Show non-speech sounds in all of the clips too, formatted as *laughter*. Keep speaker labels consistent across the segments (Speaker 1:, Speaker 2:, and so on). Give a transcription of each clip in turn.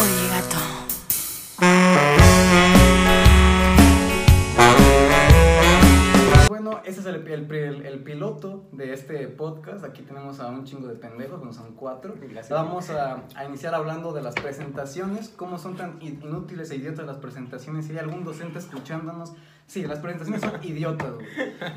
Speaker 1: Oye, gato.
Speaker 2: Bueno, este es el, el- el- el piloto de este podcast. Aquí tenemos a un chingo de pendejos, bueno, son cuatro.
Speaker 3: Gracias.
Speaker 2: Vamos a, a iniciar hablando de las presentaciones, cómo son tan inútiles e idiotas las presentaciones. Si hay algún docente escuchándonos, sí, las presentaciones son idiotas, güey.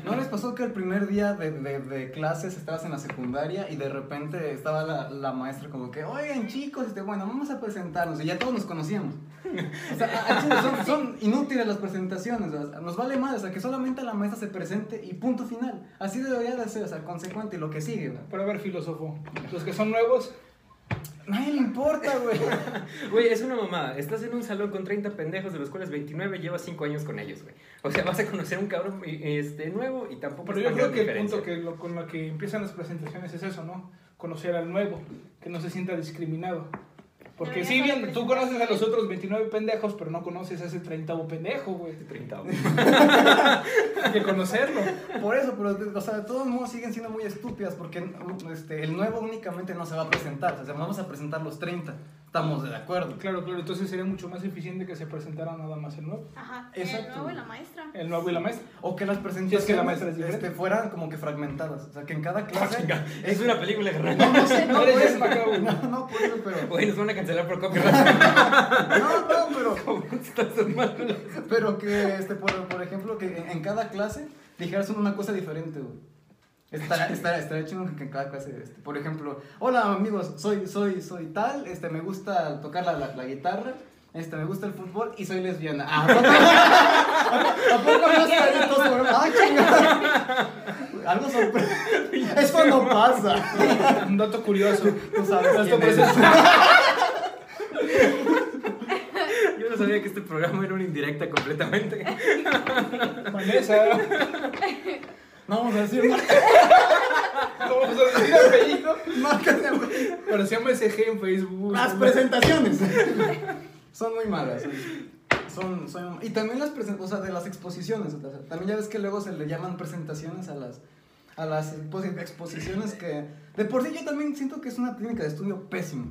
Speaker 2: ¿No les pasó que el primer día de, de- de clases estabas en la secundaria y de repente estaba la, la maestra como que, oigan chicos, este, bueno, vamos a presentarnos y ya todos nos conocíamos? O sea, a- a Chile son, son inútiles las presentaciones, o sea, nos vale más, o sea, que solamente la maestra se presente y punto final. Así debería de ser, o sea, consecuente y lo que sigue, güey.
Speaker 4: Pero a ver, filósofo, los que son nuevos,
Speaker 2: Nadie le importa, güey.
Speaker 3: Güey, es una mamada. Estás en un salón con 30 pendejos, de los cuales 29 llevas 5 años con ellos, güey. O sea, vas a conocer un cabrón este, nuevo y tampoco
Speaker 4: pero
Speaker 3: es
Speaker 4: yo
Speaker 3: tan
Speaker 4: creo
Speaker 3: gran
Speaker 4: que el
Speaker 3: diferencia.
Speaker 4: punto que lo- con lo que empiezan las presentaciones es eso, ¿no? Conocer al nuevo, que no se sienta discriminado. Porque
Speaker 1: Debería
Speaker 4: si
Speaker 1: haber
Speaker 4: bien tú conoces a los otros 29 pendejos, pero no conoces a ese 30 pendejo, güey.
Speaker 3: *laughs* 30
Speaker 4: *laughs*
Speaker 3: güey.
Speaker 4: Hay que conocerlo.
Speaker 2: Por eso, pero, o sea, de todos modos siguen siendo muy estúpidas porque este, el nuevo únicamente no se va a presentar, o sea, vamos a presentar los 30, estamos de acuerdo.
Speaker 4: Claro, claro, entonces sería mucho más eficiente que se presentara nada más el nuevo.
Speaker 1: Ajá.
Speaker 2: Exacto.
Speaker 1: El nuevo y la maestra.
Speaker 4: El nuevo y la maestra.
Speaker 2: O que las presentaciones
Speaker 4: Si es que la maestra es diferente.
Speaker 2: este, fueran como que fragmentadas, o sea, que en cada
Speaker 3: Ah,
Speaker 2: clase...
Speaker 3: chinga, Es una película de
Speaker 2: No,
Speaker 4: *laughs*
Speaker 3: raro.
Speaker 2: no sé, no,
Speaker 4: No eres
Speaker 2: güey.
Speaker 4: Jess McAvoy.
Speaker 2: *laughs* no, no, por eso, pero...
Speaker 3: Güey, nos van a cancelar
Speaker 4: *laughs*
Speaker 3: por copyright. *laughs*
Speaker 2: No, no, pero...
Speaker 3: ¿Cómo estás armando?
Speaker 2: Pero que, este, por, por ejemplo, que en, en cada clase dijeras una cosa diferente, güey. Estará, estará, estará chingón que en cada clase, este, por ejemplo, hola amigos, soy, soy, soy tal, este, me gusta tocar la, la, la guitarra, este, me gusta el fútbol y soy lesbiana. Ah, ¿a poco- ¿A poco no está todo sobre- Ah, chingada. Algo
Speaker 3: *laughs*
Speaker 2: sorprendente. Eso no pasa.
Speaker 4: Un dato curioso.
Speaker 2: Tú sabes
Speaker 4: Nuestra
Speaker 2: quién eres.
Speaker 4: presentación-
Speaker 3: Yo no sabía que este programa era una indirecta completamente.
Speaker 4: Vanessa,
Speaker 2: No vamos a decir
Speaker 3: *laughs*
Speaker 2: mar-
Speaker 4: no vamos a decir apellido.
Speaker 2: marcas de güey.
Speaker 4: Pero se llama SG en Facebook.
Speaker 2: Las presentaciones *laughs* son muy malas. Son, son- y también las presen- o sea, de las exposiciones. o sea, también ya ves que luego se le llaman presentaciones a las, a las expo- exposiciones que. De por sí, yo también siento que es una técnica de estudio pésima.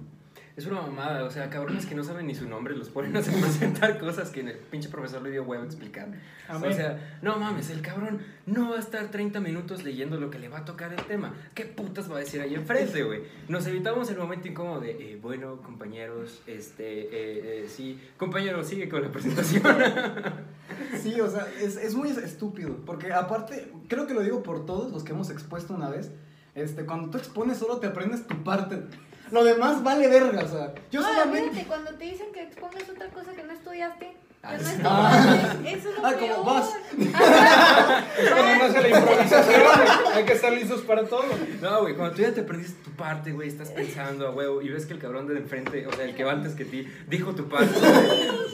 Speaker 3: Es una mamada, o sea, cabrones que no saben ni su nombre, los ponen a hacer presentar cosas que el pinche profesor le dio huevo a explicar.
Speaker 4: Amén.
Speaker 3: O sea, no mames, el cabrón no va a estar 30 minutos leyendo lo que le va a tocar el tema. ¿Qué putas va a decir ahí enfrente, güey? Nos evitamos el momento incómodo de, eh, bueno, compañeros, este, eh, eh, sí, compañero, sigue con la presentación. *laughs*
Speaker 2: Sí, o sea, es, es muy estúpido. Porque aparte, creo que lo digo por todos los que hemos expuesto una vez. Este, cuando tú expones, solo te aprendes tu parte. Lo demás vale verga, o sea. Yo
Speaker 1: No,
Speaker 2: solamente.
Speaker 1: fíjate, cuando te dicen que expongas otra cosa que no estudiaste,
Speaker 3: Ah,
Speaker 1: que no
Speaker 3: sí.
Speaker 1: estudiaste,
Speaker 2: Ah.
Speaker 1: eso es lo
Speaker 2: Ah,
Speaker 1: peor.
Speaker 2: como vas.
Speaker 1: Ajá.
Speaker 4: Cuando
Speaker 1: Vas.
Speaker 4: nace la improvisación, güey. hay que estar listos para todo.
Speaker 3: No, güey, cuando tú ya te aprendiste tu parte, güey, estás pensando a huevo y ves que el cabrón de enfrente, o sea, el que va antes que ti, dijo tu parte.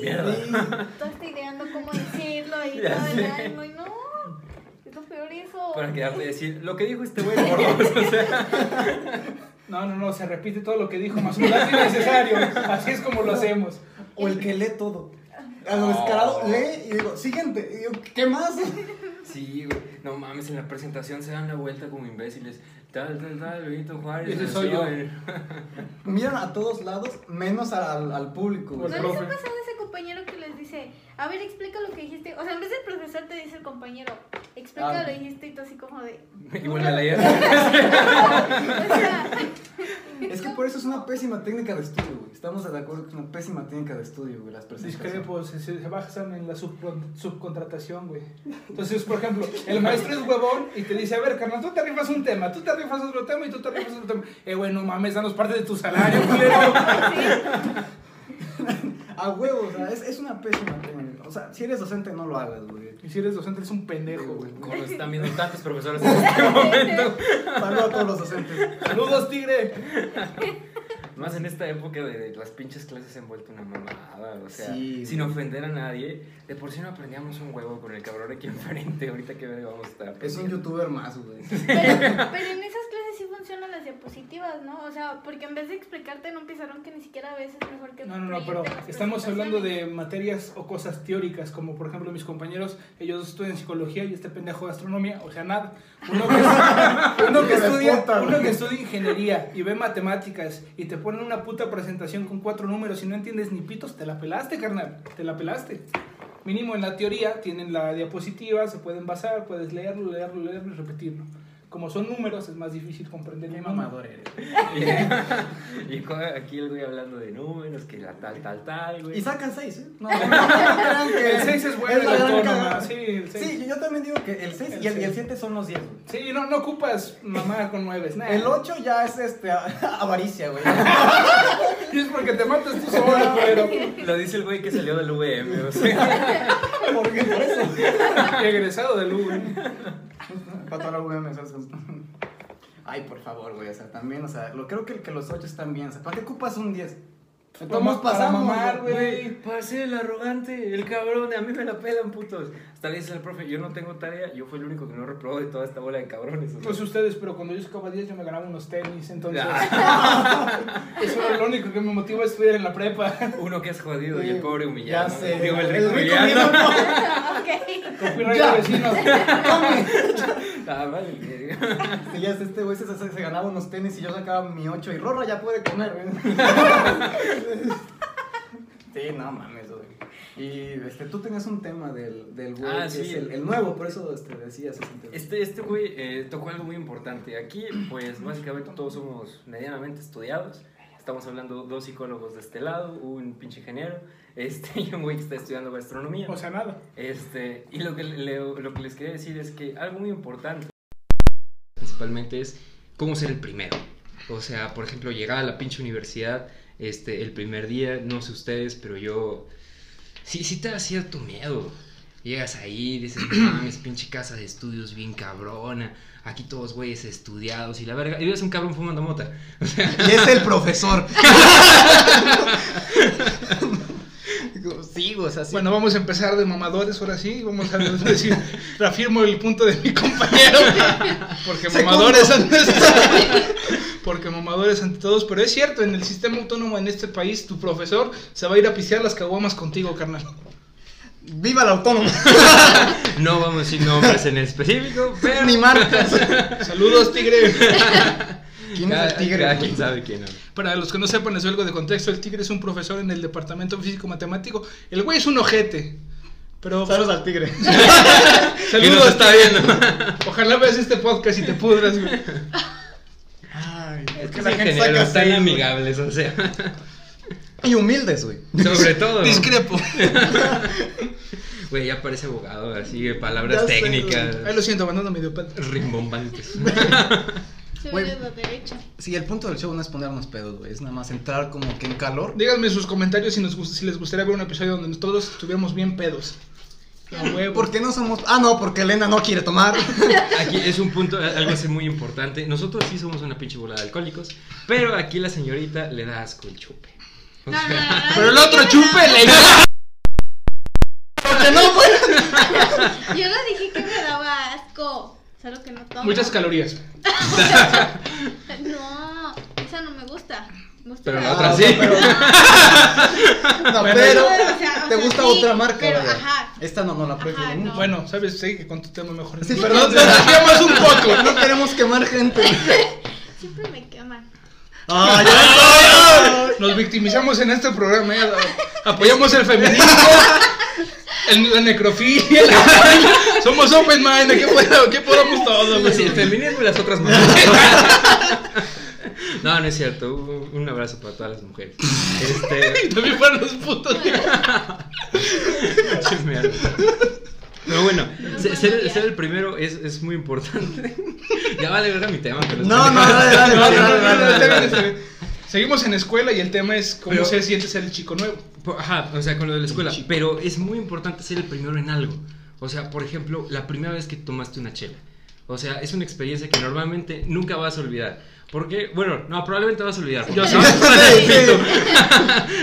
Speaker 3: Mierda.
Speaker 2: Sí.
Speaker 1: *laughs* Tú estás ideando cómo decirlo y
Speaker 3: Ya
Speaker 1: todo el
Speaker 3: sé.
Speaker 1: ánimo y no. Es lo peor eso.
Speaker 3: Para quedarte y decir, lo que dijo este güey, por favor, o sea.
Speaker 4: No, no, no, se repite todo lo que dijo, más un dato innecesario. Así es como lo hacemos.
Speaker 2: O el que lee todo. A lo descarado,
Speaker 3: Oh.
Speaker 2: lee y digo, siguiente. Y digo, ¿qué más?
Speaker 3: Sí, güey. No mames, en la presentación se dan la vuelta como imbéciles. Tal, tal, tal, Benito Juárez.
Speaker 4: Ese soy yo.
Speaker 3: nació en- *laughs*
Speaker 2: Miran a todos lados, menos al, al público.
Speaker 1: ¿No
Speaker 2: güey.
Speaker 1: les ha
Speaker 4: profe.
Speaker 1: pasado ese compañero que les dice, a ver, explica lo que dijiste? O sea, en vez del profesor te dice el compañero, explica
Speaker 2: Ah.
Speaker 1: lo que dijiste y tú así como de...
Speaker 3: Y vuelve a leer.
Speaker 1: O sea,
Speaker 2: *laughs* Es que por
Speaker 1: *laughs*
Speaker 2: eso es una pésima técnica de estudio, güey. Estamos de acuerdo que es una pésima técnica de estudio, güey, las presentaciones.
Speaker 4: Discrepo, se, se se basan en la subcon- subcontratación, güey. Entonces, por ejemplo, el maestro es huevón y te dice, a ver, carnal, tú te rifas un tema, tú te rifas otro tema y tú te rifas otro tema. Eh, güey, no mames, danos parte de tu salario,
Speaker 2: *laughs*
Speaker 4: culero.
Speaker 2: A huevo, o sea, es, es una pésima técnica. O sea, si eres docente, no lo hagas, güey.
Speaker 4: Y si eres docente, eres un pendejo, güey.
Speaker 3: Como nos están viendo tantos profesores *laughs* en este momento.
Speaker 2: Saludos a todos los docentes.
Speaker 4: Saludos, tigre.
Speaker 3: Más en esta época de las pinches clases se han vuelto una mamada. O sea,
Speaker 2: Sí,
Speaker 3: sin ofender a nadie. De por sí no aprendíamos un huevo con el cabrón aquí enfrente. Ahorita que vamos a estar.
Speaker 2: Es un
Speaker 3: aprendiendo.
Speaker 2: youtuber más, güey.
Speaker 1: pero, pero en esas clases sí funcionan las diapositivas, ¿no? O sea, porque en vez de explicarte en un pizarrón que ni siquiera ves es mejor que
Speaker 4: No, no, no, pero
Speaker 1: proyecten las
Speaker 4: estamos hablando
Speaker 1: presentaciones.
Speaker 4: de materias o cosas teóricas, como por ejemplo mis compañeros, ellos estudian psicología y este pendejo de astronomía, o sea, nada.
Speaker 2: *laughs*
Speaker 4: Uno que, uno que
Speaker 2: Hijo de
Speaker 4: estudia,
Speaker 2: puta, güey.
Speaker 4: uno que estudia ingeniería y ve matemáticas y te ponen una puta presentación con cuatro números y no entiendes ni pitos, te la pelaste, carnal, te la pelaste. Mínimo en la teoría tienen la diapositiva, se pueden basar, puedes leerlo, leerlo, leerlo y repetirlo. Como son números es más difícil comprender
Speaker 2: Qué
Speaker 4: el
Speaker 2: mamador eres.
Speaker 3: Y, co- aquí el güey hablando de números, que la tal, tal, tal, güey.
Speaker 2: Y sacan seis, ¿eh? No, no, crean que-
Speaker 4: El 6 es bueno,
Speaker 2: la
Speaker 4: el
Speaker 2: gran
Speaker 4: autónoma,
Speaker 2: cagada.
Speaker 4: sí, el seis.
Speaker 2: Sí, yo también digo que el 6
Speaker 4: El
Speaker 2: y el, y el
Speaker 4: seis.
Speaker 2: 7 son los 10, güey.
Speaker 4: Sí, no, no ocupas mamá con nueves, nada.
Speaker 2: El 8 ya es este *laughs* avaricia, güey.
Speaker 4: Y es porque te matas tú solo,
Speaker 2: *laughs*
Speaker 4: pero
Speaker 3: Lo dice el güey que salió del VM, o sea.
Speaker 2: ¿Por qué por eso?
Speaker 4: egresado del Uber.
Speaker 2: Para la UVM, ¿sabes? *laughs* Ay, por favor, güey, o sea, también, o sea, lo, creo que, que los 8 están bien, o sea, ¿para qué ocupas un 10? Vamos
Speaker 4: Para
Speaker 2: pasamos,
Speaker 4: mamar, güey.
Speaker 3: Güey, para ser el arrogante, el cabrón, a mí me la pelan, putos. Hasta le dice al profe, yo no tengo tarea, yo fui el único que no reprobó de toda esta bola de cabrones.
Speaker 4: No
Speaker 3: o sea. *laughs*
Speaker 4: sé Pues ustedes, pero cuando yo sacaba 10 yo me ganaba unos tenis, entonces
Speaker 2: Ah.
Speaker 3: Ah,
Speaker 4: eso era lo único que me motivó a estudiar en la
Speaker 2: *laughs*
Speaker 4: prepa.
Speaker 3: Uno que es jodido y el pobre humillado.
Speaker 2: Ya
Speaker 3: ¿no?
Speaker 2: sé.
Speaker 3: *laughs* Digo, el rico
Speaker 2: rico
Speaker 3: humillado.
Speaker 2: humillado.
Speaker 1: *laughs* Ok.
Speaker 4: Copyright
Speaker 2: Ya.
Speaker 4: de vecinos.
Speaker 3: *laughs* Ah, vale, verga.
Speaker 2: Sí, ya sé, este güey se, se- se ganaba unos tenis y yo sacaba mi 8 y Rorra ya puede comer, *laughs* güey. Sí, no mames, güey. Y este, tú tenías un tema del, del güey,
Speaker 3: Ah,
Speaker 2: que
Speaker 3: sí.
Speaker 2: es el, el nuevo, por eso este, decías ese tema.
Speaker 3: Este, este güey eh, tocó algo muy importante. Aquí, pues básicamente todos somos medianamente estudiados. Estamos hablando dos psicólogos de este lado, un pinche ingeniero, este, *laughs* y un güey que está estudiando gastronomía.
Speaker 4: O sea, nada.
Speaker 3: Este, y lo que, le- lo que les quería decir es que algo muy importante principalmente es cómo ser el primero. O sea, por ejemplo, llegaba a la pinche universidad este, el primer día, no sé ustedes, pero yo sí, sí te da cierto miedo. Llegas ahí, dices, "No mames, pinche casa de estudios bien cabrona, aquí todos güeyes estudiados y la verga. Y ves un cabrón fumando mota.
Speaker 2: Y es el profesor.
Speaker 3: Digo, Sí, güey, o sea, sí.
Speaker 4: Bueno, vamos a empezar de mamadores ahora sí. Vamos a decir,
Speaker 3: *laughs*
Speaker 4: reafirmo el punto de mi compañero. Porque
Speaker 2: Segundo.
Speaker 4: mamadores ante todos. Porque mamadores ante todos. Pero es cierto, en el sistema autónomo en este país, tu profesor se va a ir a pisear las caguamas contigo, carnal.
Speaker 2: ¡Viva la autónoma!
Speaker 3: no vamos a decir nombres en específico, pero...
Speaker 2: Ni marcas.
Speaker 4: Saludos, tigre.
Speaker 2: ¿Quién es el tigre?
Speaker 3: Cada
Speaker 2: güey?
Speaker 3: quien sabe quién es.
Speaker 4: Para los que no sepan, les doy algo de contexto. El tigre es un profesor en el departamento físico-matemático. El güey es un ojete. Pero
Speaker 2: Saludos al tigre.
Speaker 3: Y nos
Speaker 4: saludos,
Speaker 3: está
Speaker 4: tigre.
Speaker 3: viendo.
Speaker 4: Ojalá veas este podcast y te pudras,
Speaker 3: *laughs*
Speaker 4: güey.
Speaker 2: Ay,
Speaker 3: Es que la gente
Speaker 2: saca
Speaker 3: tan
Speaker 2: seis, güey.
Speaker 3: amigables, o sea,
Speaker 2: Y humildes, güey.
Speaker 3: sobre *laughs* todo.
Speaker 4: Discrepo.
Speaker 3: Güey, ya parece abogado, así de palabras
Speaker 2: Ya sé,
Speaker 3: técnicas
Speaker 4: Ahí lo siento, abandono medio pelo.
Speaker 3: rimbombantes.
Speaker 1: Soy
Speaker 2: Güey.
Speaker 1: de la derecha.
Speaker 2: Sí, el punto del show no es ponernos pedos, güey. Es nada más entrar como que en calor.
Speaker 4: Díganme en sus comentarios si, nos gust- si les gustaría ver un episodio donde nos- todos estuviéramos bien pedos. A huevo.
Speaker 2: ¿Por qué no somos.? Ah, no, porque Elena no quiere tomar.
Speaker 3: Aquí es un punto, algo así muy importante. Nosotros sí somos una pinche bola de alcohólicos, pero aquí la señorita le da asco el chupe. O
Speaker 1: No, no,
Speaker 3: sea,
Speaker 1: no, no,
Speaker 4: Pero el
Speaker 1: yo
Speaker 4: otro
Speaker 1: no-
Speaker 4: chúpele.
Speaker 2: Porque no, güey.
Speaker 1: Yo no dije que me daba asco. Solo que no tomo.
Speaker 4: Muchas calorías.
Speaker 1: No, esa no me gusta. Me gusta
Speaker 3: Pero la
Speaker 2: Ah,
Speaker 3: otra
Speaker 2: no,
Speaker 3: sí.
Speaker 2: pero- No,
Speaker 4: Pero-
Speaker 2: pero.
Speaker 1: o sea, o
Speaker 2: Te
Speaker 1: sea,
Speaker 2: gusta
Speaker 1: sí,
Speaker 2: otra marca,
Speaker 1: pero,
Speaker 2: güey.
Speaker 1: ajá.
Speaker 2: Esta no, no la
Speaker 1: Ajá,
Speaker 2: prefiero
Speaker 1: no.
Speaker 2: mucho.
Speaker 4: Bueno, sabes, sí, que con tu tema mejor.
Speaker 2: Sí, perdón,
Speaker 4: te desviamos un poco.
Speaker 2: No queremos quemar gente.
Speaker 1: Siempre me queman.
Speaker 2: ¡Ah,
Speaker 4: *laughs* Nos victimizamos en este programa. eh. Apoyamos el feminismo, el- la necrofilia. *laughs* la- Somos open mind. ¿Qué, pod- qué podamos todos? Pues, güey?
Speaker 3: Sí, "Pues, el feminismo y las otras mujeres. No, no es cierto. Un un abrazo para todas las mujeres.
Speaker 4: *laughs*
Speaker 3: Este, *laughs*
Speaker 4: Y También para los putos.
Speaker 3: *laughs* Pinche mierda. Pero bueno, se-
Speaker 1: no,
Speaker 3: ser,
Speaker 1: ya.
Speaker 3: ser el primero es, es muy importante. *laughs* ya vale verga mi tema. pero-
Speaker 2: No, no, dale, dale,
Speaker 4: No,
Speaker 2: dale,
Speaker 4: no, no,
Speaker 2: dale,
Speaker 4: no, está
Speaker 2: dale,
Speaker 4: bien,
Speaker 2: dale.
Speaker 4: está bien. Seguimos en escuela y el tema es cómo
Speaker 3: Pero-
Speaker 4: se siente ser el chico nuevo.
Speaker 3: Por- Ajá, o sea, con lo de la escuela. Pero es muy importante ser el primero en algo. O sea, por ejemplo, la primera vez que tomaste una chela. O sea, es una experiencia que normalmente nunca vas a olvidar. Porque, bueno, no, probablemente vas a olvidar.
Speaker 4: Yo sí.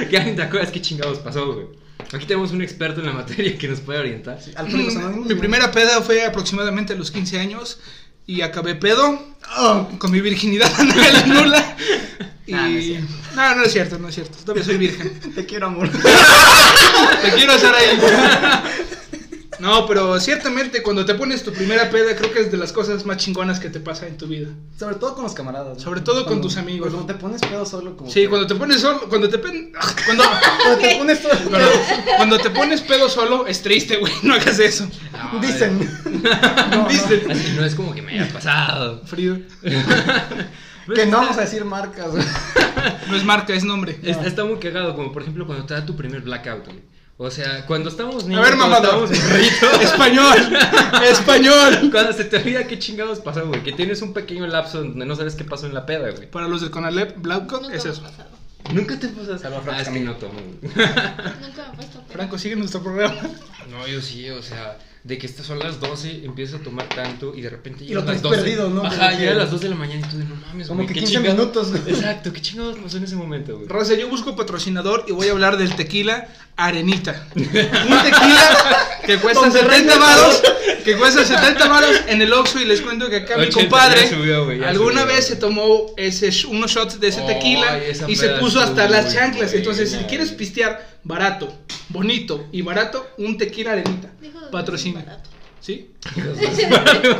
Speaker 3: que alguien te acuerdas qué chingados pasó, güey. Aquí tenemos un experto en la materia que nos puede orientar.
Speaker 2: Alcohólicos Anónimos,
Speaker 4: Pues, Mi
Speaker 2: güey.
Speaker 4: primera peda fue aproximadamente a los 15 años. y acabé pedo oh, con mi virginidad *laughs* dándome la nula. Y...
Speaker 3: Nah, *laughs* no
Speaker 4: no, no,
Speaker 3: es cierto.
Speaker 4: es cierto, no es cierto. Todavía soy virgen.
Speaker 2: Te quiero, amor.
Speaker 4: Te quiero hacer
Speaker 3: *laughs*
Speaker 4: ahí. No, pero ciertamente cuando te pones tu primera peda creo que es de las cosas más chingonas que te pasa en tu vida.
Speaker 2: Sobre todo con los camaradas. ¿no?
Speaker 4: Sobre todo con
Speaker 2: Cuando-
Speaker 4: tus amigos.
Speaker 2: Cuando te pones pedo solo como.
Speaker 4: Sí,
Speaker 2: que-
Speaker 4: cuando te pones solo, cuando te pen- ah, cuando,
Speaker 2: cuando te pones todo.
Speaker 4: cuando, cuando te pones pedo solo es triste, güey, no hagas eso.
Speaker 3: No,
Speaker 2: Dicen. No,
Speaker 4: Dicen.
Speaker 3: Así no es como que me haya pasado.
Speaker 4: Frío.
Speaker 2: no. Que no vamos a decir marcas. güey.
Speaker 4: No es marca, es nombre.
Speaker 3: Está, está muy cagado, como por ejemplo cuando te da tu primer blackout, güey. O sea, cuando estamos niños,
Speaker 4: A ver,
Speaker 3: cuando
Speaker 4: mamador.
Speaker 3: estábamos *laughs* morritos,
Speaker 4: Español. Español.
Speaker 3: cuando se te olvida qué chingados pasó, güey, que tienes un pequeño lapso donde no sabes qué pasó en la peda, güey.
Speaker 4: Para los del Conalep, Blanco es eso.
Speaker 3: Nunca te pasas.
Speaker 2: Salva a Franco
Speaker 3: Ah, es que
Speaker 2: Camilo.
Speaker 3: no tomo. güey.
Speaker 1: Nunca me he puesto *laughs* pedo.
Speaker 4: Franco, sigue nuestro programa.
Speaker 3: No, yo sí, o sea, de que estas son las 12, empiezas a tomar tanto y de repente llegan
Speaker 2: lo
Speaker 3: las
Speaker 2: traes
Speaker 3: 12.
Speaker 2: perdido, ¿no?
Speaker 3: Ajá,
Speaker 2: Como que-
Speaker 3: llega a las 2 de la mañana y tú de no mames,
Speaker 2: Como
Speaker 3: güey,
Speaker 2: que
Speaker 3: qué
Speaker 2: 15
Speaker 3: chingados".
Speaker 2: minutos, güey.
Speaker 3: Exacto, qué chingados pasó en ese momento, güey.
Speaker 4: Raza, yo busco patrocinador y voy a hablar del tequila Arenita. Un tequila que cuesta
Speaker 2: Donde
Speaker 4: 70
Speaker 2: reina
Speaker 4: varos, que cuesta 70 varos en el Oxxo y les cuento que acá mi
Speaker 3: 80,
Speaker 4: compadre
Speaker 3: ya subió, güey, ya
Speaker 4: alguna
Speaker 3: subió.
Speaker 4: vez se tomó ese sh- unos shots de ese
Speaker 3: Ay,
Speaker 4: tequila
Speaker 3: esa
Speaker 4: y se
Speaker 3: peda
Speaker 4: puso hasta
Speaker 3: estuvo
Speaker 4: las
Speaker 3: muy
Speaker 4: chanclas. Entonces, si
Speaker 3: buena, eh.
Speaker 4: quieres
Speaker 3: güey.
Speaker 4: pistear barato, bonito y barato, un tequila Arenita.
Speaker 1: Dijo dos veces
Speaker 4: Patrocina.
Speaker 1: barato.
Speaker 4: ¿Sí?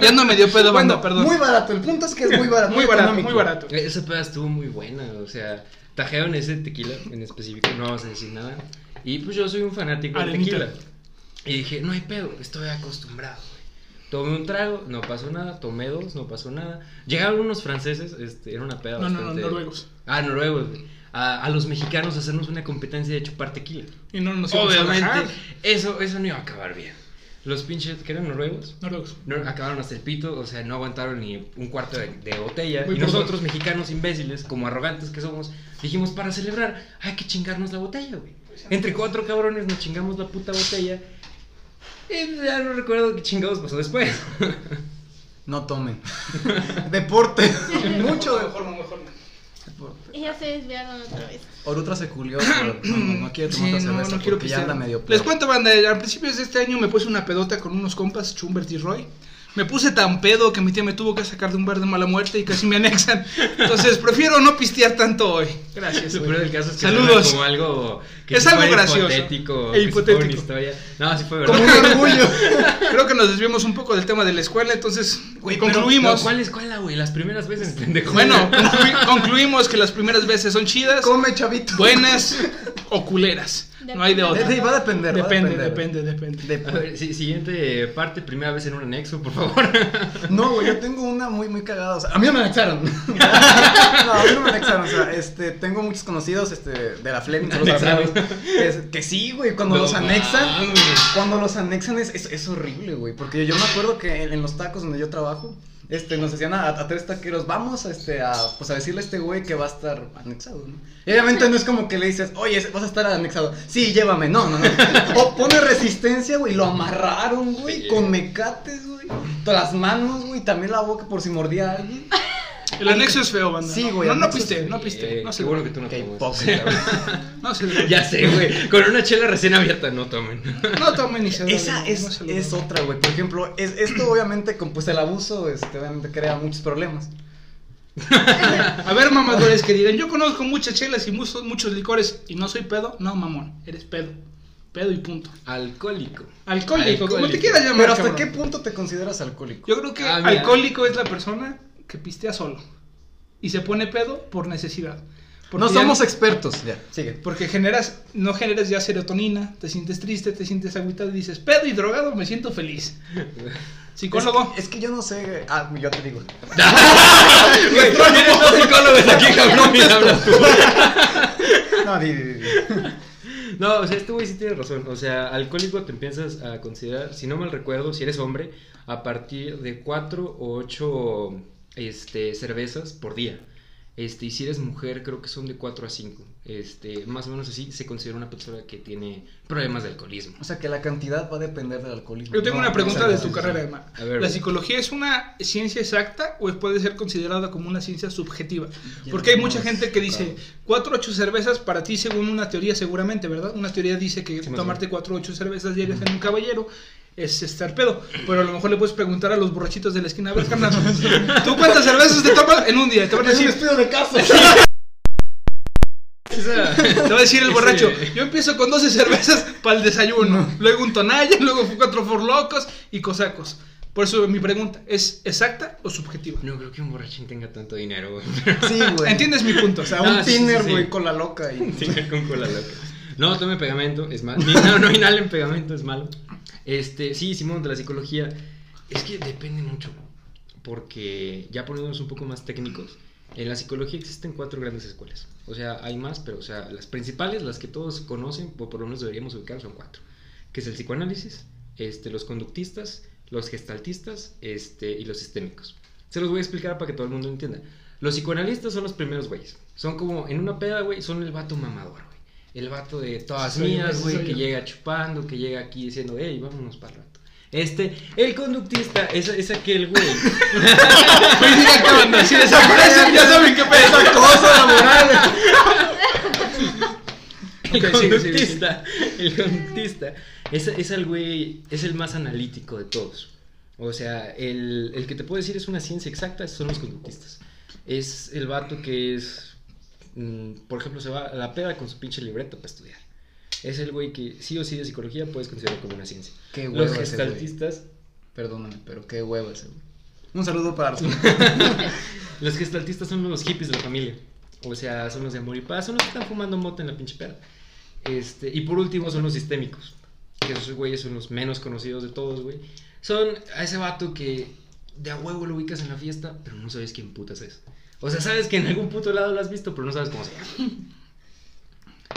Speaker 4: Ya no me dio pedo, banda,
Speaker 2: Bueno,
Speaker 4: perdón.
Speaker 2: Muy barato. El punto es que es muy barato.
Speaker 4: Muy barato,
Speaker 2: económico.
Speaker 4: muy barato.
Speaker 3: E-, Esa peda estuvo muy buena, o sea, tajearon ese tequila en específico, no vamos a decir nada. Y pues yo soy un fanático del
Speaker 4: Arenita.
Speaker 3: tequila. Y dije, no hay pedo, estoy acostumbrado, güey. Tomé un trago, no pasó nada, tomé dos, no pasó nada. Llegaron unos franceses, este, era una peda
Speaker 4: No, no, no,
Speaker 3: bastante-
Speaker 4: noruegos.
Speaker 3: Ah, noruegos, güey. A, a los mexicanos a hacernos una competencia de chupar tequila.
Speaker 4: Y no nos íbamos a bajar.
Speaker 3: Obviamente, eso, eso no iba a acabar bien. Los pinches, que eran noruegos,
Speaker 4: Noruegos.
Speaker 3: no, acabaron hasta el pito, o sea, no aguantaron ni un cuarto de, de botella.
Speaker 4: Muy
Speaker 3: y
Speaker 4: pronto.
Speaker 3: nosotros, mexicanos imbéciles, como arrogantes que somos, dijimos para celebrar, hay que chingarnos la botella, güey. Entre cuatro cabrones nos chingamos la puta botella. Y ya no recuerdo qué chingados pasó después.
Speaker 2: No *laughs* tomen. Deporte. Mucho deporte.
Speaker 4: no, mejor no.
Speaker 1: Y ya se desviaron otra vez.
Speaker 2: Orutra se culió. por- No, no quiere tomar otra
Speaker 4: Sí,
Speaker 2: cerveza porque ya
Speaker 4: pistear.
Speaker 2: anda medio pedo.
Speaker 4: Les cuento, banda, a principios de este año me puse una pedota con unos compas, Chumbert y Roy. Me puse tan pedo que mi tía me tuvo que sacar de un bar de mala muerte y casi me anexan. Entonces prefiero no pistear tanto hoy. *laughs* Gracias.
Speaker 3: Lo
Speaker 4: güey.
Speaker 3: peor del caso es que
Speaker 4: Saludos.
Speaker 3: suena como algo que
Speaker 4: Es
Speaker 3: sí
Speaker 4: algo
Speaker 3: fue
Speaker 4: gracioso.
Speaker 3: hipotético,
Speaker 4: E
Speaker 3: que sí fue una
Speaker 4: hipotético.
Speaker 3: historia. No, sí fue verdad.
Speaker 2: Como
Speaker 4: *laughs*
Speaker 2: un orgullo.
Speaker 4: Creo que nos desviamos un poco del tema de la escuela, entonces
Speaker 3: Güey, pero-
Speaker 4: concluimos.
Speaker 3: pero ¿Cuál es cuál, güey? Las primeras veces, pendejo.
Speaker 4: Bueno, conclui- concluimos que las primeras veces son chidas,
Speaker 2: Come, chavito.
Speaker 4: buenas o culeras. No hay de
Speaker 2: De-
Speaker 4: otra.
Speaker 2: de- va a depender. va a
Speaker 4: Depende,
Speaker 2: depender.
Speaker 4: depende, depende.
Speaker 3: A
Speaker 2: Depende.
Speaker 3: ver, sí, siguiente parte, primera vez en un anexo, por favor.
Speaker 2: No, güey, yo tengo una muy, muy cagada. o sea, a mí no me anexaron. no, a mí *laughs* no me anexaron. O sea, este, tengo muchos conocidos este, de la
Speaker 4: *laughs*
Speaker 2: Fleming, saludos a
Speaker 3: Anexaron.
Speaker 2: Fleming, que, que sí, güey, cuando
Speaker 3: No
Speaker 2: los anexan,
Speaker 3: mames.
Speaker 2: cuando los anexan es, es, es horrible, güey. Porque yo me acuerdo que en, en los tacos donde yo trabajo, este, nos decían a, a tres taqueros, vamos este, a, pues, a decirle a este güey que va a estar anexado, ¿no? Y obviamente no es como que le dices, oye, vas a estar anexado. Sí, llévame. No, *laughs* no, no. O pone resistencia, güey, lo amarraron, güey,
Speaker 3: Sí.
Speaker 2: con mecates, güey. Todas las manos, güey, también la boca por si mordía a alguien.
Speaker 4: El anexo es feo, banda.
Speaker 2: Sí, güey,
Speaker 4: No, no
Speaker 2: anexo es
Speaker 4: piste,
Speaker 2: feo.
Speaker 4: no piste. No
Speaker 3: Eh,
Speaker 4: se
Speaker 3: Qué bueno que tú no
Speaker 2: Qué
Speaker 3: tomas.
Speaker 2: hipócrita, güey. *laughs*
Speaker 4: No se le-
Speaker 3: Ya sé, güey. Con una chela recién abierta, no tomen.
Speaker 4: No tomen ni se
Speaker 2: Esa
Speaker 4: drogan, no
Speaker 2: es,
Speaker 4: se lo
Speaker 2: es
Speaker 4: drogan.
Speaker 2: otra, güey. Por ejemplo, es, esto obviamente, con, pues el abuso, este, obviamente crea muchos problemas.
Speaker 4: A ver, mamadores que digan, yo conozco muchas chelas y muchos, muchos licores y no soy pedo. No, mamón, eres pedo. Pedo y punto.
Speaker 3: Alcohólico.
Speaker 4: Alcohólico, como te
Speaker 3: Alcohólico.
Speaker 4: quieras llamar.
Speaker 2: Pero ¿hasta
Speaker 4: cabrón.
Speaker 2: qué punto te consideras alcohólico?
Speaker 4: Yo creo que
Speaker 3: Ah, mira.
Speaker 4: alcohólico es la persona que pistea solo y se pone pedo por necesidad. Porque
Speaker 2: no
Speaker 4: ya-
Speaker 2: somos expertos. Ya, sigue.
Speaker 4: Porque generas, no generas ya serotonina, te sientes triste, te sientes agüitado y dices, pedo y drogado, me siento
Speaker 3: *laughs*
Speaker 4: feliz.
Speaker 2: Es
Speaker 4: Psicólogo.
Speaker 2: que, es que yo no sé. Ah, yo te digo.
Speaker 3: Güey, tienes *laughs* dos psicólogos aquí, cabrón, y hablas tú.
Speaker 2: No, di, di, di.
Speaker 3: No, o sea, este güey sí tiene razón. O sea, alcohólico te empiezas a considerar, si no mal recuerdo, si eres hombre, a partir de 4 o 8 este, cervezas por día. Este, y si eres mujer, creo que son de 4 a 5. Este, más o menos así se considera una persona que tiene problemas de *laughs* alcoholismo.
Speaker 2: O sea, que la cantidad va a depender del alcoholismo.
Speaker 4: Yo tengo
Speaker 2: No,
Speaker 4: una
Speaker 2: no
Speaker 4: pregunta
Speaker 2: sé,
Speaker 4: de
Speaker 2: sí,
Speaker 4: tu
Speaker 2: sí.
Speaker 4: carrera, Emma.
Speaker 3: A ver,
Speaker 4: ¿La
Speaker 3: güey.
Speaker 4: psicología es una ciencia exacta o puede ser considerada como una ciencia subjetiva?
Speaker 2: Ya
Speaker 4: Porque hay
Speaker 2: no
Speaker 4: mucha
Speaker 2: es
Speaker 4: gente que dice,
Speaker 2: claro.
Speaker 4: cuatro ocho cervezas para ti según una teoría seguramente, ¿verdad? Una teoría dice que
Speaker 3: Sí, más o
Speaker 4: tomarte
Speaker 3: menos.
Speaker 4: cuatro ocho cervezas diarias en un caballero es estar pedo. Pero a lo mejor le puedes preguntar a los borrachitos de la esquina, a ver,
Speaker 3: *laughs*
Speaker 4: carnal, ¿tú cuántas cervezas te tomas en un día? Y Te van a
Speaker 5: Es un
Speaker 4: decir,
Speaker 5: estudio de caso.
Speaker 4: *laughs* te va a decir el borracho, yo empiezo con 12 cervezas para el desayuno, luego un tonalla, *laughs* luego cuatro forlocos y cosacos. Por eso mi pregunta, ¿es exacta o subjetiva?
Speaker 6: No creo que un borrachín tenga tanto dinero, güey.
Speaker 5: Sí, güey.
Speaker 4: ¿Entiendes mi punto? O sea,
Speaker 5: A un
Speaker 6: Ah, sí, sí,
Speaker 5: tiner,
Speaker 6: sí.
Speaker 5: güey, con la loca. Y...
Speaker 6: *laughs* Tinder con cola loca. No, tome pegamento, es malo. Ni- No, no inhalen pegamento, es malo. Este, sí, Simón, de la psicología. Es que depende mucho. Porque ya poniéndonos un poco más técnicos, en la psicología existen cuatro grandes escuelas. O sea, hay más, pero o sea, las principales, las que todos conocen, o por lo menos deberíamos ubicar, son cuatro. Que es el psicoanálisis, este, los conductistas, los gestaltistas este, y los sistémicos. Se los voy a explicar para que todo el mundo lo entienda. Los psicoanalistas son los primeros güeyes. Son como, en una peda, güey, son el vato mamador, güey. El vato de todas
Speaker 4: Sí, soy yo,
Speaker 6: mías,
Speaker 4: sí,
Speaker 6: güey,
Speaker 4: soy
Speaker 6: que
Speaker 4: yo.
Speaker 6: llega chupando, que llega aquí diciendo, hey, vámonos para el rato. Este, el conductista es, es aquel güey.
Speaker 4: Pues mira, cabrón, si
Speaker 5: *laughs*
Speaker 4: desaparecen, ya saben qué pedo.
Speaker 6: Cosa laboral. El
Speaker 4: Ok, sigue, sigue,
Speaker 6: conductista, el conductista es, es el güey, es el más analítico de todos. O sea, el, el que te puedo decir es una ciencia exacta, son los conductistas. Es el vato que es, mm, por ejemplo, se va a la peda con su pinche libreta para estudiar. Es el güey que sí o sí de psicología puedes considerar como una ciencia.
Speaker 5: Qué
Speaker 6: Los
Speaker 5: hueva ese güey.
Speaker 6: gestaltistas
Speaker 5: Perdóname, pero qué hueva ese güey.
Speaker 2: Un saludo para
Speaker 4: *laughs*
Speaker 2: Arturo.
Speaker 6: Los gestaltistas son los hippies de la familia. O sea, son los de amor y paz, son los que están fumando mota en la pinche peda. Este, y por último son los sistémicos. Que esos güeyes son los menos conocidos de todos, güey. Son a ese vato que de a huevo lo ubicas en la fiesta, pero no sabes quién putas es. O sea, sabes que en algún puto lado lo has visto, pero no sabes cómo se llama.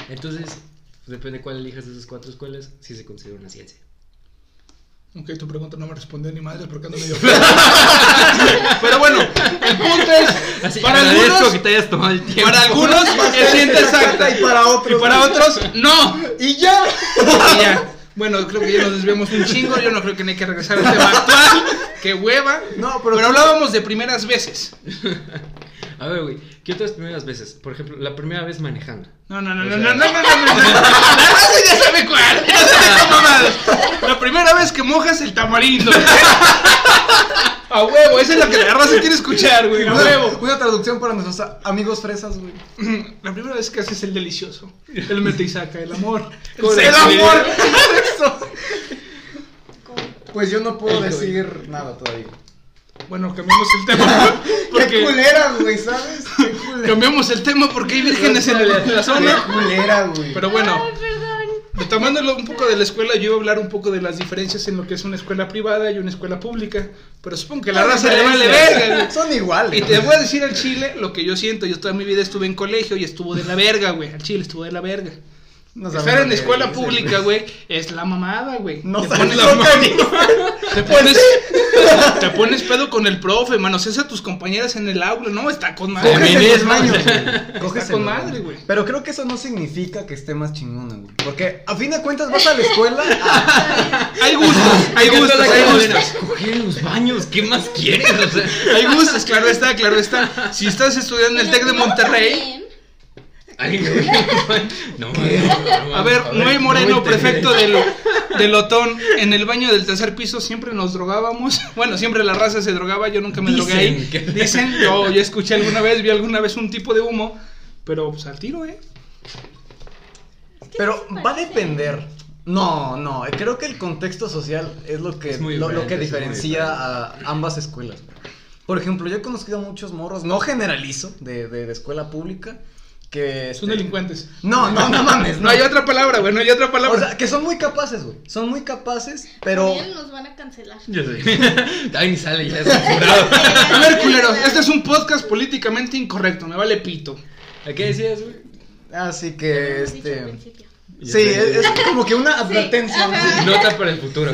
Speaker 6: Entonces, pues, depende cuál elijas de esas cuatro escuelas, si se considera una ciencia.
Speaker 4: Ok, tu pregunta no me respondió ni madre porque ando medio feo. *laughs* Pero bueno, el punto es,
Speaker 6: Así,
Speaker 4: para
Speaker 6: agradezco
Speaker 4: algunos,
Speaker 6: que te hayas tomado el tiempo.
Speaker 4: para algunos es ciencia exacta
Speaker 5: Y para otros.
Speaker 4: y para otros no.
Speaker 5: Y ya.
Speaker 4: Y ya. Bueno, creo que ya nos desviamos un chingo, yo no creo que no hay que regresar al tema actual, que hueva.
Speaker 5: No,
Speaker 4: Pero hablábamos de primeras veces.
Speaker 6: A ver, güey, ¿qué otras primeras veces? Por ejemplo, la primera vez manejando.
Speaker 4: No, no, no, no, no, no, no, no, no, no. Ay, ya sabe cuál, ya sabe mamadas. La primera vez que mojas el tamarindo. A huevo, esa es la que la raza quiere escuchar, güey. A huevo.
Speaker 2: Una traducción para nuestros a- amigos fresas, güey.
Speaker 4: La primera vez que haces el delicioso. El mete y saca, el amor.
Speaker 6: Con
Speaker 4: el
Speaker 6: el
Speaker 4: amor.
Speaker 2: *laughs*
Speaker 4: *laughs*
Speaker 5: Pues yo no puedo
Speaker 6: Ay, güey.
Speaker 5: decir nada todavía.
Speaker 4: Bueno, cambiamos el *laughs* tema.
Speaker 5: Qué
Speaker 4: Porque
Speaker 5: culera, güey, ¿sabes? Qué culera.
Speaker 4: cambiamos el tema porque hay vírgenes en la, en la
Speaker 5: Qué
Speaker 4: zona.
Speaker 5: culera, güey.
Speaker 4: Pero bueno.
Speaker 1: Ay, perdón.
Speaker 4: Tomándolo un poco de la escuela, yo iba a hablar un poco de las diferencias en lo que es una escuela privada y una escuela pública. Pero supongo que la raza le vale verga, güey.
Speaker 5: Son iguales.
Speaker 4: Y te voy a decir al chile lo que yo siento. Yo toda mi vida estuve en colegio y estuvo de la verga, güey. Al chile estuvo de la verga.
Speaker 5: No sabemos
Speaker 4: Estar en
Speaker 5: lo que
Speaker 4: escuela
Speaker 5: dices,
Speaker 4: pública, güey, es la mamada, güey.
Speaker 5: No
Speaker 4: te,
Speaker 5: sabes
Speaker 4: pones,
Speaker 5: lo que dices.
Speaker 4: te, pones, te pones pedo con el profe, manoseas a tus compañeras en el aula. No, está con
Speaker 6: A mí
Speaker 5: Cógese los
Speaker 4: madre.
Speaker 6: mismo.
Speaker 5: baños, güey.
Speaker 2: Cógese
Speaker 4: con
Speaker 2: la
Speaker 4: madre, güey.
Speaker 2: Pero creo que eso no significa que esté más chingona, güey. Porque a fin de cuentas vas a la escuela. a-
Speaker 4: Hay gustos, hay gustos, hay gustos.
Speaker 6: Coger en los baños, ¿qué más quieres? O sea,
Speaker 4: Hay gustos, claro está, claro está. Si estás estudiando en el TEC de
Speaker 1: No,
Speaker 4: Monterrey,
Speaker 1: también.
Speaker 6: alguien que coge en los baños. No, no, no,
Speaker 4: a ver, Noé Moreno,
Speaker 6: no me interesa.
Speaker 4: prefecto del, del Otón, en el baño del tercer piso siempre nos drogábamos. *laughs* Bueno, siempre la raza se drogaba, yo nunca me drogué
Speaker 6: Dicen
Speaker 4: ahí.
Speaker 6: que-
Speaker 4: Dicen, yo, yo escuché alguna vez, vi alguna vez un tipo de humo, pero pues al tiro, ¿eh?
Speaker 2: Pero va a
Speaker 1: parece.
Speaker 2: depender. No, no. Creo que el contexto social es lo que,
Speaker 6: Es muy
Speaker 2: lo, lo
Speaker 6: diferente,
Speaker 2: que
Speaker 6: es muy
Speaker 2: diferencia a ambas escuelas. güey. Por ejemplo, yo he conocido a muchos morros, no generalizo, de, de, de escuela pública, que...
Speaker 4: Son
Speaker 2: este,
Speaker 4: delincuentes.
Speaker 2: No, no, no mames.
Speaker 4: No hay otra palabra, güey, no hay otra palabra.
Speaker 2: O sea, que son muy capaces, güey. Son muy capaces, pero...
Speaker 1: También nos van a cancelar.
Speaker 6: Yo sé. *laughs* Ay, ni sale, ya es censurado.
Speaker 4: a ver, culeros, este es un podcast políticamente incorrecto, me vale pito.
Speaker 6: ¿A qué decías, güey?
Speaker 2: Así
Speaker 1: Lo
Speaker 2: que,
Speaker 1: hemos dicho al
Speaker 2: este...
Speaker 1: principio.
Speaker 2: Sí, es, es como que una advertencia.
Speaker 1: ajá.
Speaker 2: güey.
Speaker 6: Nota para el futuro.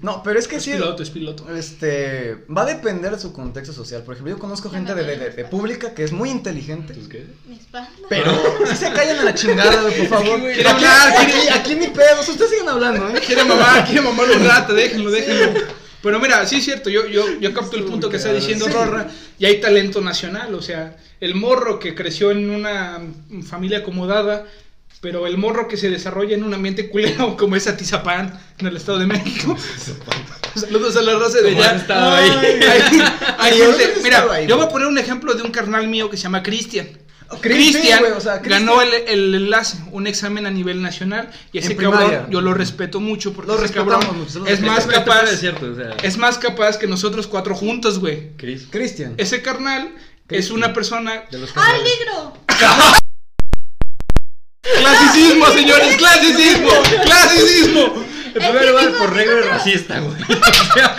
Speaker 2: No, pero es que
Speaker 4: Es
Speaker 2: sí,
Speaker 4: piloto, es piloto.
Speaker 2: este, va a depender de su contexto social. Por ejemplo, yo conozco gente de, de- de- de pública que es muy inteligente,
Speaker 6: ¿Tus qué?
Speaker 1: Mi espalda.
Speaker 2: pero si se callan a la chingada, güey, por favor.
Speaker 4: güey,
Speaker 2: Aquí,
Speaker 4: quiero hablar,
Speaker 2: aquí, aquí ni pedos, ustedes siguen hablando, ¿eh?
Speaker 4: Quiere mamar, quiere mamar un rato, déjenlo, déjenlo. Pero mira, sí es cierto, yo, yo, yo capto el punto que está diciendo
Speaker 2: Sí.
Speaker 4: Rorra, y hay talento nacional, o sea, el morro que creció en una familia acomodada Pero el morro que se desarrolla en un ambiente culero como es Atizapán, en el Estado de
Speaker 2: *laughs*
Speaker 4: México. Saludos a la raza de
Speaker 6: Como has
Speaker 4: allá.
Speaker 6: estado ahí.
Speaker 4: Ay, ay, ay,
Speaker 2: Yo no
Speaker 4: gente,
Speaker 2: he estado
Speaker 4: mira,
Speaker 2: ahí,
Speaker 4: yo
Speaker 2: güey.
Speaker 4: voy a poner un ejemplo de un carnal mío que se llama Cristian.
Speaker 2: Cristian,
Speaker 4: Cristian
Speaker 2: güey, o sea, Cristian.
Speaker 4: ganó el, el enlace, un examen a nivel nacional. Y ese
Speaker 2: En
Speaker 4: cabrón,
Speaker 2: primaria.
Speaker 4: yo lo respeto mucho porque
Speaker 2: Lo
Speaker 4: ese
Speaker 2: respetamos
Speaker 4: cabrón
Speaker 2: mucho, se lo
Speaker 4: es más
Speaker 6: Vete para
Speaker 4: capaz.
Speaker 6: el desierto, o sea,
Speaker 4: Es más capaz que nosotros cuatro juntos, güey.
Speaker 6: Chris.
Speaker 2: Cristian.
Speaker 4: Ese carnal es una persona.
Speaker 6: De los
Speaker 1: ¡Ah, el
Speaker 6: cabrones.
Speaker 1: negro!
Speaker 4: ¡Clasicismo, señores! ¡Clasicismo! ¡Clasicismo!
Speaker 6: En primer
Speaker 1: que
Speaker 6: lugar,
Speaker 1: digo,
Speaker 6: por regla
Speaker 1: digo, no.
Speaker 6: racista, güey. O sea,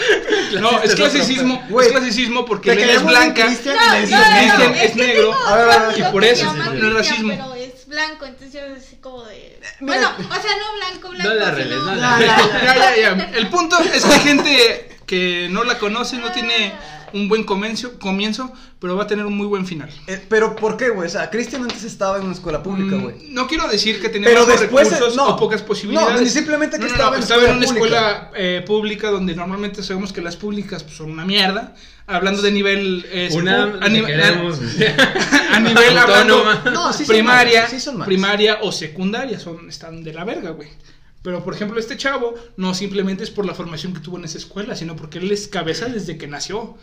Speaker 4: No, es clasicismo.
Speaker 2: Güey,
Speaker 4: es clasicismo porque
Speaker 2: Te
Speaker 4: él es
Speaker 2: queremos
Speaker 4: blanca.
Speaker 2: bien,
Speaker 1: No,
Speaker 2: Cristian, y
Speaker 1: no,
Speaker 2: le
Speaker 1: no,
Speaker 2: dices
Speaker 1: no,
Speaker 4: Cristian
Speaker 1: no,
Speaker 4: es
Speaker 1: que
Speaker 4: negro.
Speaker 1: tengo
Speaker 2: A ver, a ver, a ver.
Speaker 1: otro
Speaker 4: Y por
Speaker 1: que
Speaker 4: eso,
Speaker 1: se
Speaker 4: sí,
Speaker 1: llama
Speaker 4: sí, sí. no es
Speaker 1: Cristian,
Speaker 4: racismo. Eh,
Speaker 1: Pero es blanco, entonces yo así como de.
Speaker 2: Mira.
Speaker 1: Bueno, o sea, no blanco, blanco.
Speaker 6: No la
Speaker 1: sino-
Speaker 6: reles, no la
Speaker 2: No,
Speaker 6: reles.
Speaker 2: no,
Speaker 4: Ya, ya, ya. El punto es que hay gente que no la conoce, no tiene un buen comienzo, comienzo, pero va a tener un muy buen final.
Speaker 2: Eh, pero ¿por qué, güey? O sea, Cristian antes estaba en una escuela pública, güey.
Speaker 4: Mm, No quiero decir que tenía
Speaker 2: Pero
Speaker 4: bajos
Speaker 2: después,
Speaker 4: recursos
Speaker 2: no.
Speaker 4: o pocas posibilidades.
Speaker 2: No, simplemente que estaba en
Speaker 4: estaba en una
Speaker 2: escuela
Speaker 4: escuela eh, pública donde normalmente sabemos que las públicas pues, son una mierda. Hablando de nivel. eh,
Speaker 6: Una,
Speaker 4: secu- a,
Speaker 6: te
Speaker 4: ni-
Speaker 6: queremos.
Speaker 4: *laughs* a nivel hablando,
Speaker 6: Autónoma.
Speaker 2: No, sí son
Speaker 4: primaria,
Speaker 2: malas, sí son malas.
Speaker 4: primaria o secundaria son están de la verga, güey. Pero por ejemplo este chavo no simplemente es por la formación que tuvo en esa escuela, sino porque él es cabeza desde que nació.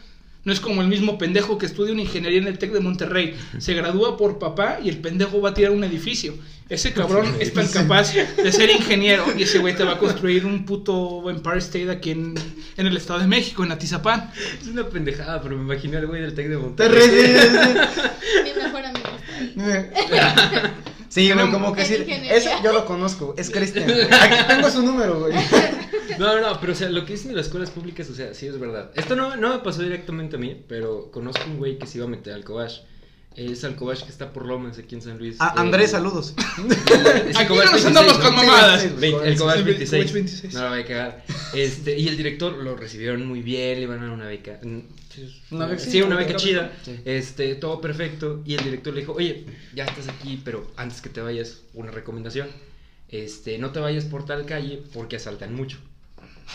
Speaker 4: No es como el mismo pendejo que estudia una ingeniería en el Tec de Monterrey, se gradúa por papá y el pendejo va a tirar un edificio. Ese cabrón es tan capaz de ser ingeniero y ese güey te va a construir un puto Empire State aquí en, en el Estado de México, en Atizapán.
Speaker 6: Es una pendejada, pero me imagino al güey del Tec de
Speaker 2: Te
Speaker 6: Monterrey.
Speaker 2: ríes.
Speaker 1: Mi mejor amigo está *laughs* ahí.
Speaker 2: Eh, Sí, güey, como que
Speaker 1: En
Speaker 2: sí.
Speaker 1: ingeniería.
Speaker 2: Ese yo lo conozco, es Cristian. güey. Aquí tengo su número, güey.
Speaker 6: No, no, pero o sea, lo que dicen de las escuelas públicas, o sea, sí es verdad. Esto no, no me pasó directamente a mí, pero conozco un güey que se iba a meter al Cobach. Es al Cobach que está por Lomas aquí en San Luis. Eh,
Speaker 2: A- Ah, Andrés,
Speaker 6: saludos
Speaker 2: saludos.
Speaker 4: Aquí no nos andamos con mamadas.
Speaker 6: Veinte- el Cobach
Speaker 4: El
Speaker 6: 26.
Speaker 4: Cobach 26.
Speaker 6: No la voy a cagar. Este, y el director lo recibieron muy bien, le iban a dar una beca. mm, pues,
Speaker 2: Una beca,
Speaker 6: sí,
Speaker 2: sí,
Speaker 6: una
Speaker 2: una
Speaker 6: beca
Speaker 2: beca.
Speaker 6: chida.
Speaker 2: Sí.
Speaker 6: Este, todo perfecto. Y el director le dijo, oye, ya estás aquí, pero antes que te vayas, una recomendación. Este, no te vayas por tal calle porque asaltan mucho.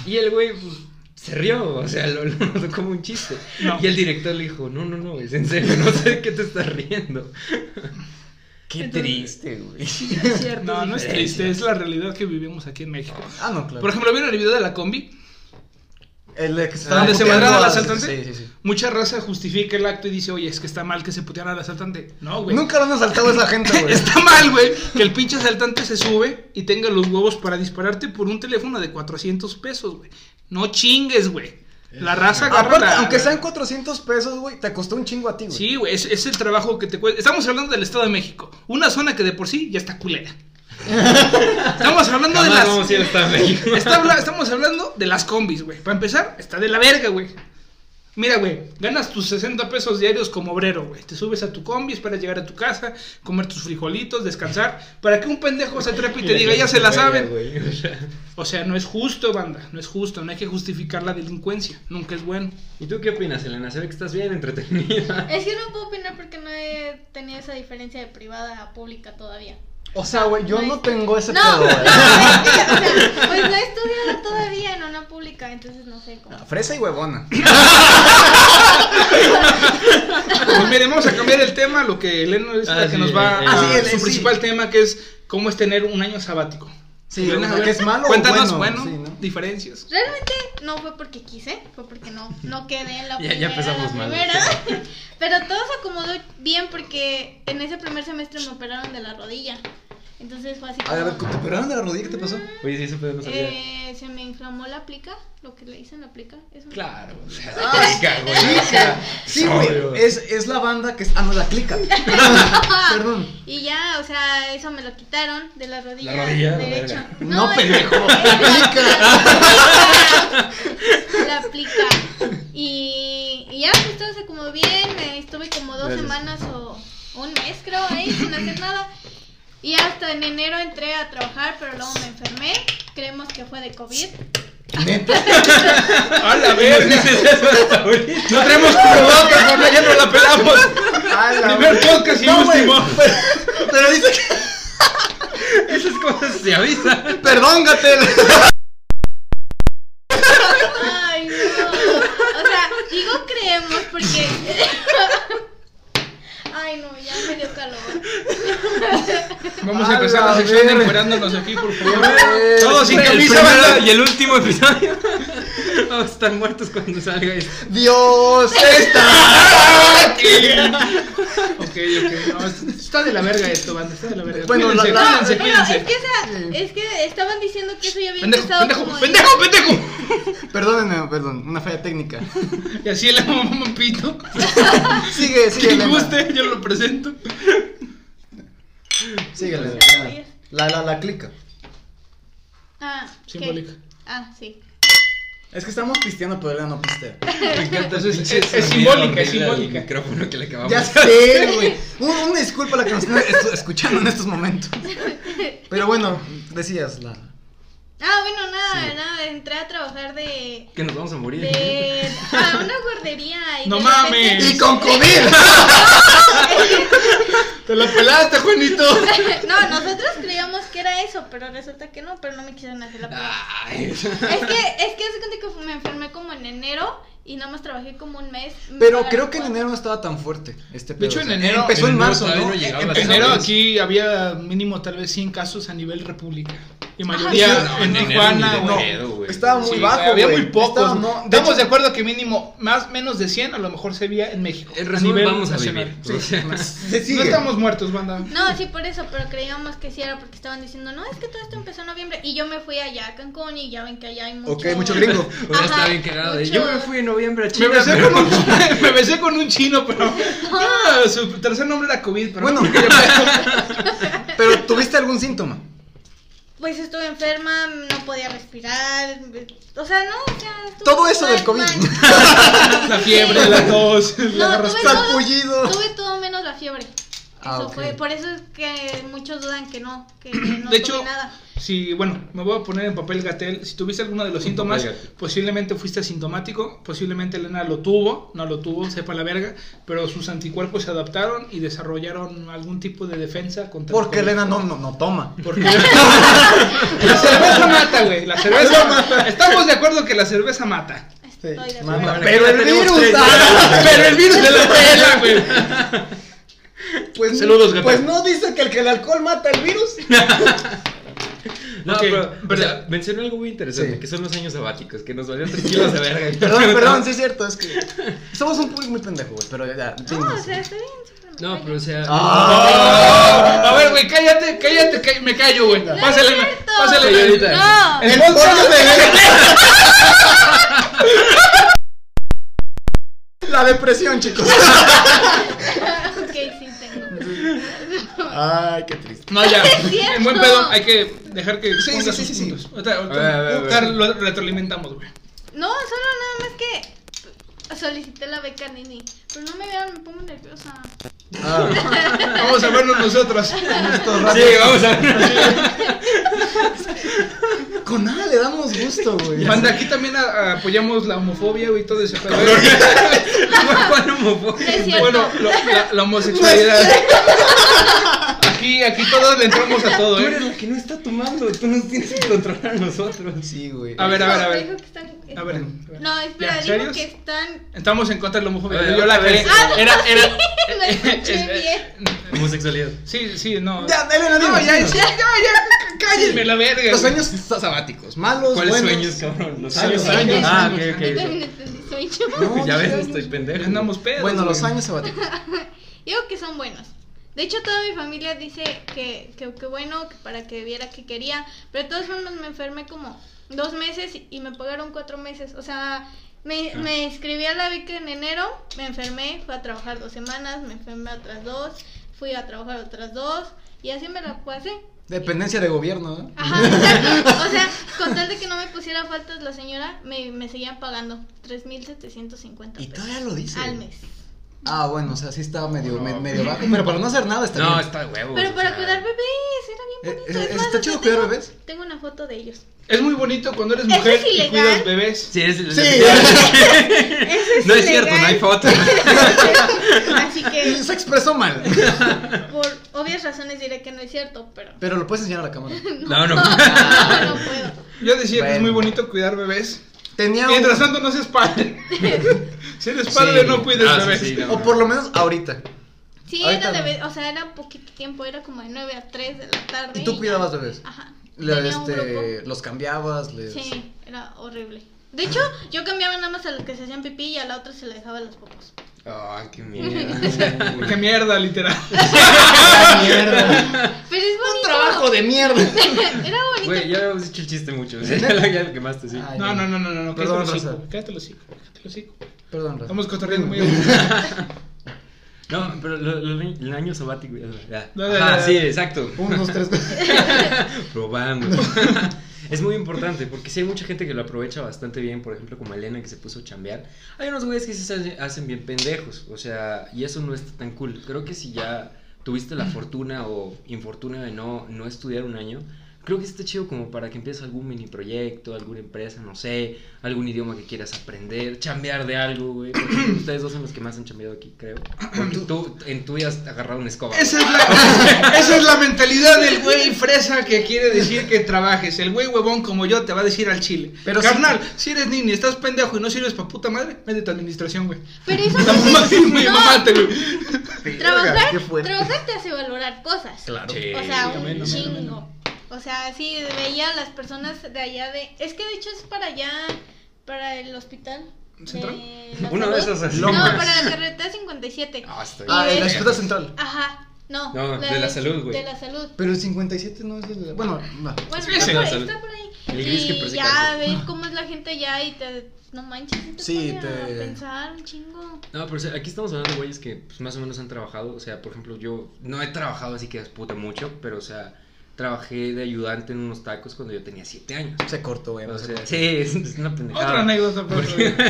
Speaker 6: Y el güey, pues, se rió, o sea, lo, lo notó como un chiste.
Speaker 4: No.
Speaker 6: Y el director le dijo, no, no, no, es en serio, no sé de qué te estás riendo. Qué triste, güey.
Speaker 4: No, no es triste, es la realidad que vivimos aquí en México.
Speaker 2: Ah, no, claro.
Speaker 4: Por ejemplo, ¿vieron el video de la combi?
Speaker 2: El de que se
Speaker 4: ¿Dónde se
Speaker 2: puteando
Speaker 4: madreaba al
Speaker 2: Ah, a- Sí,
Speaker 4: asaltante?
Speaker 2: sí, sí.
Speaker 4: Mucha raza justifica el acto y dice, oye, es que está mal que se puteara al asaltante. No, güey.
Speaker 2: Nunca lo han asaltado a esa *laughs* gente, güey.
Speaker 4: Está mal, güey, que el pinche asaltante se sube y tenga los huevos para dispararte por un teléfono de 400 pesos, güey. No chingues, güey. La raza agarra
Speaker 2: Aparte,
Speaker 4: la-
Speaker 2: aunque sean 400 pesos, güey, te costó un chingo a ti, güey.
Speaker 4: Sí, güey, es, es el trabajo que te cuesta. Estamos hablando del Estado de México, una zona que de por sí ya está culera.
Speaker 6: *laughs*
Speaker 4: Estamos hablando de las...
Speaker 6: vamos a ir hasta
Speaker 4: *laughs*
Speaker 6: México.
Speaker 4: Está habla- estamos hablando de las combis, güey. Para empezar, está de la verga, güey. Mira, güey, ganas tus 60 pesos diarios como obrero, güey. Te subes a tu combi, esperas llegar a tu casa, comer tus frijolitos, descansar, para que un pendejo se trepe y te diga, ya se la saben.
Speaker 6: güey, o sea.
Speaker 4: O sea, no es justo, banda, no es justo, no hay que justificar la delincuencia, nunca es bueno.
Speaker 6: ¿Y tú qué opinas, Elena? Se ve que estás bien entretenida.
Speaker 1: Es que no puedo opinar porque no he tenido esa diferencia de privada a pública todavía.
Speaker 2: O sea, güey, yo no tengo ese
Speaker 1: no,
Speaker 2: pedo,
Speaker 1: No,
Speaker 2: güey. *laughs*
Speaker 1: es que, o sea, pues no he estudiado todavía en una pública, entonces no sé cómo.
Speaker 2: Ah, Fresa y huevona.
Speaker 4: Pues miren, vamos a cambiar el tema, lo que Elena es la
Speaker 6: Ah,
Speaker 4: que
Speaker 6: sí,
Speaker 4: nos va
Speaker 2: eh.
Speaker 4: a
Speaker 6: eh,
Speaker 2: Ah, sí, el-
Speaker 4: su
Speaker 2: sí.
Speaker 4: principal tema, que es cómo es tener un año sabático.
Speaker 2: Sí,
Speaker 4: Elena,
Speaker 2: o sea,
Speaker 4: a ver,
Speaker 2: que es malo o
Speaker 4: Cuéntanos, bueno,
Speaker 2: bueno, sí, ¿no?
Speaker 4: diferencias.
Speaker 1: Realmente no fue porque quise, fue porque no, no quedé en la
Speaker 6: *laughs* Ya-
Speaker 1: primera.
Speaker 6: ya empezamos
Speaker 1: la
Speaker 6: mal. *laughs*
Speaker 1: primera. Pero todo se acomodó bien porque en ese primer semestre me operaron de la rodilla. Entonces fue así.
Speaker 2: A ver, a ver,
Speaker 1: como,
Speaker 2: ¿te operaron de la rodilla? ¿Qué te pasó?
Speaker 6: Oye, sí, eso podemos saber.
Speaker 1: eh, se me inflamó la plica, lo que le dicen la plica. Eso
Speaker 6: Claro, o sea, chica, güey.
Speaker 2: Chica. Sí,
Speaker 6: Obvio.
Speaker 2: güey. Es, es la banda que es. Ah, no, la *laughs* clica. Perdón.
Speaker 1: Y ya, o sea, eso me lo quitaron de la rodilla.
Speaker 6: La rodilla, la
Speaker 1: derecha.
Speaker 6: verga.
Speaker 2: No,
Speaker 1: es-
Speaker 2: pendejo.
Speaker 1: La aplica. La aplica. Y, y ya, pues todo se como bien. eh, Estuve como dos
Speaker 6: Gracias.
Speaker 1: semanas o un mes, creo, ahí, sin hacer nada. Y hasta en enero entré a trabajar, pero luego me enfermé. Creemos que fue de COVID.
Speaker 2: Neta.
Speaker 4: A la verga.
Speaker 6: No tenemos cubrebocas, mamá, ya no la pelamos.
Speaker 2: A la
Speaker 4: Primer
Speaker 2: verga.
Speaker 4: podcast y
Speaker 2: No, güey,
Speaker 4: último.
Speaker 2: pero- Pero dice que.
Speaker 6: Esas
Speaker 4: pues,
Speaker 6: cosas se avisan.
Speaker 2: Perdón, Gatel.
Speaker 1: Ay, no. O sea, digo creemos porque. *laughs* Ay, no, ya Me dio calor.
Speaker 4: Vamos a
Speaker 7: A
Speaker 4: empezar
Speaker 7: la
Speaker 4: la sección de
Speaker 7: verga.
Speaker 4: encuerándonos aquí, por favor.
Speaker 7: Todos
Speaker 4: sin
Speaker 3: el
Speaker 4: camisa,
Speaker 3: primero
Speaker 4: banda.
Speaker 3: Y el último episodio. *laughs* Vamos a estar muertos cuando salga
Speaker 4: *laughs*
Speaker 3: esto.
Speaker 2: Dios está aquí.
Speaker 4: Ok, ok, no, es- está de la verga esto, banda, está de la verga.
Speaker 2: Bueno,
Speaker 4: cuídense,
Speaker 2: la- la-
Speaker 4: cuídense,
Speaker 1: Pero es
Speaker 4: cuídense.
Speaker 1: que, esa- es que estaban diciendo que eso ya había
Speaker 4: Pendejo,
Speaker 1: empezado
Speaker 4: pendejo,
Speaker 1: como...
Speaker 4: pendejo, pendejo.
Speaker 2: Perdónenme, perdón, una falla técnica.
Speaker 4: Y así el mamá pito.
Speaker 2: Sigue, *laughs* sigue.
Speaker 4: Quien
Speaker 2: Elena.
Speaker 4: guste, yo lo presento.
Speaker 2: Sigue, Elena.
Speaker 1: Gracias.
Speaker 2: La, la, la clica.
Speaker 1: Ah, ¿qué?
Speaker 4: Simbólica.
Speaker 1: Ah, sí.
Speaker 2: Es que estamos pisteando, pero Elena no pistea.
Speaker 3: Me encanta.
Speaker 4: Entonces,
Speaker 3: pinche
Speaker 4: es- es
Speaker 3: sonido
Speaker 4: simbólica,
Speaker 3: horrible
Speaker 4: es simbólica.
Speaker 3: al micrófono que le acabamos
Speaker 2: Ya
Speaker 3: de-
Speaker 2: sé, güey. Un- Una disculpa a la que nos están est- escuchando en estos momentos. Pero bueno, decías la.
Speaker 1: Ah, bueno, nada, nada, entré a trabajar de...
Speaker 3: Que nos vamos a morir.
Speaker 1: de a una guardería y
Speaker 4: No
Speaker 1: de repente-
Speaker 4: mames.
Speaker 2: ¡Y con COVID!
Speaker 4: Te la pelaste, Juanito.
Speaker 1: *laughs* No, nosotros creíamos que era eso, pero resulta que no, pero no me quisieron hacer la
Speaker 4: Ah.
Speaker 1: prueba.
Speaker 3: Ay,
Speaker 1: Es que, es que hace cuenta que me enfermé como en enero y nada más trabajé como un mes. Me
Speaker 2: Pero
Speaker 1: pagaron
Speaker 2: creo que en
Speaker 1: cuatro.
Speaker 2: enero no estaba tan fuerte este pedo.
Speaker 4: De hecho, en
Speaker 2: O sea,
Speaker 4: enero-
Speaker 2: Empezó
Speaker 3: en
Speaker 2: en
Speaker 3: enero
Speaker 2: marzo,
Speaker 3: todavía
Speaker 2: ¿no?
Speaker 3: no llegaba
Speaker 4: En
Speaker 3: las
Speaker 4: enero
Speaker 3: órdenes.
Speaker 4: aquí había mínimo tal vez 100 casos a nivel república. Y
Speaker 1: Ajá,
Speaker 4: mayoría
Speaker 1: sí.
Speaker 4: en
Speaker 3: No, en
Speaker 4: Tijuana,
Speaker 3: enero ni de
Speaker 4: güey.
Speaker 3: pedo, güey.
Speaker 2: Ah, Estaba muy
Speaker 4: Sí,
Speaker 2: bajo.
Speaker 4: había
Speaker 2: güey.
Speaker 4: muy pocos.
Speaker 2: Estaba, no, de
Speaker 4: Estamos
Speaker 2: hecho-
Speaker 4: de acuerdo que mínimo más menos de 100 a lo mejor se veía en México.
Speaker 3: En
Speaker 4: a
Speaker 3: resumen,
Speaker 4: nivel
Speaker 3: vamos a
Speaker 4: nacional.
Speaker 3: vivir.
Speaker 4: Sí.
Speaker 3: O sea,
Speaker 2: Se sigue.
Speaker 4: No estamos muertos, banda.
Speaker 1: No, sí, por eso, pero creíamos que sí era porque estaban diciendo, no, es que todo esto empezó en noviembre. Y yo me fui allá a Cancún y ya ven que allá hay mucho...
Speaker 2: Ok, mucho gringo.
Speaker 3: Ahora está
Speaker 1: Ajá,
Speaker 3: bien cagado. de,
Speaker 1: mucho-
Speaker 3: Yo me fui en noviembre a
Speaker 4: Me
Speaker 3: China.
Speaker 4: besé,
Speaker 3: pero-
Speaker 4: con
Speaker 3: *laughs*
Speaker 4: un, *laughs* me besé con un
Speaker 2: *laughs*
Speaker 4: chino, pero ah, su tercer nombre era COVID. Pero
Speaker 2: Bueno,
Speaker 4: no,
Speaker 2: pero ¿tuviste algún síntoma?
Speaker 1: Pues estuve enferma, no podía respirar, o sea, no, o sea... estuve
Speaker 2: Todo eso del
Speaker 1: mal,
Speaker 2: COVID.
Speaker 4: *laughs*
Speaker 1: mal.
Speaker 4: la fiebre, la tos, la
Speaker 1: No,
Speaker 4: garra-
Speaker 1: tuve
Speaker 2: Sarpullido.
Speaker 1: todo, tuve todo menos la fiebre.
Speaker 2: Ah,
Speaker 1: Eso
Speaker 2: ok.
Speaker 1: fue, por eso es que muchos dudan que no,
Speaker 4: *clears throat*
Speaker 1: que no
Speaker 4: De
Speaker 1: tuve
Speaker 4: hecho,
Speaker 1: nada.
Speaker 4: si, bueno, me voy a poner en papel gatel. Si tuviste alguno de los
Speaker 3: En papel
Speaker 4: síntomas,
Speaker 3: Gatell.
Speaker 4: posiblemente fuiste asintomático, posiblemente Elena lo tuvo, no lo tuvo, sepa la verga, pero sus anticuerpos se adaptaron y desarrollaron algún tipo de defensa contra el
Speaker 2: Porque
Speaker 4: COVID.
Speaker 2: Elena no, no, no toma. Este,
Speaker 4: Porque la cerveza mata, güey. La cerveza mata. Estamos de acuerdo que la cerveza mata.
Speaker 1: Estoy de
Speaker 2: Sí,
Speaker 1: acuerdo.
Speaker 2: mama.
Speaker 3: Ahora
Speaker 2: Pero
Speaker 3: que ya
Speaker 2: el
Speaker 3: tenemos
Speaker 2: virus,
Speaker 3: tres, ya.
Speaker 2: ah,
Speaker 4: Pero el virus se la pela, güey.
Speaker 3: *laughs*
Speaker 2: Pues,
Speaker 4: Saludos, gato.
Speaker 2: Pues no dice que el, que el alcohol mata el virus.
Speaker 3: No,
Speaker 4: Ok,
Speaker 3: pero,
Speaker 4: pero-
Speaker 3: o sea, mencionó algo muy interesante,
Speaker 2: Sí.
Speaker 3: que son los años sabáticos, que nos valieron 3 kilos de *laughs* verga.
Speaker 2: Perdón, perdón, sí es cierto, es que somos un público muy pendejo, güey, pero ya,
Speaker 1: No, o
Speaker 2: dinos.
Speaker 1: sea, está bien. súper
Speaker 3: No,
Speaker 1: mal.
Speaker 3: pero o sea...
Speaker 2: Ah.
Speaker 4: A ver, güey, cállate, cállate, ca- me callo, güey.
Speaker 1: No
Speaker 4: Pásale,
Speaker 1: es cierto.
Speaker 4: pásale, señorita.
Speaker 1: No.
Speaker 4: El
Speaker 2: El
Speaker 4: podcast
Speaker 2: podcast de- *laughs* La depresión, chicos.
Speaker 4: *laughs*
Speaker 1: Ok, sí tengo.
Speaker 2: Ay, qué triste.
Speaker 4: No,
Speaker 1: *laughs*
Speaker 4: ya.
Speaker 1: cierto.
Speaker 4: En buen pedo, hay que dejar que.
Speaker 2: Sí,
Speaker 4: ponga
Speaker 2: sí, sí,
Speaker 4: sus
Speaker 2: sí.
Speaker 4: puntos. Ahorita- ahorita-
Speaker 3: A ver, a ver, a ver.
Speaker 4: ahorita lo retroalimentamos, güey.
Speaker 1: No, solo nada más que solicité la beca Nini. Pero no me vean, me pongo nerviosa.
Speaker 4: *laughs*
Speaker 2: Ah,
Speaker 4: Vamos a vernos nosotros.
Speaker 1: *laughs*
Speaker 2: esto
Speaker 3: Sí,
Speaker 2: rápido.
Speaker 3: vamos a ver.
Speaker 2: Con nada le damos gusto, güey.
Speaker 4: Banda, aquí también a- apoyamos la homofobia, güey, y todo eso.
Speaker 1: *laughs*
Speaker 3: ¿Cuál homofobia?
Speaker 1: No es cierto.
Speaker 4: Bueno, lo- la, la homosexualidad. Aquí, aquí todos le entramos a todo,
Speaker 3: Tú
Speaker 4: ¿eh?
Speaker 3: eres la que no está tomando, tú nos tienes que controlar a nosotros.
Speaker 2: Sí, güey.
Speaker 4: A ver, a ver, a
Speaker 1: Dijo
Speaker 4: ver.
Speaker 1: que están...
Speaker 4: A ver.
Speaker 1: No, espera,
Speaker 4: ¿Ya,
Speaker 1: dijo
Speaker 4: serios?
Speaker 1: que están.
Speaker 4: Estamos en contra de la homofobia.
Speaker 3: A ver,
Speaker 4: Yo la
Speaker 3: otra
Speaker 4: creé.
Speaker 1: Ah,
Speaker 4: *laughs*
Speaker 3: vez.
Speaker 4: Era, era. *laughs*
Speaker 1: Lo escuché bien.
Speaker 3: Homosexualidad.
Speaker 4: Sí, sí, no.
Speaker 2: Ya, Elena,
Speaker 4: No,
Speaker 2: dinos,
Speaker 4: ya,
Speaker 2: dinos.
Speaker 4: ya, ya, cállenme la verga.
Speaker 2: Los
Speaker 4: güey.
Speaker 2: sueños sabáticos, malos,
Speaker 3: ¿Cuáles
Speaker 2: buenos.
Speaker 3: sueños, cabrón? Los
Speaker 4: Ah, los
Speaker 3: años.
Speaker 4: años.
Speaker 3: Ah, ok,
Speaker 1: Yo también
Speaker 3: ok.
Speaker 1: entendí, soy yo.
Speaker 6: *laughs*
Speaker 2: No,
Speaker 3: Ya ves,
Speaker 2: sueños.
Speaker 3: estoy pendejo.
Speaker 4: Andamos pedos.
Speaker 2: Bueno, los
Speaker 4: güey.
Speaker 2: años sabáticos.
Speaker 1: Digo que son buenos. De hecho, toda mi familia dice que, que, que bueno, que para que viera que quería. Pero de todos formas me enfermé como dos meses y- y me pagaron cuatro meses. O sea, me,
Speaker 2: Ah.
Speaker 1: me inscribí a la beca en enero, me enfermé, fui a trabajar dos semanas, me enfermé otras dos, fui a trabajar otras dos y así me la pasé.
Speaker 2: Dependencia de gobierno, ¿no?
Speaker 1: Ajá, exacto. O sea, con tal de que no me pusiera faltas la señora, me, me seguían pagando 3.750
Speaker 2: Y
Speaker 1: pesos
Speaker 2: todavía lo dice.
Speaker 1: al mes.
Speaker 2: Ah, bueno, o sea, sí está medio,
Speaker 3: No.
Speaker 2: me- medio bajo. Pero para no hacer nada está
Speaker 3: No,
Speaker 2: bien.
Speaker 3: está de huevos.
Speaker 1: Pero
Speaker 3: o
Speaker 1: para
Speaker 3: sea.
Speaker 1: cuidar bebés, era bien
Speaker 2: Ah. Eh, eh,
Speaker 1: bonito. es más,
Speaker 2: ¿está
Speaker 1: hasta
Speaker 2: chido cuidar
Speaker 1: tengo-
Speaker 2: bebés?
Speaker 1: Tengo una foto de ellos.
Speaker 4: Es muy bonito cuando eres
Speaker 1: Eso
Speaker 4: mujer
Speaker 1: es
Speaker 4: y
Speaker 1: ilegal.
Speaker 4: cuidas bebés.
Speaker 3: Sí, es,
Speaker 2: Sí.
Speaker 1: es
Speaker 3: no es cierto, no hay
Speaker 1: ilegal.
Speaker 3: foto.
Speaker 1: *laughs* Así que
Speaker 2: Se expresó mal.
Speaker 1: por obvias razones diré que no es cierto, pero
Speaker 2: Pero lo puedes enseñar a la cámara. *laughs*
Speaker 3: No, no.
Speaker 1: *laughs* no, no puedo.
Speaker 4: Yo decía que es
Speaker 2: Bueno.
Speaker 4: muy bonito cuidar bebés.
Speaker 2: Tenía
Speaker 4: Mientras
Speaker 2: un...
Speaker 4: tanto no seas padre. *laughs* si eres padre
Speaker 2: Sí.
Speaker 4: no cuides
Speaker 3: Ah, sí,
Speaker 4: bebés.
Speaker 3: sí, no.
Speaker 2: O por lo menos ahorita.
Speaker 1: Sí,
Speaker 2: Ahorita
Speaker 1: era de,
Speaker 2: no.
Speaker 1: ve- o sea, era poquito tiempo, era como de 9 a 3 de la tarde.
Speaker 2: ¿Y tú
Speaker 1: ya.
Speaker 2: cuidabas bebés?
Speaker 1: Ajá.
Speaker 2: Le-
Speaker 1: Tenía un
Speaker 2: este,
Speaker 1: grupo.
Speaker 2: los cambiabas, les...
Speaker 1: Sí, era horrible. De hecho, yo cambiaba nada más a los que se hacían pipí y a la otra se la dejaba los popos.
Speaker 6: Ay,
Speaker 1: *laughs*
Speaker 6: qué mierda.
Speaker 4: Qué mierda, literal.
Speaker 2: ¡Ah, mierda!
Speaker 1: Pero es bonito.
Speaker 2: ¡Un trabajo de mierda!
Speaker 1: *laughs* Era bonito.
Speaker 6: Güey, ya habíamos dicho el chiste mucho. o sea, *laughs* ya lo- ya lo quemaste, sí.
Speaker 2: Ay,
Speaker 4: No, no, no, no, no, no.
Speaker 2: Perdón,
Speaker 4: Cállate los
Speaker 2: Raza.
Speaker 4: hocico. Cállate los hocico. Cállate los hocico.
Speaker 2: Perdón, Rafa.
Speaker 4: Estamos cotorreando muy a gusto.
Speaker 6: No, pero lo- lo- el año sabático. ya.
Speaker 4: No, no,
Speaker 6: Ah,
Speaker 4: no, no.
Speaker 6: sí, exacto.
Speaker 2: Un, dos, tres.
Speaker 6: *laughs* Probando.
Speaker 2: *laughs*
Speaker 6: es muy importante porque sí hay mucha gente que lo aprovecha bastante bien. Por ejemplo, como Elena que se puso a chambear. Hay unos güeyes que sí se hace- hacen bien pendejos. O sea, y eso no está tan cool. Creo que si ya tuviste la fortuna o infortuna de no, no estudiar un año. Creo que está chido como para que empieces algún mini proyecto, alguna empresa, no sé, algún idioma que quieras aprender, chambear de algo, güey. porque *coughs* Ustedes dos son los que más han chambeado aquí, *coughs* creo. Porque tú, en tú ya has agarrado una escoba.
Speaker 8: Esa es, la, esa es la mentalidad del güey fresa que quiere decir que trabajes. El güey huevón como yo te va a decir al chile.
Speaker 2: Pero
Speaker 8: Carnal, si eres niño y estás pendejo y no sirves pa' puta madre, métete a administración, güey.
Speaker 1: Pero eso
Speaker 8: La
Speaker 1: no
Speaker 8: mamá,
Speaker 1: te-
Speaker 8: sí, güey,
Speaker 1: no,
Speaker 8: mamate, güey.
Speaker 1: trabajar,
Speaker 2: Qué fuerte.
Speaker 1: trabajar te hace valorar cosas.
Speaker 2: Claro.
Speaker 6: Sí.
Speaker 1: O sea, un
Speaker 4: amén, amén,
Speaker 1: chingo.
Speaker 4: amén.
Speaker 1: O sea, sí, veía a las personas de allá de... Es que de hecho es para allá, para el hospital. de
Speaker 8: ¿Central?
Speaker 1: la
Speaker 6: Uno de
Speaker 1: salud.
Speaker 6: esos así.
Speaker 1: No,
Speaker 2: Lomas.
Speaker 1: para la carretera 57.
Speaker 6: Ah, estoy-
Speaker 2: Ah, en
Speaker 1: Y
Speaker 2: la
Speaker 1: es-
Speaker 2: ciudad central.
Speaker 1: Ajá, no.
Speaker 6: No, de la salud, güey.
Speaker 1: De la salud.
Speaker 2: Pero el 57 no es el... Bueno, no.
Speaker 1: Bueno,
Speaker 8: Sí,
Speaker 1: está,
Speaker 8: sí,
Speaker 1: por,
Speaker 6: la salud.
Speaker 1: está por ahí.
Speaker 6: El gris que
Speaker 1: Y
Speaker 6: persigue
Speaker 1: ya
Speaker 6: cáncer.
Speaker 1: ves cómo es la gente allá y te... No manches, sí te
Speaker 2: Sí,
Speaker 1: pone a
Speaker 2: te-
Speaker 1: pensar un chingo.
Speaker 6: Ah, No, pero o sea, aquí estamos hablando de güeyes que pues, más o menos han trabajado. O sea, por ejemplo, yo no he trabajado así que es puta mucho, pero o sea, trabajé de ayudante en unos tacos cuando yo tenía 7 años.
Speaker 2: Se cortó, güey.
Speaker 4: Ah,
Speaker 6: O
Speaker 2: se
Speaker 6: sea,
Speaker 2: cortó.
Speaker 6: sí, es, es una pendejada.
Speaker 4: Otra anécdota, por ejemplo.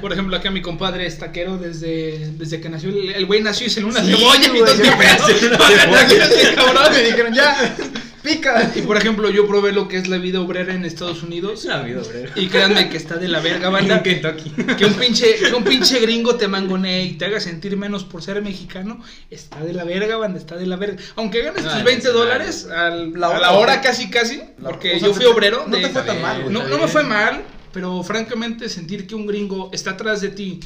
Speaker 4: Por ejemplo, acá mi compadre es taquero desde, desde que nació. El el güey nació y se le una
Speaker 2: Sí,
Speaker 4: cebolla y
Speaker 2: güey,
Speaker 4: dos
Speaker 2: ya. *laughs*
Speaker 4: mil cabrón.
Speaker 2: Me dijeron, ya, pica.
Speaker 4: Y por ejemplo, yo probé lo que es la vida obrera en Estados
Speaker 6: Es
Speaker 4: Unidos.
Speaker 6: una vida obrera.
Speaker 4: Y créanme que está de la verga,
Speaker 6: En
Speaker 4: banda. Que,
Speaker 6: Kentucky.
Speaker 4: que un pinche, que un pinche gringo te mangonee y te haga sentir menos por ser mexicano. Está de la verga, banda, está de la verga. Aunque ganes
Speaker 6: No,
Speaker 2: Ah,
Speaker 4: tus 20
Speaker 6: no, no,
Speaker 4: dólares
Speaker 6: no, no.
Speaker 4: al-
Speaker 2: La
Speaker 4: a
Speaker 2: hora,
Speaker 4: la hora
Speaker 2: güey.
Speaker 4: casi, casi.
Speaker 2: La-
Speaker 4: Porque
Speaker 2: o sea,
Speaker 4: yo
Speaker 2: se
Speaker 4: fui
Speaker 2: te-
Speaker 4: obrero.
Speaker 2: No
Speaker 4: de-
Speaker 2: te fue tan mal, güey.
Speaker 4: no,
Speaker 6: está
Speaker 4: no me
Speaker 6: bien.
Speaker 4: fue mal, pero francamente sentir que un gringo está atrás de ti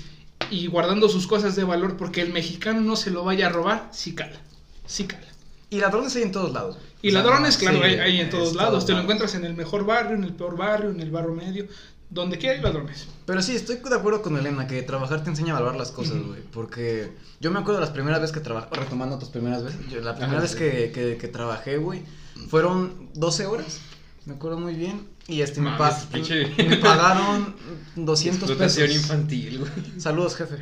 Speaker 4: y guardando sus cosas de valor porque el mexicano no se lo vaya a robar, sí cala, sí cala.
Speaker 2: *laughs* Y ladrones hay en todos lados.
Speaker 4: Y
Speaker 2: O sea,
Speaker 4: ladrones, claro,
Speaker 2: sí,
Speaker 4: hay, hay en todos lados. Te lo
Speaker 2: lados.
Speaker 4: encuentras en el mejor barrio, en el peor barrio, en el barrio medio. Donde quiera hay ladrones.
Speaker 2: Pero sí, estoy de acuerdo con Elena que trabajar te enseña a valorar las cosas, güey. Porque yo me acuerdo las primeras veces que trabajé, retomando tus primeras veces, yo
Speaker 4: Ah,
Speaker 2: la primera
Speaker 6: Ajá,
Speaker 2: vez
Speaker 6: sí.
Speaker 2: que, que, que trabajé, güey, fueron 12 horas, me acuerdo muy bien. Y este, me,
Speaker 6: Mames,
Speaker 2: pa-
Speaker 6: pinche-
Speaker 2: me pagaron 200
Speaker 6: Explotación
Speaker 2: pesos.
Speaker 6: infantil, güey.
Speaker 2: *laughs* Saludos,
Speaker 4: *laughs*
Speaker 2: jefe.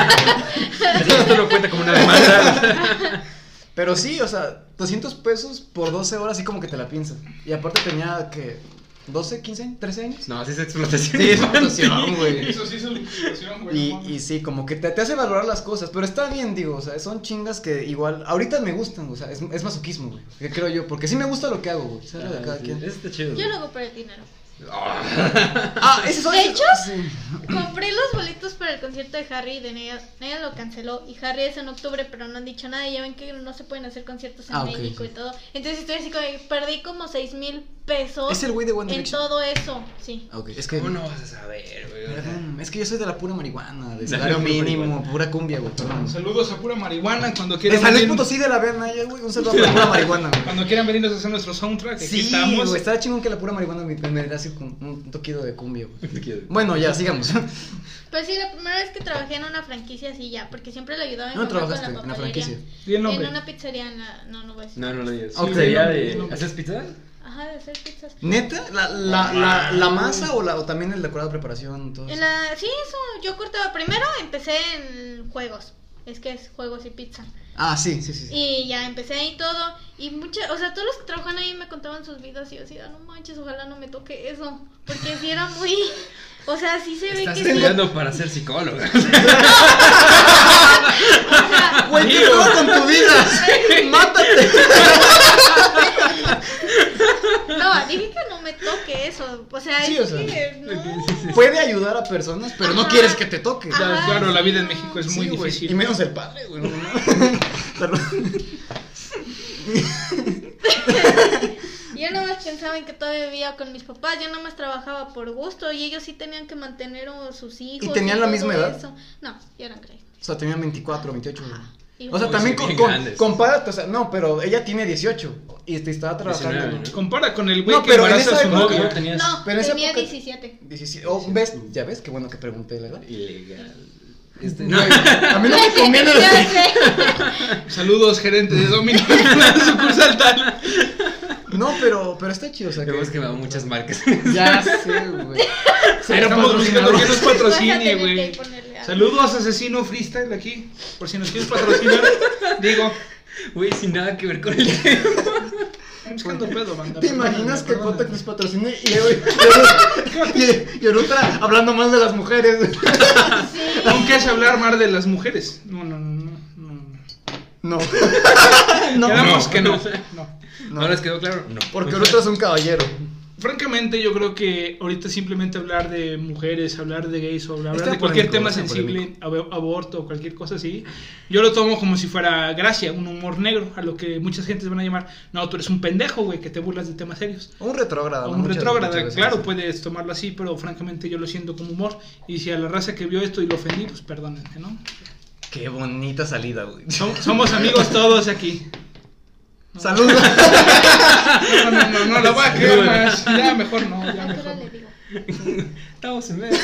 Speaker 6: Así que esto lo cuenta como una demanda.
Speaker 2: Pero sí, o sea, 200 pesos por 12 horas, así como que te la piensas. Y aparte tenía que 12, 15, 13 años.
Speaker 6: No, así es
Speaker 2: *laughs*
Speaker 6: explotación
Speaker 2: Sí, es
Speaker 6: infantil. *laughs*
Speaker 2: explotación, güey.
Speaker 4: sí es una situación,
Speaker 2: Y, y sí, como que te, te hace valorar las cosas, pero está bien, digo, o sea, son chingas que igual, ahorita me gustan, o sea, es, es masoquismo, güey, que creo yo, porque sí me gusta lo que hago, güey, ¿sabes? de
Speaker 6: Ah,
Speaker 2: cada
Speaker 6: sí,
Speaker 2: quien.
Speaker 6: eso está chido.
Speaker 1: Yo lo hago por el dinero.
Speaker 2: Ah, ese es otro-
Speaker 1: ¿De hecho?
Speaker 2: Sí.
Speaker 1: Compré los boletos para el concierto de Harry y de Nea. Nea lo canceló. Y Harry es en octubre, pero no han dicho nada. Ya ven que no se pueden hacer conciertos en
Speaker 2: Ah, ok,
Speaker 1: México
Speaker 2: sí.
Speaker 1: y todo. Entonces estoy así como, de, perdí como 6 mil pesos
Speaker 2: ¿Es el güey de One
Speaker 1: en
Speaker 2: Direction?
Speaker 1: todo eso. Sí.
Speaker 2: Ah, ok, es que...
Speaker 6: ¿Cómo no vas a saber, güey? O sea,
Speaker 2: Mm, Es que yo soy de la pura marihuana,
Speaker 6: *laughs*
Speaker 2: de
Speaker 6: la
Speaker 2: salario
Speaker 6: pura
Speaker 2: mínimo,
Speaker 6: marihuana.
Speaker 2: pura cumbia, güey, perdón.
Speaker 4: Saludos a pura marihuana cuando
Speaker 2: De
Speaker 4: quieran
Speaker 2: San Luis
Speaker 4: venir-
Speaker 2: Potosí de la Verna, ya, güey, un saludo a la
Speaker 6: *laughs*
Speaker 2: pura marihuana, güey.
Speaker 4: Cuando quieran venirnos a hacer nuestro soundtrack, aquí
Speaker 2: Sí,
Speaker 4: estamos.
Speaker 2: güey, estaba chingón que la pura marihuana me, me diera así como un toquido de cumbia, güey.
Speaker 6: te quiero.
Speaker 2: Bueno, ya, sigamos.
Speaker 1: Pero Pues sí, la primera vez que trabajé en una franquicia así ya. Porque siempre le ayudaba a mi
Speaker 2: No
Speaker 1: mamá
Speaker 2: trabajaste
Speaker 1: con la
Speaker 2: en la
Speaker 1: papelería.
Speaker 2: franquicia.
Speaker 4: Di el nombre.
Speaker 1: En una pizzería, en la- no, no voy a decir.
Speaker 6: No, no lo digas.
Speaker 2: *laughs* Ok.
Speaker 6: Sería
Speaker 4: No,
Speaker 6: de-
Speaker 4: no, no.
Speaker 6: *laughs* ¿Haces pizza?
Speaker 1: Ajá, de hacer pizzas.
Speaker 2: ¿Neta? ¿La, la, la, la masa o, la, o también el decorado de preparación? Todo
Speaker 1: En
Speaker 2: eso?
Speaker 1: la- sí, eso. Yo cortaba. Primero empecé en juegos. Es que es juegos y pizza.
Speaker 2: Ah, sí, sí, sí. sí.
Speaker 1: Y ya empecé ahí todo. Y muchas, o sea, todos los que trabajan ahí me contaban sus vidas. Y yo decía, no manches, ojalá no me toque eso. Porque si era muy. O sea, sí se ve
Speaker 6: Estás
Speaker 1: que sí.
Speaker 6: estudiando para
Speaker 2: *laughs*
Speaker 6: ser psicóloga.
Speaker 1: o sea,
Speaker 2: Güey, ¿qué pedo con tu
Speaker 1: *laughs*
Speaker 2: vida? ¡Mátate!
Speaker 1: no, dije que no me toque eso. O sea,
Speaker 2: Sí,
Speaker 1: es
Speaker 2: o sea,
Speaker 1: que no.
Speaker 2: Puede ayudar a personas, pero no
Speaker 1: Ajá.
Speaker 2: quieres que te toque.
Speaker 1: Ajá.
Speaker 4: Ya, claro, la vida en México es
Speaker 2: Sí,
Speaker 4: muy
Speaker 2: güey,
Speaker 4: difícil.
Speaker 2: Y menos el padre, güey. no
Speaker 6: *laughs*
Speaker 2: mames. Perdón.
Speaker 1: Yo nada más pensaba en que todavía vivía con mis papás, yo nada más trabajaba por gusto y ellos sí tenían que mantener a sus hijos.
Speaker 2: tenían la
Speaker 1: todo
Speaker 2: misma edad?
Speaker 1: eso. No, yo no creo.
Speaker 2: o sea, tenía 24, 28. güey. O sea,
Speaker 1: Igual.
Speaker 6: Uy,
Speaker 2: también
Speaker 6: sí,
Speaker 2: con,
Speaker 6: bien
Speaker 2: con-
Speaker 6: grandes.
Speaker 2: compárate, o sea, no, pero ella tiene 18 y te estaba trabajando.
Speaker 6: 19, ¿no?
Speaker 4: Compara con el güey
Speaker 2: No,
Speaker 4: que
Speaker 2: pero en
Speaker 4: embaraza a
Speaker 2: esa
Speaker 4: su
Speaker 2: época-
Speaker 4: novio.
Speaker 6: tenías
Speaker 1: No,
Speaker 2: Pero en esa
Speaker 1: tenía
Speaker 2: época-
Speaker 1: 17.
Speaker 2: 17. Oh, ¿ves? ¿Ya ves? Qué bueno que pregunté la edad.
Speaker 6: ilegal.
Speaker 2: Este,
Speaker 6: *laughs*
Speaker 2: güey, a mí no
Speaker 4: *laughs*
Speaker 1: *laughs*
Speaker 2: me conviene
Speaker 1: Ya
Speaker 2: decir.
Speaker 1: sé.
Speaker 4: Saludos, gerente de Domino's, *laughs* sucursal tal.
Speaker 2: No, pero, pero está chido, o sea,
Speaker 6: Hemos
Speaker 2: que...
Speaker 6: quemado muchas marcas.
Speaker 2: *laughs*
Speaker 6: *laughs*
Speaker 4: *laughs*
Speaker 2: Ya sé, güey. Cero
Speaker 4: Estamos buscando
Speaker 2: patrocinadores.
Speaker 4: que nos
Speaker 1: Vas a
Speaker 4: patrocine,
Speaker 1: tener
Speaker 4: güey.
Speaker 1: que ponerle algo.
Speaker 4: Saludos, asesino freestyle aquí. Por si nos quieres patrocinar, digo.
Speaker 6: Güey, sin nada que ver con el tema.
Speaker 4: "Estoy Buscando pedo, banda.
Speaker 2: ¿Te imaginas que
Speaker 4: Perdóname,
Speaker 2: Potek nos patrocine y, y, y, y Eruta hablando mal de las mujeres? *laughs*
Speaker 4: perdóname". Nunca es hablar mal de las mujeres. No, no, no, no. no.
Speaker 2: No, *laughs*
Speaker 4: Quedamos que *laughs* no.
Speaker 2: no.
Speaker 6: ¿No les quedó claro? No.
Speaker 2: Porque
Speaker 4: pues
Speaker 2: Eruta es un caballero.
Speaker 4: Francamente, yo creo que ahorita simplemente hablar de mujeres, hablar de gays o hablar
Speaker 2: Está
Speaker 4: de cualquier
Speaker 2: polémico,
Speaker 4: tema
Speaker 2: está
Speaker 4: sensible, ab- aborto o cualquier cosa así, yo lo tomo como si fuera gracia, un humor negro, a lo que muchas gentes van a llamar, no, tú eres un pendejo, güey, que te burlas de temas serios.
Speaker 2: Un retrógrado.
Speaker 4: O
Speaker 2: ¿no?
Speaker 4: un
Speaker 2: Ah, Muchas- muchas
Speaker 4: retrógrada,
Speaker 2: veces.
Speaker 4: claro, puedes tomarlo así, pero francamente yo lo siento como humor. Y si a la raza que vio esto y lo ofendí, pues perdónenme, ¿no? pues.
Speaker 2: Qué bonita salida, güey.
Speaker 4: Som- somos amigos todos aquí.
Speaker 2: Saludos.
Speaker 4: *laughs* No, no, no, no, la voy a cagar más. Ya, mejor no, ya
Speaker 1: ¿A qué hora
Speaker 4: mejor.
Speaker 1: le digo?
Speaker 6: Estamos en medio.
Speaker 4: no.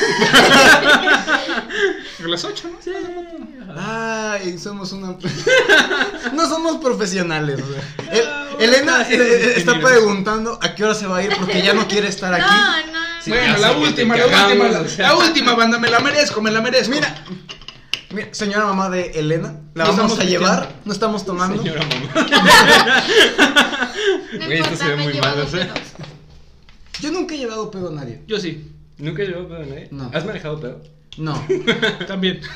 Speaker 4: A las 8, ¿no?
Speaker 2: Ay, somos una. *laughs* No somos profesionales, güey. El- Elena eh, eh, está preguntando a qué hora se va a ir porque ya no quiere estar aquí.
Speaker 1: No, no.
Speaker 6: Sí,
Speaker 4: bueno,
Speaker 6: ya
Speaker 4: la
Speaker 6: sé que te
Speaker 4: última, la
Speaker 6: cagamos,
Speaker 4: última, la,
Speaker 6: o sea.
Speaker 4: la última banda, me la merezco, me la merezco.
Speaker 2: Mira, mira, señora mamá de Elena, la vamos
Speaker 4: No estamos
Speaker 2: a llevar,
Speaker 4: pisteando.
Speaker 2: no estamos tomando.
Speaker 6: Señora mamá.
Speaker 1: No
Speaker 6: Güey, esto
Speaker 1: importa,
Speaker 6: se ve
Speaker 1: me
Speaker 6: muy
Speaker 1: llevo
Speaker 6: mal,
Speaker 1: dos
Speaker 6: ¿eh?
Speaker 1: dedos.
Speaker 2: Yo nunca he llevado pedo a nadie.
Speaker 4: Yo sí,
Speaker 6: ¿Nunca he llevado pedo a nadie?
Speaker 2: No.
Speaker 6: ¿Has manejado pedo?
Speaker 2: No,
Speaker 4: también. *laughs*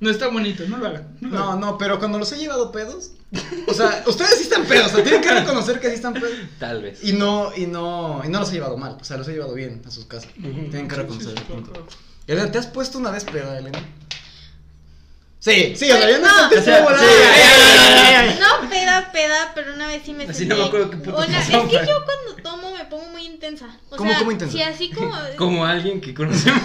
Speaker 4: No está bonito, no lo hagan. no lo
Speaker 2: no,
Speaker 4: hagan.
Speaker 2: no, pero cuando los he llevado pedos, o sea, ustedes sí están pedos, o sea, tienen que reconocer que sí están pedos.
Speaker 6: Tal vez.
Speaker 2: Y no, y no, y no los he llevado mal, o sea, los he llevado bien a sus casas. Tienen que reconocer el punto. Elena, ¿te has puesto una vez peda, Elena? Sí, sí, o sea, yo no
Speaker 1: No.
Speaker 2: estoy
Speaker 1: O sea,
Speaker 2: volando.
Speaker 6: sí, ay,
Speaker 1: No, peda, peda, pero una vez sí me
Speaker 6: Así no me acuerdo qué putas
Speaker 1: Una-
Speaker 6: pasó,
Speaker 1: Es que
Speaker 6: pero-
Speaker 1: yo cuando tomo me pongo muy intensa. O
Speaker 2: ¿Cómo-
Speaker 1: sea,
Speaker 2: cómo intensa?
Speaker 1: Si
Speaker 2: *laughs*
Speaker 1: así como.
Speaker 6: Como alguien que conocemos. *laughs*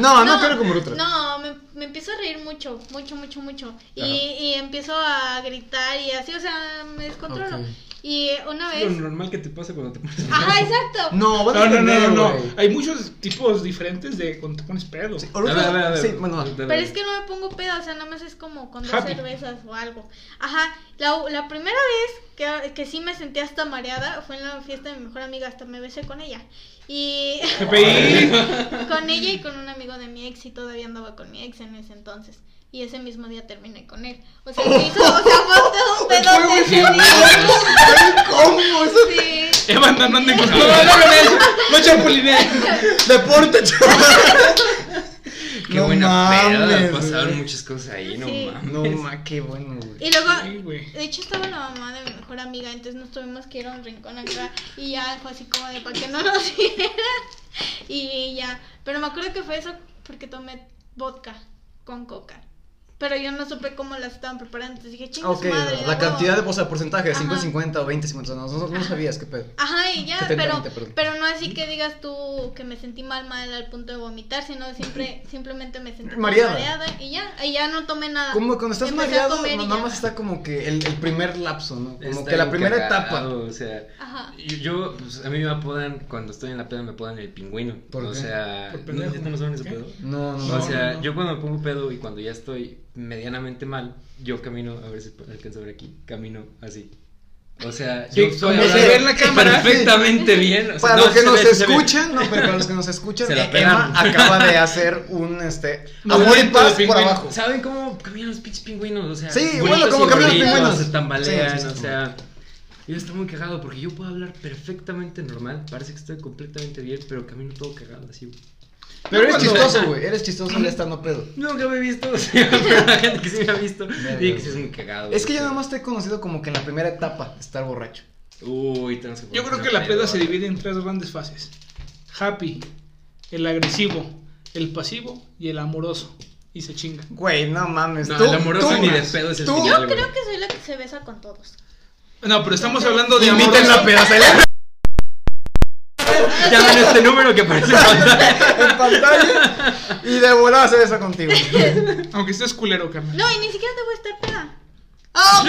Speaker 2: No, no quiero como otra.
Speaker 1: No, me, me empiezo a reír mucho, mucho, mucho, mucho. Y, y empiezo a gritar y así, o sea, me descontrolo.
Speaker 2: Ok.
Speaker 1: Y una
Speaker 6: Es lo
Speaker 1: vez.
Speaker 6: normal que te pasa cuando te pones
Speaker 1: Ajá, exacto.
Speaker 2: No, van a
Speaker 4: No, no, no,
Speaker 2: entender,
Speaker 4: no,
Speaker 2: güey.
Speaker 4: no. Hay muchos tipos diferentes de cuando te pones pedo.
Speaker 2: Ahorita-
Speaker 6: A ver, a ver, a ver.
Speaker 2: Sí, bueno, va.
Speaker 1: Pero es que no me pongo peda, o sea, nada más es como con dos
Speaker 4: Happy.
Speaker 1: cervezas o algo. Ajá, la, la primera vez que, que sí me sentí hasta mareada fue en la fiesta de mi mejor amiga, hasta me besé con ella. Y
Speaker 4: GPI.
Speaker 1: *laughs* con ella y con un amigo de mi ex y todavía andaba con mi ex en ese entonces. Y ese mismo día terminé con él. O sea, me hizo, o sea, fue
Speaker 2: *laughs*
Speaker 1: todo un pedo de
Speaker 2: ¿Cómo? Eso
Speaker 1: Sí.
Speaker 4: Eh, banda,
Speaker 1: *laughs*
Speaker 4: no anden con No, no hagan eso. No chapulineen.
Speaker 2: es eh. deporte, chaval.
Speaker 6: Qué
Speaker 2: No
Speaker 6: buena
Speaker 2: mames,
Speaker 6: peda. Pasaron
Speaker 2: güey.
Speaker 6: muchas cosas ahí, no
Speaker 1: Sí.
Speaker 6: mames.
Speaker 2: No, ma, qué bueno, güey.
Speaker 1: Y luego,
Speaker 4: Sí, güey.
Speaker 1: de hecho estaba la mamá de mi mejor amiga, entonces nos tuvimos que ir a un rincón acá y ya fue así como de para que no nos *laughs* vieran. Y ya, pero me acuerdo que fue eso porque tomé vodka con coca. Pero yo no supe cómo las estaban preparando, entonces dije, chinga
Speaker 2: Ah, Ok,
Speaker 1: su madre.
Speaker 2: la
Speaker 1: huevo".
Speaker 2: cantidad de, o sea, porcentaje,
Speaker 1: Ajá.
Speaker 2: 50-50 o 20-50, no, no, no sabías qué pedo.
Speaker 1: Ajá, y ya,
Speaker 2: 70,
Speaker 1: pero,
Speaker 2: 20, perdón.
Speaker 1: pero no así que digas tú que me sentí mal, mal al punto de vomitar, sino
Speaker 2: *laughs*
Speaker 1: siempre, simplemente me sentí
Speaker 2: Mareada.
Speaker 1: mareada y ya, y ya no tomé nada.
Speaker 2: Como cuando estás
Speaker 1: Ah, Empecé a
Speaker 2: mareado,
Speaker 1: comer y
Speaker 2: nada
Speaker 1: ya.
Speaker 2: más está como que el, el primer lapso, ¿no? Como
Speaker 6: Está
Speaker 2: que la
Speaker 6: bien
Speaker 2: primera
Speaker 6: cagado,
Speaker 2: etapa.
Speaker 6: O sea,
Speaker 1: Ajá.
Speaker 6: yo, yo, pues, a mí me apodan, cuando estoy en la peda, me apodan el pingüino.
Speaker 2: ¿Por
Speaker 6: o
Speaker 2: qué?
Speaker 6: sea,
Speaker 4: Por
Speaker 6: ¿no,
Speaker 4: pendejo.
Speaker 6: ¿ya no saben ese
Speaker 4: ¿Qué?
Speaker 6: pedo?
Speaker 2: No, no,
Speaker 6: o
Speaker 2: no.
Speaker 6: sea,
Speaker 4: no.
Speaker 6: yo cuando me pongo pedo y cuando ya estoy medianamente mal, yo camino, a ver si alcanzo a ver aquí, camino así. O sea,
Speaker 4: Sí,
Speaker 6: yo estoy
Speaker 4: como se
Speaker 6: hablando
Speaker 4: ve en la cámara.
Speaker 6: perfectamente bien. o sea,
Speaker 2: Para
Speaker 6: no,
Speaker 2: los que
Speaker 6: se
Speaker 2: nos
Speaker 6: ve, se ve.
Speaker 2: escuchan, no, pero para los que nos escuchan,
Speaker 6: *laughs* Se la
Speaker 2: Emma
Speaker 6: pelan.
Speaker 2: acaba de hacer un,
Speaker 6: *laughs*
Speaker 2: este, amor y
Speaker 4: Movimiento de
Speaker 2: paz por
Speaker 4: pingüino.
Speaker 2: abajo.
Speaker 6: ¿Saben cómo caminan los pinches pingüinos? O sea,
Speaker 2: Sí,
Speaker 6: vueltos
Speaker 2: bueno, como
Speaker 6: y
Speaker 2: caminan los
Speaker 6: vueltos,
Speaker 2: pingüinos.
Speaker 6: Se tambalean,
Speaker 2: Sí, sí, sí.
Speaker 6: o sea. Yo estoy muy cagado porque yo puedo hablar perfectamente normal. Parece que estoy completamente bien, pero camino todo cagado así. güey.
Speaker 2: Pero
Speaker 6: No,
Speaker 2: eres
Speaker 6: cuando-
Speaker 2: chistoso, güey, eres chistoso ya estando pedo.
Speaker 6: Nunca me he visto, *laughs* o sea, pero la gente que sí me ha visto. Dice que sí es muy cagado.
Speaker 2: Es que
Speaker 6: güey.
Speaker 2: yo nada más te he conocido como que en la primera etapa, estar borracho.
Speaker 6: Uy, tenemos que
Speaker 4: Yo creo
Speaker 6: poner
Speaker 4: que la
Speaker 6: una
Speaker 4: peda se
Speaker 6: pedota.
Speaker 4: divide en tres grandes fases. Happy, el agresivo, el pasivo y el amoroso. Y se chinga.
Speaker 2: Güey, no mames.
Speaker 6: No,
Speaker 2: tú,
Speaker 6: el amoroso
Speaker 2: tú,
Speaker 6: ni de pedo es el
Speaker 2: tú-
Speaker 6: final,
Speaker 1: Yo
Speaker 6: güey.
Speaker 1: creo que soy la que se besa con todos.
Speaker 4: No, pero estamos hablando
Speaker 2: *laughs*
Speaker 4: de amor.
Speaker 2: Inviten la peda,
Speaker 6: *laughs*
Speaker 2: celebra
Speaker 6: Llaman este número que *laughs* parece pantalla.
Speaker 2: en pantalla y de volada se besa contigo.
Speaker 6: *laughs*
Speaker 4: Aunque estés culero, carnal.
Speaker 1: No, y ni siquiera debo estar peda. ¡Oh!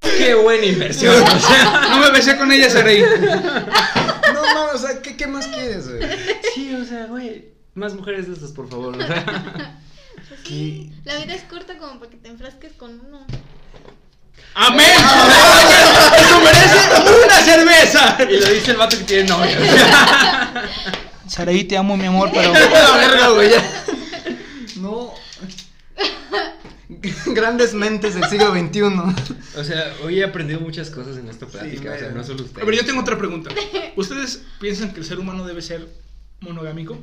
Speaker 6: Qué buena inversión. *laughs* o sea,
Speaker 4: No me besé con ella, Saraí.
Speaker 2: No, mames, o sea, ¿qué, qué más quieres, güey?
Speaker 6: sí, o sea, güey. Más mujeres de estas, por favor. o sea.
Speaker 1: pues Sí, La vida es corta como para que te enfrasques con uno.
Speaker 4: ¡Amén! *laughs* ¡Eso merece una cerveza!
Speaker 6: y lo dice el vato que tiene novia. *laughs*
Speaker 9: Saraí, te amo, mi amor, pero.
Speaker 2: La verga, güey, ya. No. *laughs* Grandes mentes del siglo XXI.
Speaker 6: O sea, hoy he aprendido muchas cosas en esta plática. o sea,
Speaker 2: güey.
Speaker 6: no solo
Speaker 4: A ver, yo
Speaker 6: ustedes.
Speaker 4: tengo otra pregunta. ¿Ustedes piensan que el ser humano debe ser monogámico?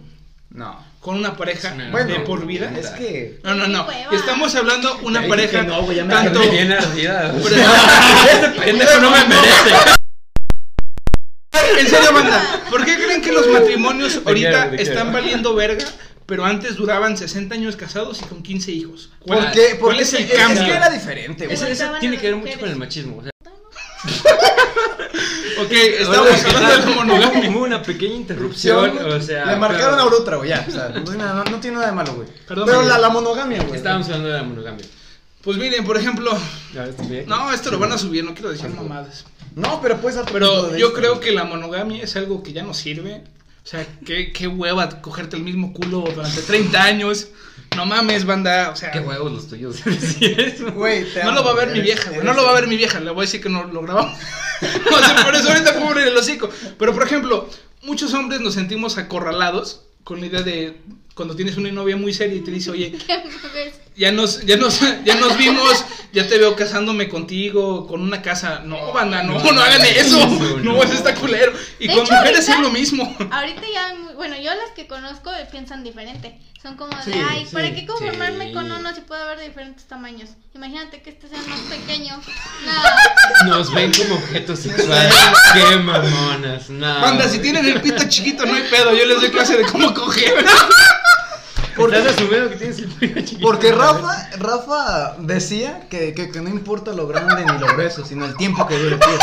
Speaker 2: No.
Speaker 4: ¿Con una pareja
Speaker 6: Es una
Speaker 4: de
Speaker 2: Bueno,
Speaker 4: por vida?
Speaker 2: Es que.
Speaker 4: No, no, no.
Speaker 1: Qué hueva.
Speaker 4: Estamos hablando una
Speaker 6: Ya dije
Speaker 4: pareja.
Speaker 6: que No, güey, ya me
Speaker 4: tanto...
Speaker 6: quedé
Speaker 4: *laughs*
Speaker 6: bien ardida. o sea,
Speaker 4: Pero-
Speaker 6: *laughs* este pendejo no me merece.
Speaker 4: En serio, banda, ¿por qué creen que
Speaker 6: *laughs*
Speaker 4: los matrimonios ahorita
Speaker 6: quiero, te
Speaker 4: están
Speaker 6: quiero.
Speaker 4: valiendo verga? Pero antes duraban 60 años casados y con 15 hijos. ¿Cuál,
Speaker 2: ¿Por qué?
Speaker 4: cuál
Speaker 2: Porque
Speaker 4: es el
Speaker 2: que-
Speaker 4: cambio?
Speaker 2: que era diferente, güey.
Speaker 6: Eso, eso
Speaker 1: Voltaban a
Speaker 6: tiene
Speaker 1: las
Speaker 6: que ver mucho con
Speaker 1: mujeres. *laughs*
Speaker 6: el machismo. O sea,
Speaker 4: Ok, estamos hablando de la monogamia.
Speaker 6: Hubo una pequeña interrupción. O sea,
Speaker 2: Le marcaron
Speaker 6: pero
Speaker 2: a Urutra, güey, ya. O sea, no, tiene nada- no tiene nada de malo, güey.
Speaker 4: Perdón,
Speaker 2: Pero
Speaker 4: Miguel.
Speaker 2: la, la monogamia, güey.
Speaker 6: Estábamos hablando de la monogamia.
Speaker 4: Pues miren, por ejemplo,
Speaker 6: A ver, estoy bien.
Speaker 4: no, esto lo van a subir, no quiero decir mamadas.
Speaker 2: No, pero puedes hablar
Speaker 4: Pero
Speaker 2: de
Speaker 4: yo
Speaker 2: esto,
Speaker 4: creo
Speaker 2: güey.
Speaker 4: que la monogamia es algo que ya no sirve. O sea, qué, qué hueva cogerte el mismo culo durante 30 años. No mames, banda. O sea,
Speaker 6: Qué huevos los tuyos. *laughs* Sí, eso.
Speaker 2: Güey, te
Speaker 4: no
Speaker 2: amo,
Speaker 4: lo va a ver mi
Speaker 2: eres-
Speaker 4: vieja, güey.
Speaker 2: eres-
Speaker 4: No lo va a ver mi vieja. Le voy a decir que no lo grabamos. *laughs* o sea, por eso ahorita pobre el hocico. Pero por ejemplo, muchos hombres nos sentimos acorralados con la idea de cuando tienes una novia muy seria y te dice, oye,
Speaker 1: ¿Qué mames?
Speaker 4: ya nos, ya nos, *laughs* ya nos vimos, ya te veo casándome contigo, con una casa. No, banda, no, no, hagan eso.
Speaker 6: eso,
Speaker 4: *laughs* No,
Speaker 6: no.
Speaker 4: eso está culero. Y
Speaker 1: De
Speaker 4: con
Speaker 1: hecho,
Speaker 4: mujeres es
Speaker 1: ahorita-
Speaker 4: lo mismo.
Speaker 1: Ahorita ya, hay muy- bueno, yo las que conozco eh, piensan diferente. Son como de,
Speaker 2: Sí,
Speaker 1: ay,
Speaker 2: sí,
Speaker 1: ¿para qué conformarme
Speaker 6: sí.
Speaker 1: con uno si puede haber de diferentes tamaños? Imagínate que este sea más pequeño.
Speaker 6: Nos ven como objetos sexuales. Qué mamonas. No.
Speaker 4: Banda, si tienen el pito chiquito, no hay pedo. Yo les doy clase de cómo coger.
Speaker 6: Estás asumiendo que tienes el pelo chiquito.
Speaker 2: Porque Rafa, Rafa decía que, que, que no importa lo grande ni lo grueso, sino el tiempo que dure. tío.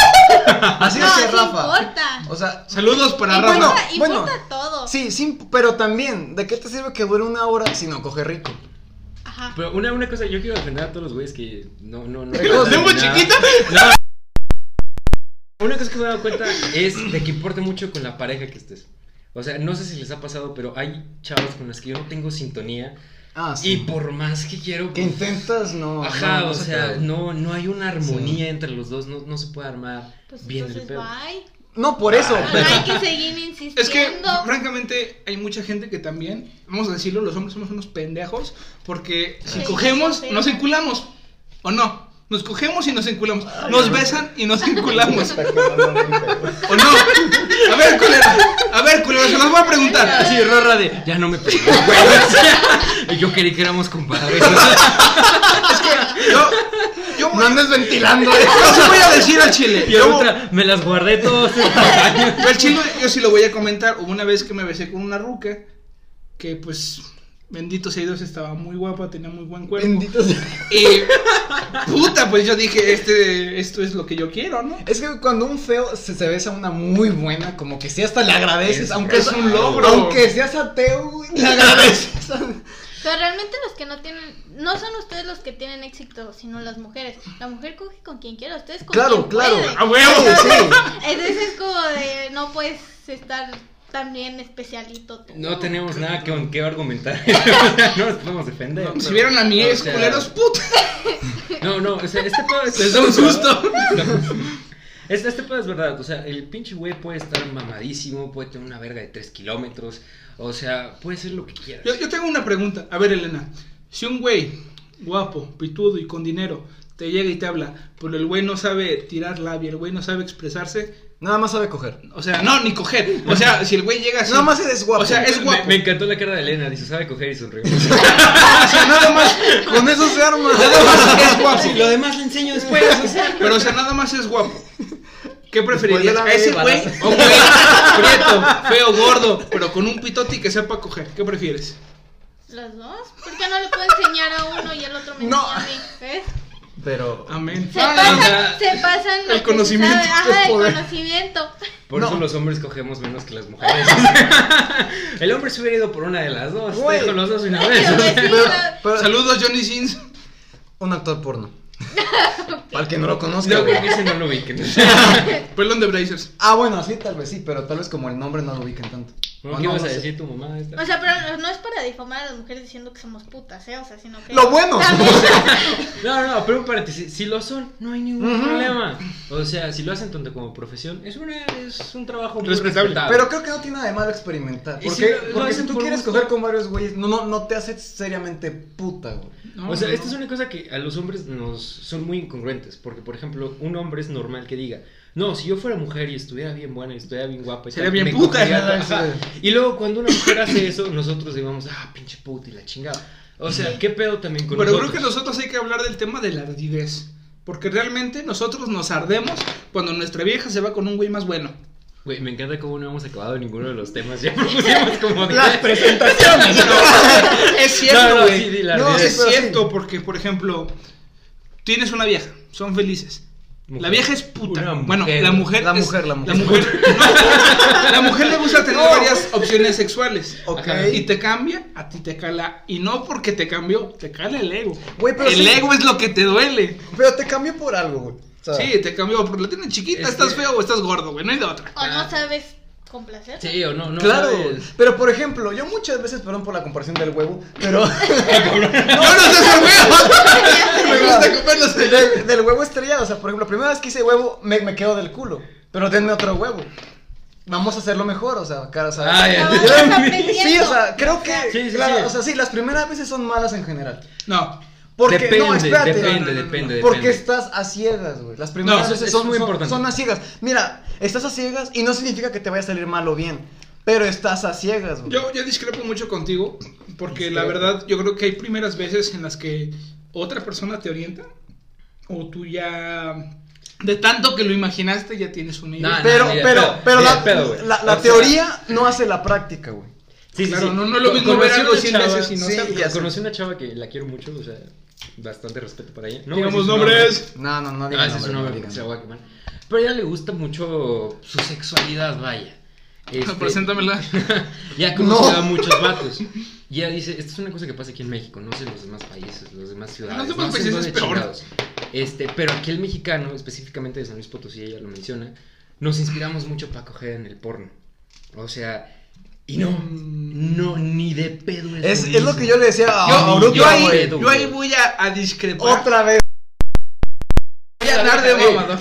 Speaker 2: Así
Speaker 1: No,
Speaker 2: decía
Speaker 1: sí
Speaker 2: Rafa.
Speaker 1: importa.
Speaker 2: O sea,
Speaker 4: *laughs* Saludos para
Speaker 1: No,
Speaker 4: Rafa.
Speaker 2: bueno,
Speaker 1: importa,
Speaker 2: bueno.
Speaker 1: importa todo.
Speaker 2: sí, sí, pero también, ¿de qué te sirve que dure una hora si no coge rico?
Speaker 1: Ajá.
Speaker 6: Pero una, una cosa, yo quiero defender a todos los güeyes que no,
Speaker 2: *laughs*
Speaker 6: no, no.
Speaker 2: Que los
Speaker 4: vemos
Speaker 6: No.
Speaker 4: chiquitos.
Speaker 6: No. Una cosa que me he dado cuenta es de que importa mucho con la pareja que estés. O sea, no sé si les ha pasado, pero hay chavos con las que yo no tengo sintonía.
Speaker 2: Ah, sí.
Speaker 6: Y por más que quiero.
Speaker 2: Que intentas, no.
Speaker 6: Ajá,
Speaker 2: no, no
Speaker 6: o
Speaker 2: se
Speaker 6: sea,
Speaker 2: puede.
Speaker 6: no, no hay una armonía
Speaker 2: Sí.
Speaker 6: entre los dos, no, no se puede armar
Speaker 1: Pues
Speaker 6: bien el
Speaker 1: entonces,
Speaker 6: pedo.
Speaker 1: bye.
Speaker 2: No por eso,
Speaker 1: No
Speaker 2: pero.
Speaker 1: hay que seguir insistiendo.
Speaker 4: Es que, francamente, hay mucha gente que también, vamos a decirlo, los hombres somos unos pendejos porque si
Speaker 1: Sí,
Speaker 4: cogemos,
Speaker 1: sí.
Speaker 4: nos enculamos. ¿O no? Nos cogemos y nos enculamos. Nos besan y nos enculamos. ¿O no? A ver, culero. A ver, culero, se los voy a preguntar.
Speaker 6: Así, rorra de, ya no me pego, güey. Y *laughs* yo quería que éramos compadres.
Speaker 4: Yo, yo voy-
Speaker 2: No andes ventilando.
Speaker 4: yo sí voy a decir al chile.
Speaker 6: *laughs* Y
Speaker 4: Yo,
Speaker 6: la otra, me las guardé todos estos años.
Speaker 4: yo al chile, yo sí lo voy a comentar. Hubo una vez que me besé con una ruca que, pues, bendito sea Dios, estaba muy guapa, tenía muy buen cuerpo.
Speaker 2: Bendito sea.
Speaker 4: Y puta, pues yo dije, este, esto es lo que yo quiero, ¿no?
Speaker 2: Es que cuando un feo se, se besa a una muy buena, como que sí hasta le agradeces,
Speaker 6: Es-
Speaker 2: aunque
Speaker 4: es un logro.
Speaker 2: Aunque seas ateo, güey,
Speaker 4: *laughs*
Speaker 2: le agradeces.
Speaker 1: Pero realmente los que no tienen, no son ustedes los que tienen éxito, sino las mujeres. La mujer coge con quien quiera, ustedes con
Speaker 2: Claro,
Speaker 1: quien
Speaker 2: claro. Ah,
Speaker 1: pueden.
Speaker 4: ¡A huevo!
Speaker 2: Sí, sí.
Speaker 1: Entonces es como de, no puedes estar tan bien especialito tú.
Speaker 6: No tenemos nada que- con qué argumentar. *laughs* O sea, no nos podemos defender.
Speaker 4: Si vieran a mi ex,
Speaker 6: O sea,
Speaker 4: culeros, puta.
Speaker 6: No, no, o sea, este pedo
Speaker 4: *laughs*
Speaker 6: es.
Speaker 4: Les da un susto.
Speaker 6: *laughs* Este, este pedo es verdad. O sea, el pinche güey puede estar mamadísimo, puede tener una verga de 3 kilómetros. O sea, puede ser lo que quiera.
Speaker 4: Yo, yo tengo una pregunta. A ver, Elena. Si un güey guapo, pitudo y con dinero te llega y te habla, pero el güey no sabe tirar labia, el güey no sabe expresarse,
Speaker 2: Nada más sabe coger.
Speaker 4: o sea, no, ni coger. O sea, si el güey llega así.
Speaker 2: Nada más eres guapo.
Speaker 4: O sea, es
Speaker 6: Me-
Speaker 4: guapo.
Speaker 6: Me, encantó la cara de Elena, dice, sabe coger
Speaker 4: *laughs*
Speaker 6: y sonreír.
Speaker 4: O sea, nada más.
Speaker 2: Con eso se arma. *laughs*
Speaker 4: Nada más es guapo.
Speaker 6: lo demás le enseño después.
Speaker 4: *laughs*
Speaker 6: O sea.
Speaker 4: Pero, o sea, nada más es guapo. ¿Qué
Speaker 2: de
Speaker 4: preferirías?
Speaker 2: la
Speaker 4: ¿A ese
Speaker 2: media
Speaker 4: güey?
Speaker 2: balaza.
Speaker 4: O un güey prieto, feo, gordo, pero con un pitote y que sepa coger. ¿Qué prefieres?
Speaker 1: ¿Las dos? ¿Por qué no le puedo enseñar a uno y el otro me
Speaker 2: No.
Speaker 1: enseña a mí? ¿Ves?
Speaker 2: Pero.
Speaker 4: Amén.
Speaker 1: Se
Speaker 6: Ah, o
Speaker 1: pasan,
Speaker 6: sea,
Speaker 1: se pasan
Speaker 4: el
Speaker 1: lo que se
Speaker 4: conocimiento
Speaker 1: sabe. Ajá,
Speaker 2: es
Speaker 1: el
Speaker 2: poder.
Speaker 1: conocimiento.
Speaker 6: Por
Speaker 2: No.
Speaker 6: eso los hombres cogemos menos que las mujeres. *laughs* El hombre se hubiera ido por una de las dos.
Speaker 2: Güey.
Speaker 6: Dejo los dos de una
Speaker 1: Ay,
Speaker 6: vez.
Speaker 1: pero pues sí,
Speaker 2: Pero-
Speaker 1: la-
Speaker 2: pero-
Speaker 4: Saludos, Johnny Sins.
Speaker 2: Un actor
Speaker 1: *laughs*
Speaker 2: porno. Para el que no lo conozca.
Speaker 6: No,
Speaker 2: güey.
Speaker 6: creo que ese no lo ubiquen.
Speaker 4: Perdón de Brazers.
Speaker 2: Ah, bueno, así tal vez sí, pero tal vez como el nombre no lo ubican tanto.
Speaker 6: ¿Qué
Speaker 2: O no,
Speaker 6: ibas
Speaker 2: no
Speaker 6: a
Speaker 2: sé.
Speaker 6: decir tu mamá? Esta?
Speaker 1: O sea, pero no es para difamar a las mujeres diciendo que somos putas, ¿eh? O sea, sino que.
Speaker 2: Lo bueno.
Speaker 6: No, no, no, pero un paréntesis, si lo son, no hay ningún
Speaker 2: Ujú.
Speaker 6: problema. O sea, si lo hacen tanto como profesión, es, una, es un trabajo muy
Speaker 4: Respetable.
Speaker 2: Pero creo que no tiene nada de malo experimentar.
Speaker 6: Y
Speaker 2: Porque,
Speaker 6: si lo- lo
Speaker 2: porque
Speaker 6: hacen
Speaker 2: si tú
Speaker 6: por
Speaker 2: quieres
Speaker 6: gusto.
Speaker 2: coger con varios güeyes, no, no, no te haces seriamente puta, güey.
Speaker 6: o sea, esta es una cosa que a los hombres nos son muy incongruentes, porque por ejemplo, un hombre es normal que diga, no, si yo fuera mujer y estuviera bien buena y estuviera bien guapa, y
Speaker 4: Sería
Speaker 6: tal,
Speaker 4: bien
Speaker 6: me
Speaker 4: puta".
Speaker 6: cogería a-
Speaker 2: Sí.
Speaker 6: ajá. Y luego cuando una mujer hace eso, nosotros digamos, ah, pinche puta y la chingada. O sea, ¿qué pedo también con
Speaker 4: Pero creo
Speaker 6: nosotros?
Speaker 4: que nosotros hay que hablar del tema de la ardidez. Porque realmente nosotros nos ardemos cuando nuestra vieja se va con un güey más bueno.
Speaker 6: Güey, me encanta cómo no hemos acabado ninguno de los temas, ya *laughs* propusimos como... diez.
Speaker 2: presentaciones.
Speaker 4: *laughs* es
Speaker 6: No,
Speaker 4: cierto,
Speaker 6: no,
Speaker 4: güey.
Speaker 6: sí, di la
Speaker 4: No,
Speaker 6: ardidez,
Speaker 4: es
Speaker 2: pero sí.
Speaker 4: cierto, porque, por ejemplo, tienes una vieja, son felices. La
Speaker 6: Mujer.
Speaker 4: vieja es puta.
Speaker 6: Una
Speaker 4: bueno,
Speaker 6: mujer.
Speaker 4: la mujer.
Speaker 2: La
Speaker 4: es-
Speaker 2: mujer, la mujer.
Speaker 4: La mujer, no, la mujer le gusta tener varias opciones sexuales.
Speaker 2: Ok.
Speaker 4: Y te cambia, a ti te cala. Y no porque te cambió, te cala el ego.
Speaker 2: Güey, pero
Speaker 4: el
Speaker 2: sí.
Speaker 4: ego es lo que te duele.
Speaker 2: Pero te cambió por algo, güey. O sea,
Speaker 4: Sí, te cambió. Porque la tienen chiquita,
Speaker 6: Es
Speaker 4: estás
Speaker 6: que-
Speaker 4: feo o estás gordo, güey. No hay de otra.
Speaker 1: *laughs* O no sabes complacer.
Speaker 6: Sí, o no, no
Speaker 2: claro.
Speaker 6: sabes.
Speaker 2: Pero por ejemplo, yo muchas veces, perdón por la comparación del huevo,
Speaker 6: *laughs*
Speaker 2: pero. *laughs*
Speaker 4: No, no seas
Speaker 1: *laughs*
Speaker 4: huevo. Me gusta comerlos.
Speaker 2: del, del huevo estrellado. O sea, por ejemplo, la primera vez que hice huevo, me, me quedo del culo. Pero denme otro huevo. Vamos a hacerlo mejor, o sea, cara, o sea,
Speaker 6: Ay,
Speaker 1: No,
Speaker 6: ay,
Speaker 1: estás
Speaker 2: Sí,
Speaker 1: aprendiendo.
Speaker 2: o sea, creo que.
Speaker 6: Sí, sí,
Speaker 2: claro,
Speaker 6: sí.
Speaker 2: O sea, sí, las primeras veces son malas en general.
Speaker 4: No.
Speaker 2: Porque,
Speaker 6: depende,
Speaker 2: no, espérate.
Speaker 6: depende, depende,
Speaker 2: Porque
Speaker 6: depende.
Speaker 2: estás a ciegas, güey. Las primeras
Speaker 6: No, eso es-
Speaker 2: veces
Speaker 6: eso
Speaker 2: son,
Speaker 6: es muy
Speaker 2: son-
Speaker 6: importante.
Speaker 2: son a ciegas. Mira, estás a ciegas y no significa que te vaya a salir mal o bien. Pero estás a ciegas, güey.
Speaker 4: Yo, yo discrepo mucho contigo, porque la verdad yo creo que hay primeras veces en las que otra persona te orienta, o tú ya, de tanto que lo imaginaste, ya tienes un idea.
Speaker 6: Ah, No, no.
Speaker 2: Pero,
Speaker 6: mira,
Speaker 2: pero,
Speaker 6: pedo,
Speaker 2: pero
Speaker 6: mira,
Speaker 2: la,
Speaker 6: pedo, güey.
Speaker 2: la- la
Speaker 6: O sea-
Speaker 2: teoría no hace la práctica, güey.
Speaker 6: Sí,
Speaker 4: Claro,
Speaker 6: sí, sí.
Speaker 4: no- no es lo
Speaker 6: Con-
Speaker 4: mismo
Speaker 6: conocí
Speaker 4: ver algo
Speaker 6: una
Speaker 4: cien
Speaker 6: chava-
Speaker 4: veces y no
Speaker 6: sí,
Speaker 4: saberlo.
Speaker 6: ya conocí una chava que la quiero mucho, o sea, bastante respeto para ella. No,
Speaker 4: Digamos
Speaker 6: ese es su
Speaker 4: nombres.
Speaker 2: No, no, no
Speaker 6: nombre.
Speaker 2: digan
Speaker 6: Ah, ese es
Speaker 2: nombres,
Speaker 6: su
Speaker 2: no
Speaker 6: nombre,
Speaker 2: digan
Speaker 6: se la voy a quemar. Pero a ella le gusta mucho su sexualidad,
Speaker 4: *laughs*
Speaker 6: vaya. Este, *laughs*
Speaker 4: Preséntamela.
Speaker 6: ya ha conocido a muchos vatos. Y ella dice, esta es una cosa que pasa aquí en México, no sé en los demás países, los demás ciudades.
Speaker 4: los demás
Speaker 6: no sé
Speaker 4: Ah, países
Speaker 6: dónde
Speaker 4: es peor.
Speaker 6: chingados. Este, pero aquí el mexicano, específicamente de San Luis Potosí, ella lo menciona, nos inspiramos mucho para coger en el porno. O sea, y no,
Speaker 4: Mm.
Speaker 6: no, ni de pedo es,
Speaker 2: Es, es lo que yo le decía a,
Speaker 4: Yo,
Speaker 2: a Uruguay,
Speaker 4: yo ahí,
Speaker 2: güey.
Speaker 4: yo ahí voy a, a discrepar.
Speaker 2: Otra vez.
Speaker 4: Voy a andar de
Speaker 6: Güey. *laughs*
Speaker 4: mamador.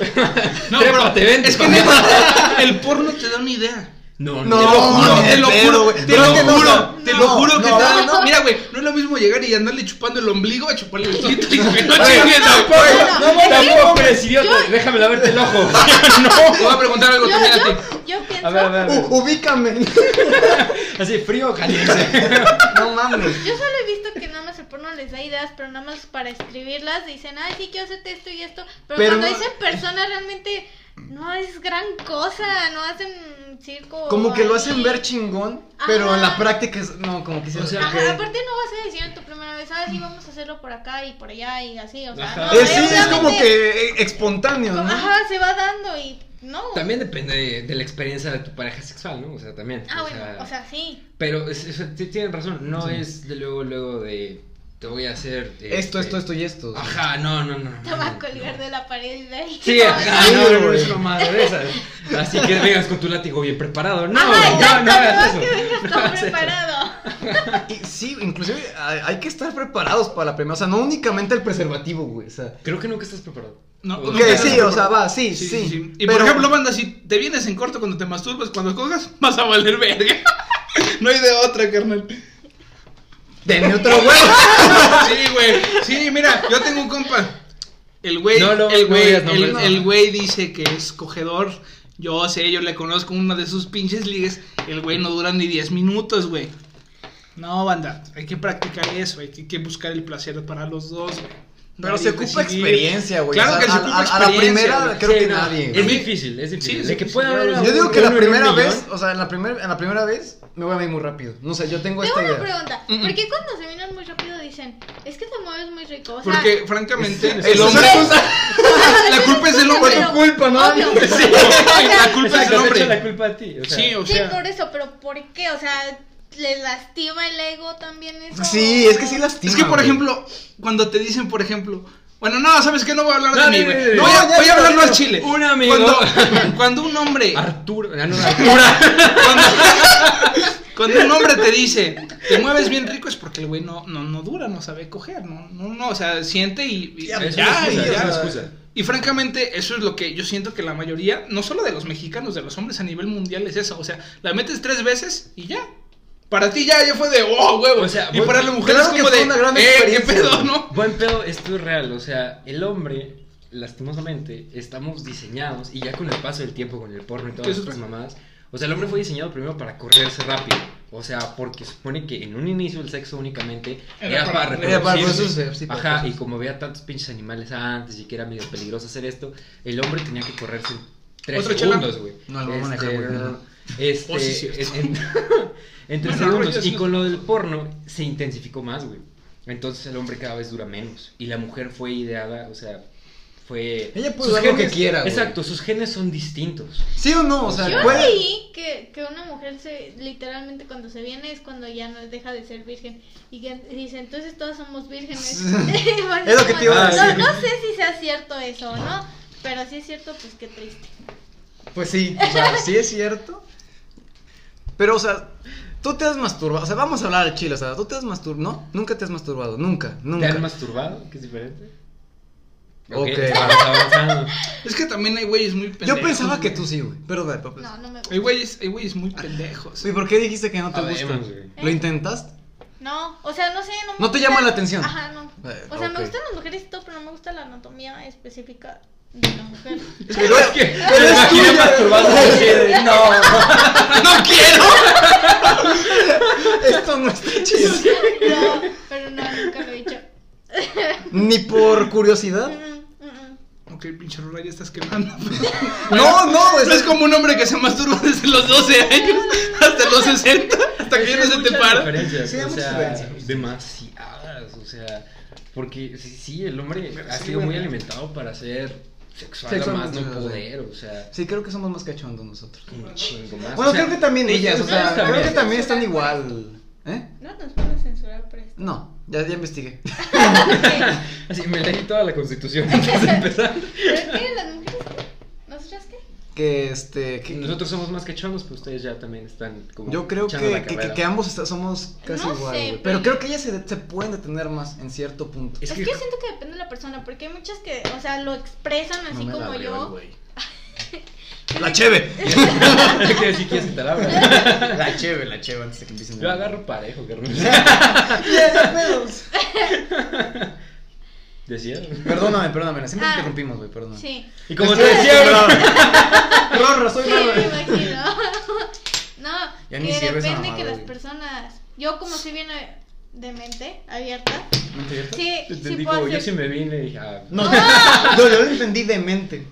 Speaker 4: No, pero
Speaker 6: Trépate, vente,
Speaker 4: es que
Speaker 6: papá.
Speaker 4: neta, el porno te da una idea.
Speaker 6: No,
Speaker 2: No,
Speaker 6: te lo juro.
Speaker 2: no,
Speaker 4: te lo
Speaker 2: pero,
Speaker 4: juro,
Speaker 2: güey,
Speaker 4: te
Speaker 2: no,
Speaker 4: lo
Speaker 2: no,
Speaker 4: juro,
Speaker 2: no,
Speaker 4: te lo juro que
Speaker 2: no,
Speaker 4: te da-
Speaker 2: no, no.
Speaker 4: Mira, güey, no es lo mismo llegar y andarle chupando el ombligo a chuparle el pito. *laughs* y- No
Speaker 6: Oye,
Speaker 4: chingues,
Speaker 6: tampoco,
Speaker 1: no, no, no,
Speaker 6: tampoco,
Speaker 1: no,
Speaker 6: eres idiota.
Speaker 1: yo-
Speaker 6: Déjame lavarte el *laughs* ojo.
Speaker 4: Te voy a preguntar algo
Speaker 1: Yo,
Speaker 4: también a ti.
Speaker 1: yo, yo pienso.
Speaker 6: A ver, a ver, a ver.
Speaker 2: U- ubícame.
Speaker 4: *laughs*
Speaker 6: Así, frío o caliente.
Speaker 2: no mames.
Speaker 1: Yo solo he visto que nada más el porno les da ideas, pero nada más para escribirlas dicen, ah, sí, quiero hacerte esto y esto. Pero,
Speaker 2: Pero
Speaker 1: cuando
Speaker 2: no-
Speaker 1: dicen personas realmente no es gran cosa, no hacen circo.
Speaker 2: Como que lo hacen
Speaker 1: ahí.
Speaker 2: ver chingón,
Speaker 1: Ajá.
Speaker 2: pero en la práctica es. No, como que sí.
Speaker 6: O sea,
Speaker 1: Ajá,
Speaker 6: que-
Speaker 1: Aparte no vas a decir en tu primera vez, ah, sí, vamos a hacerlo por acá y por allá y así, o sea,
Speaker 6: Ajá.
Speaker 1: no,
Speaker 2: Eh, sí, es como
Speaker 1: realmente-
Speaker 2: que eh, espontáneo, ¿no?
Speaker 1: Ajá, se va dando y no.
Speaker 6: También depende de, de la experiencia de tu pareja sexual, ¿no? O sea, también.
Speaker 1: Ah, bueno, o sea, sí.
Speaker 6: Pero es, es- sí tienen razón, no es de luego, luego de te voy a hacer. eh,
Speaker 2: Esto, esto, esto y esto.
Speaker 6: Ajá, no, no, no. no,
Speaker 1: Te va a
Speaker 6: no,
Speaker 1: colgar de la pared y de ahí. *laughs*
Speaker 6: Sí, ajá,
Speaker 2: Sí,
Speaker 6: no, no, no,
Speaker 2: güey.
Speaker 6: es una madre de esas. Así que vengas con tu látigo bien preparado. No,
Speaker 1: Ajá,
Speaker 6: no, no, hagas
Speaker 1: exacto,
Speaker 6: eso.
Speaker 1: que vengas
Speaker 6: *laughs* No
Speaker 1: todo
Speaker 6: hagas eso.
Speaker 1: preparado.
Speaker 2: Y sí, inclusive hay hay que estar preparados para la primera. O sea, no únicamente el preservativo, güey. O sea.
Speaker 6: Creo que nunca estás preparado.
Speaker 4: No,
Speaker 6: Ok,
Speaker 2: Ok,
Speaker 4: nunca
Speaker 2: sí,
Speaker 4: estás
Speaker 2: o sea,
Speaker 4: preparado.
Speaker 2: va, sí, sí.
Speaker 4: Y por
Speaker 2: pero-
Speaker 4: ejemplo, banda, si te vienes en corto cuando te masturbas, cuando cojas, vas a valer verga. *laughs* No hay de otra, carnal.
Speaker 2: Denme otro
Speaker 4: *laughs*
Speaker 2: huevo.
Speaker 4: Sí, güey. Sí, mira, yo tengo un compa. El güey,
Speaker 6: No, no,
Speaker 4: el
Speaker 6: no
Speaker 4: güey,
Speaker 6: digas nombres,
Speaker 4: el-
Speaker 6: no.
Speaker 4: el güey dice que es cogedor. Yo sé, yo le conozco una de sus pinches ligues. El güey no dura ni 10 minutos, güey. No, banda, hay que practicar eso, hay que, hay que buscar el placer para los dos, güey.
Speaker 2: Pero
Speaker 4: Dar y
Speaker 2: se ocupa
Speaker 4: recibir.
Speaker 2: experiencia, güey.
Speaker 4: Claro
Speaker 2: O sea,
Speaker 4: que se
Speaker 2: a-
Speaker 4: ocupa
Speaker 2: a- A la
Speaker 4: experiencia,
Speaker 2: primera,
Speaker 4: güey.
Speaker 2: creo
Speaker 6: Sí,
Speaker 2: que
Speaker 6: no,
Speaker 2: nadie.
Speaker 6: Es
Speaker 2: güey.
Speaker 6: difícil, es difícil.
Speaker 4: Sí,
Speaker 6: de
Speaker 4: sí,
Speaker 6: que
Speaker 4: sí,
Speaker 6: pueda
Speaker 4: sí,
Speaker 6: haber
Speaker 4: yo
Speaker 6: algún-
Speaker 2: Yo digo que la
Speaker 6: uno en un
Speaker 2: primera
Speaker 6: millón.
Speaker 2: vez, o sea, en la, primer, en la primera vez me voy a ir muy rápido. No sé, yo tengo
Speaker 1: Tengo
Speaker 2: esta
Speaker 1: una
Speaker 2: idea.
Speaker 1: pregunta. ¿Por qué cuando se miran muy rápido dicen dicen, es que te mueves muy rico. O sea,
Speaker 4: Porque,
Speaker 2: *laughs*
Speaker 4: francamente,
Speaker 6: es-
Speaker 4: el
Speaker 6: es-
Speaker 4: hombre.
Speaker 6: es-
Speaker 4: La culpa es del hombre.
Speaker 1: Pero-
Speaker 2: culpa, ¿no? *laughs*
Speaker 1: obvio.
Speaker 4: Sí, *laughs* la culpa es del
Speaker 6: *laughs* Exacto, te echa la
Speaker 4: hombre.
Speaker 6: culpa a ti. o sea,
Speaker 4: Sí, o
Speaker 1: Sí,
Speaker 4: sea.
Speaker 1: por eso, pero ¿por qué? O sea, ¿le lastima el ego también eso?
Speaker 2: Sí, es que sí lastima.
Speaker 4: Es que, por
Speaker 2: güey.
Speaker 4: ejemplo, cuando te dicen, por ejemplo, bueno, no, ¿sabes qué? No voy a hablar
Speaker 6: No,
Speaker 4: de mí,
Speaker 6: no, no,
Speaker 4: güey.
Speaker 6: no,
Speaker 4: Voy a-
Speaker 2: no, ya
Speaker 4: voy a
Speaker 2: digo,
Speaker 4: hablarlo al
Speaker 2: digo,
Speaker 4: chile.
Speaker 6: un amigo.
Speaker 2: *laughs*
Speaker 4: Cuando, cuando un hombre.
Speaker 6: Arturo. Ah, no, Arturo.
Speaker 4: Cuando, *laughs* cuando un hombre te dice, te mueves bien rico, es porque el güey no, no, no dura, no sabe coger. No, no, no, o sea, siente y, y-
Speaker 6: Es una
Speaker 4: ya, y
Speaker 6: excusa, es
Speaker 4: ya.
Speaker 6: una excusa.
Speaker 4: Y francamente, eso es lo que yo siento que la mayoría, no solo de los mexicanos, de los hombres a nivel mundial, es eso. O sea, la metes tres veces y ya. Para ti ya, ya fue de, oh, huevo.
Speaker 6: O sea,
Speaker 4: y
Speaker 6: bueno,
Speaker 4: para la mujer
Speaker 2: claro
Speaker 4: es
Speaker 2: que
Speaker 4: como
Speaker 2: fue
Speaker 4: de,
Speaker 2: una gran
Speaker 4: eh, qué
Speaker 2: experiencia,
Speaker 4: pedo,
Speaker 2: güey.
Speaker 4: ¿no?
Speaker 6: Buen pedo, esto es real. O sea, el hombre, lastimosamente, estamos diseñados, y ya con el paso del tiempo, con el porno y todas
Speaker 4: Que es
Speaker 6: las otras
Speaker 4: otra-
Speaker 6: mamadas. O sea, el hombre fue diseñado primero para correrse rápido. O sea, porque supone que en un inicio el sexo únicamente
Speaker 4: Era
Speaker 6: era para
Speaker 4: para-
Speaker 2: era Eh, para
Speaker 6: reproducirse.
Speaker 2: reproducirse, sí, para
Speaker 6: Ajá, y
Speaker 2: reproducirse.
Speaker 6: como había tantos pinches animales antes y que era medio peligroso hacer esto, el hombre tenía que correrse en tres
Speaker 4: ¿Otro chela?
Speaker 6: segundos, güey.
Speaker 2: No, lo voy a manejar, güey,
Speaker 6: no, no, no.
Speaker 2: no.
Speaker 6: Este,
Speaker 4: Oh, sí, cierto.
Speaker 2: *laughs*
Speaker 6: en- en tres
Speaker 4: Bueno,
Speaker 6: segundos.
Speaker 4: rollo, sí.
Speaker 6: Y con lo del porno se intensificó más, güey. Entonces el hombre cada vez dura menos. Y la mujer fue ideada, o sea, fue.
Speaker 2: Ella puede
Speaker 6: sus
Speaker 2: dar lo que
Speaker 6: genes-
Speaker 2: quiera, güey.
Speaker 6: Exacto, sus genes son distintos.
Speaker 2: ¿Sí o no? O sea,
Speaker 1: Yo
Speaker 2: puede-
Speaker 1: leí que, que una mujer se literalmente cuando se viene es cuando ya no deja de ser virgen. Y que dice, entonces todos somos vírgenes. *laughs* Porque
Speaker 2: Es lo que te iba a
Speaker 1: como-
Speaker 2: decir. Ah,
Speaker 1: No, no sé si sea cierto eso o no, pero si es cierto, pues qué triste.
Speaker 2: Pues sí, o sea, sí es cierto. Pero, o sea, tú te has masturbado. O sea, vamos a hablar al chile, o sea, tú te has masturbado. ¿No? Nunca te has masturbado, nunca,
Speaker 6: ¿Te han
Speaker 2: nunca.
Speaker 6: masturbado? Que es diferente.
Speaker 2: Ok.
Speaker 6: estamos avanzando.
Speaker 4: Es que también hay güeyes muy
Speaker 2: Yo
Speaker 4: pendejos.
Speaker 2: pensaba que
Speaker 4: güey.
Speaker 2: tú Ah, sí, güey. Pero dale, papá.
Speaker 1: No, no me gusta.
Speaker 4: Hay güeyes, hay güeyes muy pendejos.
Speaker 2: ¿Y por qué dijiste que no te gusta?
Speaker 6: Sabemos, güey.
Speaker 1: ¿Eh?
Speaker 2: ¿Lo intentaste? *laughs*
Speaker 1: No, o sea, no sé. No, me
Speaker 2: ¿No te
Speaker 1: gusta-
Speaker 2: llama la atención?
Speaker 1: Ajá, no.
Speaker 2: Eh,
Speaker 1: O sea,
Speaker 2: ok.
Speaker 1: me gustan las mujeres y todo, pero no me gusta la anatomía específica de la mujer.
Speaker 2: Pero *laughs* es que.
Speaker 6: Pero es tuyo.
Speaker 2: *laughs*
Speaker 4: ¡No quiero!
Speaker 2: Esto no está chido.
Speaker 1: *laughs* No, pero no, nunca lo he dicho.
Speaker 2: Ni por curiosidad.
Speaker 1: Mm, mm, mm.
Speaker 4: Ok, pinche Rola, ya estás quemando. *laughs*
Speaker 2: No, no,
Speaker 4: No es
Speaker 2: es.
Speaker 4: como un hombre que se masturba desde los 12 años hasta los 60, hasta que ya no
Speaker 6: Hay
Speaker 4: se te
Speaker 6: muchas
Speaker 4: para.
Speaker 6: diferencias,
Speaker 2: Sí, hay
Speaker 6: o
Speaker 2: muchas
Speaker 6: sea,
Speaker 2: diferencias.
Speaker 6: demasiadas, o sea, porque sí, sí, el hombre
Speaker 4: Pero
Speaker 6: ha
Speaker 4: sí,
Speaker 6: sido
Speaker 4: güey.
Speaker 6: muy alimentado para ser sexual,
Speaker 2: Sexual,
Speaker 6: más
Speaker 2: sí, sí,
Speaker 6: no
Speaker 2: sí.
Speaker 6: poder, o sea,
Speaker 2: Sí, creo que somos más cachondos nosotros.
Speaker 6: un chingo más.
Speaker 2: Bueno,
Speaker 6: o sea,
Speaker 2: creo que también ellas, o sea,
Speaker 6: ustedes también.
Speaker 2: creo que también están igual. ¿Eh?
Speaker 1: No nos van a censurar
Speaker 2: *laughs*
Speaker 1: por esto.
Speaker 2: No, ya, ya investigué.
Speaker 6: Así, me leí toda la constitución
Speaker 2: *laughs*
Speaker 6: antes de empezar.
Speaker 1: ¿Pero qué? ¿Las mujeres qué? ¿Nosotras qué?
Speaker 2: Que este. que-
Speaker 6: Nosotros somos más que chonos, pero ustedes ya también están como.
Speaker 2: yo creo que,
Speaker 6: echando la
Speaker 2: que- que-
Speaker 6: carrera.
Speaker 2: que ambos está- somos casi
Speaker 1: No
Speaker 2: igual,
Speaker 1: sé,
Speaker 2: güey.
Speaker 1: pero-
Speaker 2: Pero creo que ellas se, de- se pueden detener más en cierto punto.
Speaker 6: Es
Speaker 1: Es,
Speaker 6: que-
Speaker 1: que, siento que depende de la persona, porque hay muchas que, o sea, lo expresan así
Speaker 2: No me la
Speaker 1: como
Speaker 2: abrió el
Speaker 1: yo. *laughs*
Speaker 2: güey. La cheve.
Speaker 6: Hay que decir que *laughs* es palabra.
Speaker 2: La cheve, la cheve antes de que empiecen.
Speaker 6: Yo agarro parejo,
Speaker 2: *laughs*
Speaker 6: carnal. *laughs* Decía.
Speaker 2: Perdóname, perdóname. Siempre
Speaker 1: Ah.
Speaker 2: interrumpimos, güey, perdóname.
Speaker 1: Sí,
Speaker 6: Y como te decía,
Speaker 2: *laughs* Rorro,
Speaker 1: sí,
Speaker 2: soy
Speaker 1: me
Speaker 2: Rorro.
Speaker 1: imagino. no,
Speaker 2: Ya
Speaker 1: que
Speaker 2: ni sirve esa
Speaker 1: depende
Speaker 2: mamada,
Speaker 1: que las
Speaker 2: güey.
Speaker 1: personas. Yo, como soy bien eh, de mente abierta,
Speaker 2: ¿No te vieron?
Speaker 1: sí,
Speaker 6: te
Speaker 1: sí
Speaker 6: digo,
Speaker 1: puedo
Speaker 6: yo
Speaker 1: hacer.
Speaker 6: sí me vine y dije, ah,
Speaker 2: No, yo, yo lo entendí de mente.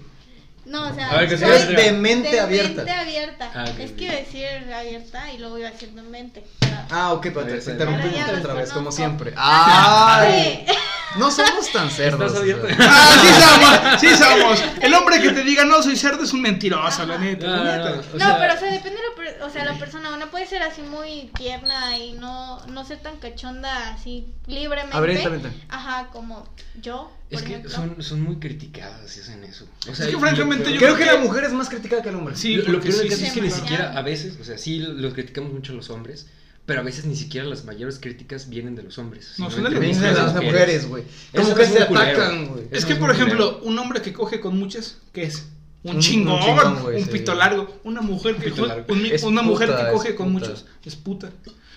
Speaker 1: No, o sea,
Speaker 6: A ver, que
Speaker 1: soy
Speaker 6: siga,
Speaker 2: Es
Speaker 6: Andrea.
Speaker 2: de mente
Speaker 1: mente
Speaker 2: abierta.
Speaker 1: abierta.
Speaker 6: Ah, ok,
Speaker 1: es
Speaker 6: ok.
Speaker 1: que iba a decir abierta y luego iba a decir de mente. pero-
Speaker 2: Ah, ok, pero te
Speaker 6: Ahora ya
Speaker 2: interrumpimos
Speaker 1: los
Speaker 2: otra vez, como
Speaker 1: conozco. Ah,
Speaker 2: siempre. ¡Ay!
Speaker 1: Sí.
Speaker 2: No somos tan cerdos.
Speaker 6: estás abierto.
Speaker 2: güey.
Speaker 4: Ah, sí somos, sí somos. El hombre que te diga no soy cerdo es un mentiroso, la neta.
Speaker 6: No,
Speaker 4: la
Speaker 6: no,
Speaker 4: neta.
Speaker 6: no, o
Speaker 1: no,
Speaker 6: sea,
Speaker 1: pero o sea, depende de la, per- o sea, la persona. Una puede ser así muy tierna y no, no ser tan cachonda así libremente.
Speaker 2: Abiertamente.
Speaker 1: Ajá, como yo. Por
Speaker 6: Es que
Speaker 1: ejemplo.
Speaker 6: son, son muy criticadas si hacen eso. O
Speaker 4: que
Speaker 6: yo-
Speaker 4: francamente
Speaker 6: yo-
Speaker 4: yo-
Speaker 2: Creo que la mujer es más criticada que el hombre.
Speaker 4: Sí,
Speaker 6: lo- lo
Speaker 4: porque
Speaker 6: peor
Speaker 4: sí,
Speaker 6: del caso
Speaker 4: sí,
Speaker 6: es que ni
Speaker 4: sí.
Speaker 6: siquiera a veces, o sea, sí los criticamos mucho los hombres, pero a veces ni siquiera las mayores críticas vienen de los hombres.
Speaker 4: No, son
Speaker 6: sino
Speaker 4: de
Speaker 6: entre
Speaker 4: las
Speaker 2: Dicen
Speaker 6: mismas
Speaker 2: las mujeres, güey. Como
Speaker 6: Eso
Speaker 2: que
Speaker 6: es
Speaker 2: se
Speaker 6: un culero.
Speaker 2: atacan, güey.
Speaker 4: Es
Speaker 6: Eso
Speaker 4: que,
Speaker 6: es
Speaker 4: por
Speaker 6: muy
Speaker 4: ejemplo, un hombre que coge con muchas, ¿qué es?
Speaker 2: Un-
Speaker 4: Un
Speaker 2: un
Speaker 4: chingón, un,
Speaker 2: chingón, güey, sí.
Speaker 4: pito largo. Una mujer que,
Speaker 6: Un pito
Speaker 4: co-
Speaker 6: largo.
Speaker 4: un mi-
Speaker 2: Es
Speaker 4: una mujer
Speaker 2: puta,
Speaker 4: que coge
Speaker 2: es
Speaker 4: con
Speaker 2: puta.
Speaker 4: muchos es puta.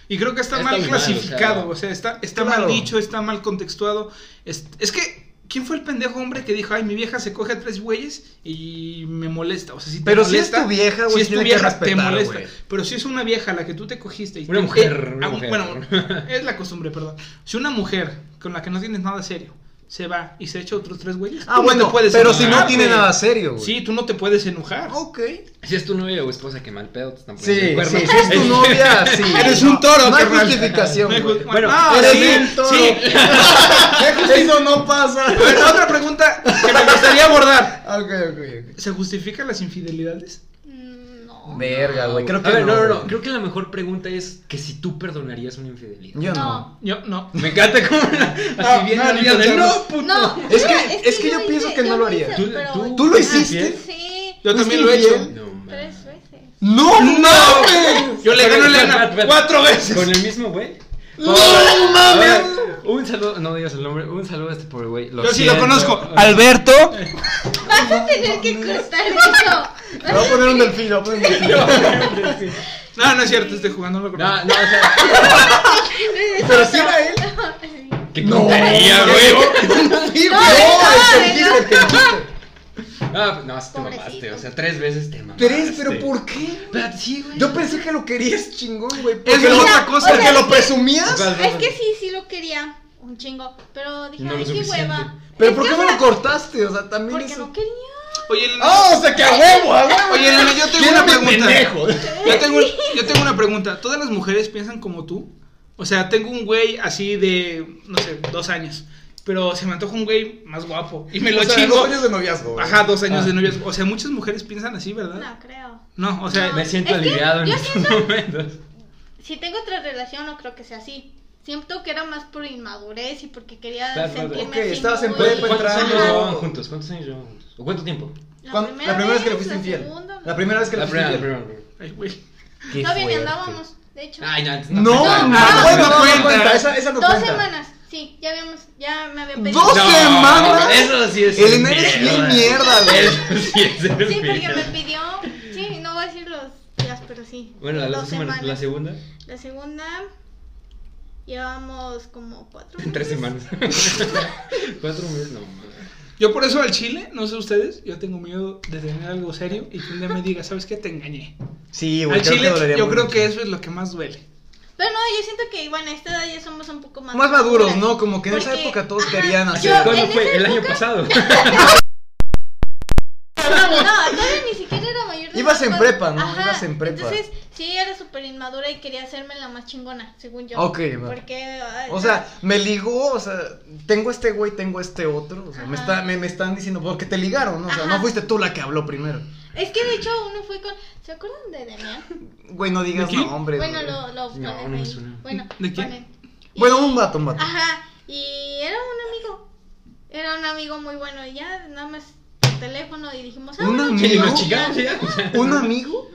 Speaker 4: Y creo que está,
Speaker 6: Está
Speaker 4: mal
Speaker 6: mal,
Speaker 4: clasificado,
Speaker 6: o sea.
Speaker 4: o sea, está, está
Speaker 2: Claro.
Speaker 4: mal dicho, está mal contextuado. Es, es que, ¿quién fue el pendejo hombre que dijo, ay, mi vieja se coge a tres güeyes y me molesta? O sea, si te
Speaker 2: Pero si es
Speaker 4: molesta,
Speaker 2: tu vieja, güey,
Speaker 4: si es tu
Speaker 2: tiene que
Speaker 4: vieja, te
Speaker 2: respetar,
Speaker 4: molesta.
Speaker 2: güey.
Speaker 4: Pero si es una vieja a la que tú te cogiste y
Speaker 6: Una
Speaker 4: te-
Speaker 6: mujer, una
Speaker 4: ah,
Speaker 6: mujer.
Speaker 4: *laughs* Bueno, es la costumbre, perdón. Si una mujer con la que no tienes nada serio se va y se echa otros tres güeyes.
Speaker 2: Ah,
Speaker 4: tú no
Speaker 2: bueno,
Speaker 4: te puedes
Speaker 2: pero si
Speaker 4: enojar,
Speaker 2: no tiene
Speaker 4: güey.
Speaker 2: nada serio, güey.
Speaker 4: Sí, tú no te puedes enojar.
Speaker 2: Ok.
Speaker 6: Si es tu novia o esposa que mal pedo, te están
Speaker 2: Sí,
Speaker 6: poniendo el
Speaker 2: sí,
Speaker 6: cuerno.
Speaker 2: si es
Speaker 6: *laughs*
Speaker 2: tu novia, sí.
Speaker 4: Eres un toro,
Speaker 2: No hay
Speaker 4: carnal.
Speaker 2: justificación,
Speaker 4: Me
Speaker 2: güey.
Speaker 4: ju-
Speaker 6: Bueno,
Speaker 4: no,
Speaker 2: eres
Speaker 4: sí,
Speaker 2: un
Speaker 4: *laughs*
Speaker 2: toro. *laughs*
Speaker 4: sí.
Speaker 2: Eso no pasa. *laughs*
Speaker 4: A ver, otra pregunta que me gustaría abordar.
Speaker 2: Ok, ok,
Speaker 4: ¿Se justifican las infidelidades?
Speaker 1: Mm, No.
Speaker 2: ok. Verga, güey. Creo que
Speaker 6: a ver, no, no, no.
Speaker 2: güey.
Speaker 6: Creo que la mejor pregunta es que si tú perdonarías una infidelidad.
Speaker 2: Yo no.
Speaker 1: No.
Speaker 4: Yo no.
Speaker 6: Me encanta como la- así
Speaker 4: No,
Speaker 6: bien
Speaker 4: no, ni
Speaker 6: nerviosa de,
Speaker 4: pensarlo.
Speaker 2: pues,
Speaker 6: no, puto.
Speaker 1: No,
Speaker 2: Es que-
Speaker 1: mira,
Speaker 2: es que yo pienso que no lo haría.
Speaker 1: hice,
Speaker 6: ¿Tú-
Speaker 1: pero-
Speaker 6: tú-
Speaker 2: ¿Tú lo
Speaker 1: Ah,
Speaker 2: hiciste?
Speaker 1: Sí,
Speaker 4: Yo también lo he
Speaker 2: ¿Fuiste
Speaker 4: hecho.
Speaker 2: infiel?
Speaker 6: No, man.
Speaker 1: tres veces.
Speaker 2: ¡No mames!
Speaker 4: Yo le gano a
Speaker 6: Espera, espera,
Speaker 4: Elena
Speaker 6: espera, espera.
Speaker 4: cuatro veces.
Speaker 6: ¿Con el mismo güey?
Speaker 2: ¡No
Speaker 6: Por-
Speaker 2: mames!
Speaker 6: A ver, Un saludo, no digas el nombre, un saludo a este pobre güey.
Speaker 4: Yo sí lo
Speaker 6: siento.
Speaker 4: conozco. Alberto.
Speaker 1: Vas a tener que *laughs* cortar eso.
Speaker 2: Le
Speaker 1: *laughs*
Speaker 2: voy a poner un delfín, le voy a poner un delfín.
Speaker 4: No, no es cierto, estoy jugando no lo conozco.
Speaker 6: No, no, o sea,
Speaker 2: Pero si era él.
Speaker 6: qué
Speaker 2: No.
Speaker 6: tontería,
Speaker 2: *laughs*
Speaker 6: güey.
Speaker 2: Sí,
Speaker 1: No,
Speaker 2: güey. te
Speaker 1: no, no.
Speaker 2: dijiste, te dijiste.
Speaker 6: No, pues, no, sí te mamaste,
Speaker 1: Pobrecito.
Speaker 6: o sea, tres veces te mamaste.
Speaker 2: Tres, pero
Speaker 6: Este.
Speaker 2: ¿por qué?
Speaker 6: Pero sí, güey.
Speaker 2: Yo pensé que lo querías chingón, güey.
Speaker 4: Es
Speaker 2: porque
Speaker 4: que
Speaker 2: lo-
Speaker 4: otra cosa.
Speaker 2: Porque lo presumías.
Speaker 6: Vas, vas,
Speaker 1: Es
Speaker 6: vas.
Speaker 1: que sí, sí lo quería. Un chingo. Pero dije,
Speaker 6: No lo
Speaker 1: ay, qué
Speaker 6: suficiente.
Speaker 1: hueva.
Speaker 2: Pero
Speaker 1: Es
Speaker 2: ¿por
Speaker 1: que,
Speaker 2: qué
Speaker 1: o
Speaker 2: no
Speaker 1: sea,
Speaker 2: lo cortaste? O sea, también
Speaker 1: Porque
Speaker 2: eso.
Speaker 1: no quería.
Speaker 4: Oye, Elena.
Speaker 2: Ah, o sea, que a huevo, a huevo.
Speaker 4: Oye, Elena, yo tengo
Speaker 2: Era
Speaker 4: una
Speaker 2: bien
Speaker 4: pregunta.
Speaker 2: pendejo.
Speaker 4: Yo tengo, yo tengo una pregunta. ¿Todas las mujeres piensan como tú? O sea, tengo un güey así de, no sé, dos años. Pero se me antoja un güey más guapo. Y me lo
Speaker 2: O sea,
Speaker 4: chingo.
Speaker 2: dos años de Ah. noviazgo. güey.
Speaker 4: Ajá, dos años de novias. O sea, muchas mujeres piensan así, ¿verdad?
Speaker 1: No, creo.
Speaker 4: No, o sea,
Speaker 1: No.
Speaker 6: Me siento
Speaker 1: Es que
Speaker 6: aliviado en
Speaker 1: yo
Speaker 6: estos
Speaker 1: siento-
Speaker 6: momentos.
Speaker 1: Si tengo otra relación, no creo que sea así. Siento que era más por inmadurez y porque quería
Speaker 6: Claro, claro.
Speaker 1: sentirme
Speaker 2: Ok,
Speaker 1: así
Speaker 2: estabas en
Speaker 1: muy-
Speaker 2: Puede prepa,
Speaker 6: ¿Cuántos
Speaker 2: entrar,
Speaker 6: años
Speaker 1: Ajá.
Speaker 6: llevaban juntos? ¿Cuántos años llevaban juntos? ¿O cuánto tiempo?
Speaker 2: ¿Cuándo- La primera vez que le fuiste
Speaker 1: la
Speaker 2: infiel.
Speaker 1: segunda,
Speaker 2: La primera vez que le
Speaker 6: La
Speaker 2: fuiste
Speaker 6: primera,
Speaker 2: infiel.
Speaker 6: la primera. la primera.
Speaker 4: ay, güey.
Speaker 6: Qué
Speaker 1: Todavía ni
Speaker 6: fuerte.
Speaker 1: andábamos, de hecho.
Speaker 6: Ay, no, antes
Speaker 2: No,
Speaker 6: no.
Speaker 2: no,
Speaker 6: no.
Speaker 4: no,
Speaker 2: bueno,
Speaker 4: no
Speaker 2: no
Speaker 4: cuenta.
Speaker 2: cuenta. Esa, esa no
Speaker 1: Dos
Speaker 2: cuenta.
Speaker 1: semanas, sí, ya habíamos, ya me habían
Speaker 2: *laughs*
Speaker 1: pedido.
Speaker 2: ¡Dos
Speaker 6: No,
Speaker 2: semanas!
Speaker 6: Eso sí es.
Speaker 2: Elena, eres bien mierda, güey.
Speaker 6: Eso sí es.
Speaker 1: Sí, porque
Speaker 6: mierda.
Speaker 1: me pidió, sí, no voy a decir los días, pero sí.
Speaker 6: Bueno, las dos semanas. La
Speaker 1: La,
Speaker 6: segunda,
Speaker 1: segunda, llevamos como cuatro
Speaker 6: en *laughs* tres
Speaker 1: *laughs* meses.
Speaker 6: semanas. Cuatro meses, no. mames.
Speaker 4: Yo por eso al chile, no sé ustedes, yo tengo miedo de tener algo serio y que un día me diga, ¿sabes qué? Te engañé.
Speaker 2: Sí,
Speaker 4: Al
Speaker 2: güey, creo que
Speaker 4: chile,
Speaker 2: dolería
Speaker 4: yo
Speaker 2: mucho.
Speaker 4: creo que eso es lo que más duele.
Speaker 1: Pero no, yo siento que, bueno, a esta edad ya somos un poco más
Speaker 2: Más maduros, ¿no? Como que en
Speaker 1: Porque-
Speaker 2: esa época todos
Speaker 1: ajá,
Speaker 2: querían
Speaker 1: yo-
Speaker 2: hacer.
Speaker 6: ¿Cuándo
Speaker 1: en
Speaker 6: fue?
Speaker 1: esa
Speaker 6: El año
Speaker 1: época- *laughs* *laughs*
Speaker 6: pasado. *laughs*
Speaker 1: No, todavía ni siquiera era mayor de
Speaker 2: Ibas
Speaker 1: edad
Speaker 2: en
Speaker 1: cuando-
Speaker 2: prepa, ¿no? Ibas en prepa.
Speaker 1: Entonces, sí, era súper inmadura y quería hacerme la más chingona, según yo.
Speaker 2: Ok, va.
Speaker 1: Porque. ay,
Speaker 2: O sea, me ligó, o sea, tengo este güey, tengo este otro. O sea, me,
Speaker 1: Ajá.
Speaker 2: está, me, me están diciendo, porque te ligaron, ¿no? O sea,
Speaker 1: Ajá.
Speaker 2: no fuiste tú la que habló primero.
Speaker 1: Es que de hecho uno fue con. ¿Se acuerdan de Demian?
Speaker 2: Güey, no digas
Speaker 4: ¿De quién?
Speaker 2: nombre.
Speaker 1: Bueno, lo, lo ponen
Speaker 6: No, no me
Speaker 1: ahí.
Speaker 6: suena.
Speaker 1: Bueno,
Speaker 4: ¿De quién?
Speaker 1: ponen. Y-
Speaker 2: Bueno, un vato, un vato.
Speaker 1: Ajá, y era un amigo. Era un amigo muy bueno. Y ya nada más por teléfono y dijimos. Ah,
Speaker 2: ¿Un
Speaker 1: bueno,
Speaker 2: amigo?
Speaker 6: Y nos
Speaker 1: chingón.
Speaker 6: chingamos ya. o sea.
Speaker 2: ¿Un amigo?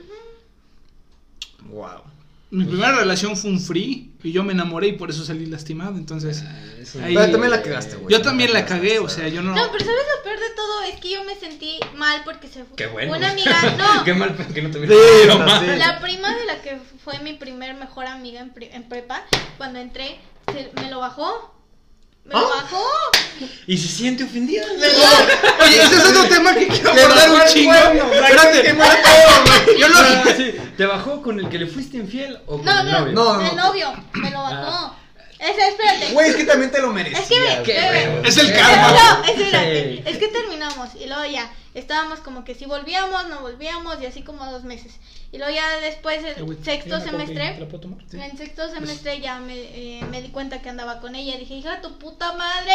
Speaker 2: Wow.
Speaker 4: Mi primera relación fue un free y yo me enamoré y por eso salí lastimado, entonces...
Speaker 6: Eso
Speaker 4: Ahí-
Speaker 2: Pero también la cagaste, Ah, güey.
Speaker 4: Yo también la cagué, o sea, yo no...
Speaker 1: No, pero ¿sabes lo peor de todo? Es que yo me sentí mal porque se fue.
Speaker 6: Qué bueno.
Speaker 1: Una
Speaker 6: *laughs*
Speaker 1: amiga, no.
Speaker 6: Qué mal que no te hubiera
Speaker 2: Sí,
Speaker 6: sido
Speaker 2: no,
Speaker 6: mal.
Speaker 2: sí.
Speaker 1: La prima de la que fue mi primer mejor amiga en, pri- en prepa, cuando entré, se- me lo bajó. Me lo
Speaker 6: ¿Ah?
Speaker 1: bajó.
Speaker 6: Y se siente ofendida.
Speaker 4: Oye, ese es otro tema que quiero abordar un chingo. Espérate, yo lo...
Speaker 6: Ah, sí. ¿Te bajó con el que le fuiste infiel o con
Speaker 1: No,
Speaker 6: el
Speaker 1: no,
Speaker 6: novio?
Speaker 2: No,
Speaker 1: el
Speaker 2: no.
Speaker 1: novio. Me lo bajó.
Speaker 6: Ah.
Speaker 1: Ese, espérate.
Speaker 2: Güey, es que también te lo merecías.
Speaker 1: es que me-
Speaker 6: Qué
Speaker 1: espérate.
Speaker 6: huevo.
Speaker 4: Es
Speaker 1: *laughs*
Speaker 4: el
Speaker 1: No,
Speaker 4: karma.
Speaker 1: no, espérate.
Speaker 6: Sí.
Speaker 1: Es que terminamos y luego ya estábamos como que si volvíamos, no volvíamos y así como dos meses. Y luego ya después,
Speaker 4: *laughs*
Speaker 1: el sexto semestre, En sexto semestre ya me, eh, me di cuenta que andaba con ella. Dije, hija, de tu puta madre.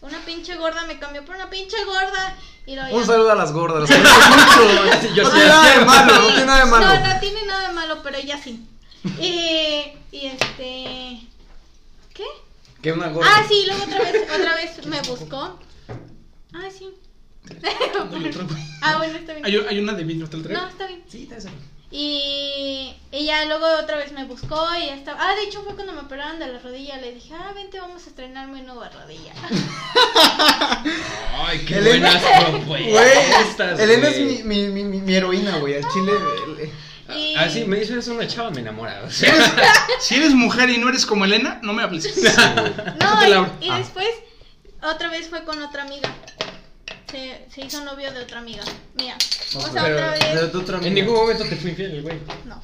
Speaker 1: Una pinche gorda me cambió por una pinche gorda. Y lo
Speaker 2: Un saludo a las gordas. Las queremos mucho, güey.
Speaker 6: Sí, yo
Speaker 2: No
Speaker 6: sí
Speaker 2: tiene
Speaker 6: las
Speaker 2: nada de
Speaker 6: quiero.
Speaker 2: malo, no tiene nada de
Speaker 1: No,
Speaker 2: malo.
Speaker 1: no tiene nada de malo, pero ella
Speaker 2: *laughs*
Speaker 1: sí. Y, y este. ¿Qué?
Speaker 2: Que una gorda.
Speaker 1: Ah, sí, luego otra vez, otra vez me buscó. Ah, sí. *laughs* ah, bueno, está bien.
Speaker 4: Hay, un- hay una de vidrio, ¿te la traigo?
Speaker 1: No, está bien. *laughs* Y ella luego otra vez me buscó y ya estaba. Ah, de hecho fue cuando me operaron de la rodilla. Le dije, ah, vente, vamos a estrenar mi
Speaker 4: *laughs*
Speaker 1: nueva rodilla.
Speaker 6: Ay, qué
Speaker 2: Elena- *laughs*
Speaker 6: buenas propuestas.
Speaker 2: Güey, Elena es mi,
Speaker 6: güey.
Speaker 2: mi, mi, mi, mi heroína, güey. Al chile. eh,
Speaker 1: Y-
Speaker 6: Ah, sí, me hizo eso una chava, me enamora. O sea,
Speaker 4: Si eres mujer y no eres como Elena, no me *laughs* hables.
Speaker 1: No,
Speaker 4: te
Speaker 1: y-
Speaker 4: la ah. abro.
Speaker 1: y, después otra vez fue con otra amiga. Se, se hizo novio de otra amiga mía. O sea,
Speaker 6: pero-
Speaker 1: otra
Speaker 2: de
Speaker 1: vez.
Speaker 2: tu otra
Speaker 6: en
Speaker 2: amiga.
Speaker 6: ningún momento te fui infiel, güey.
Speaker 1: No.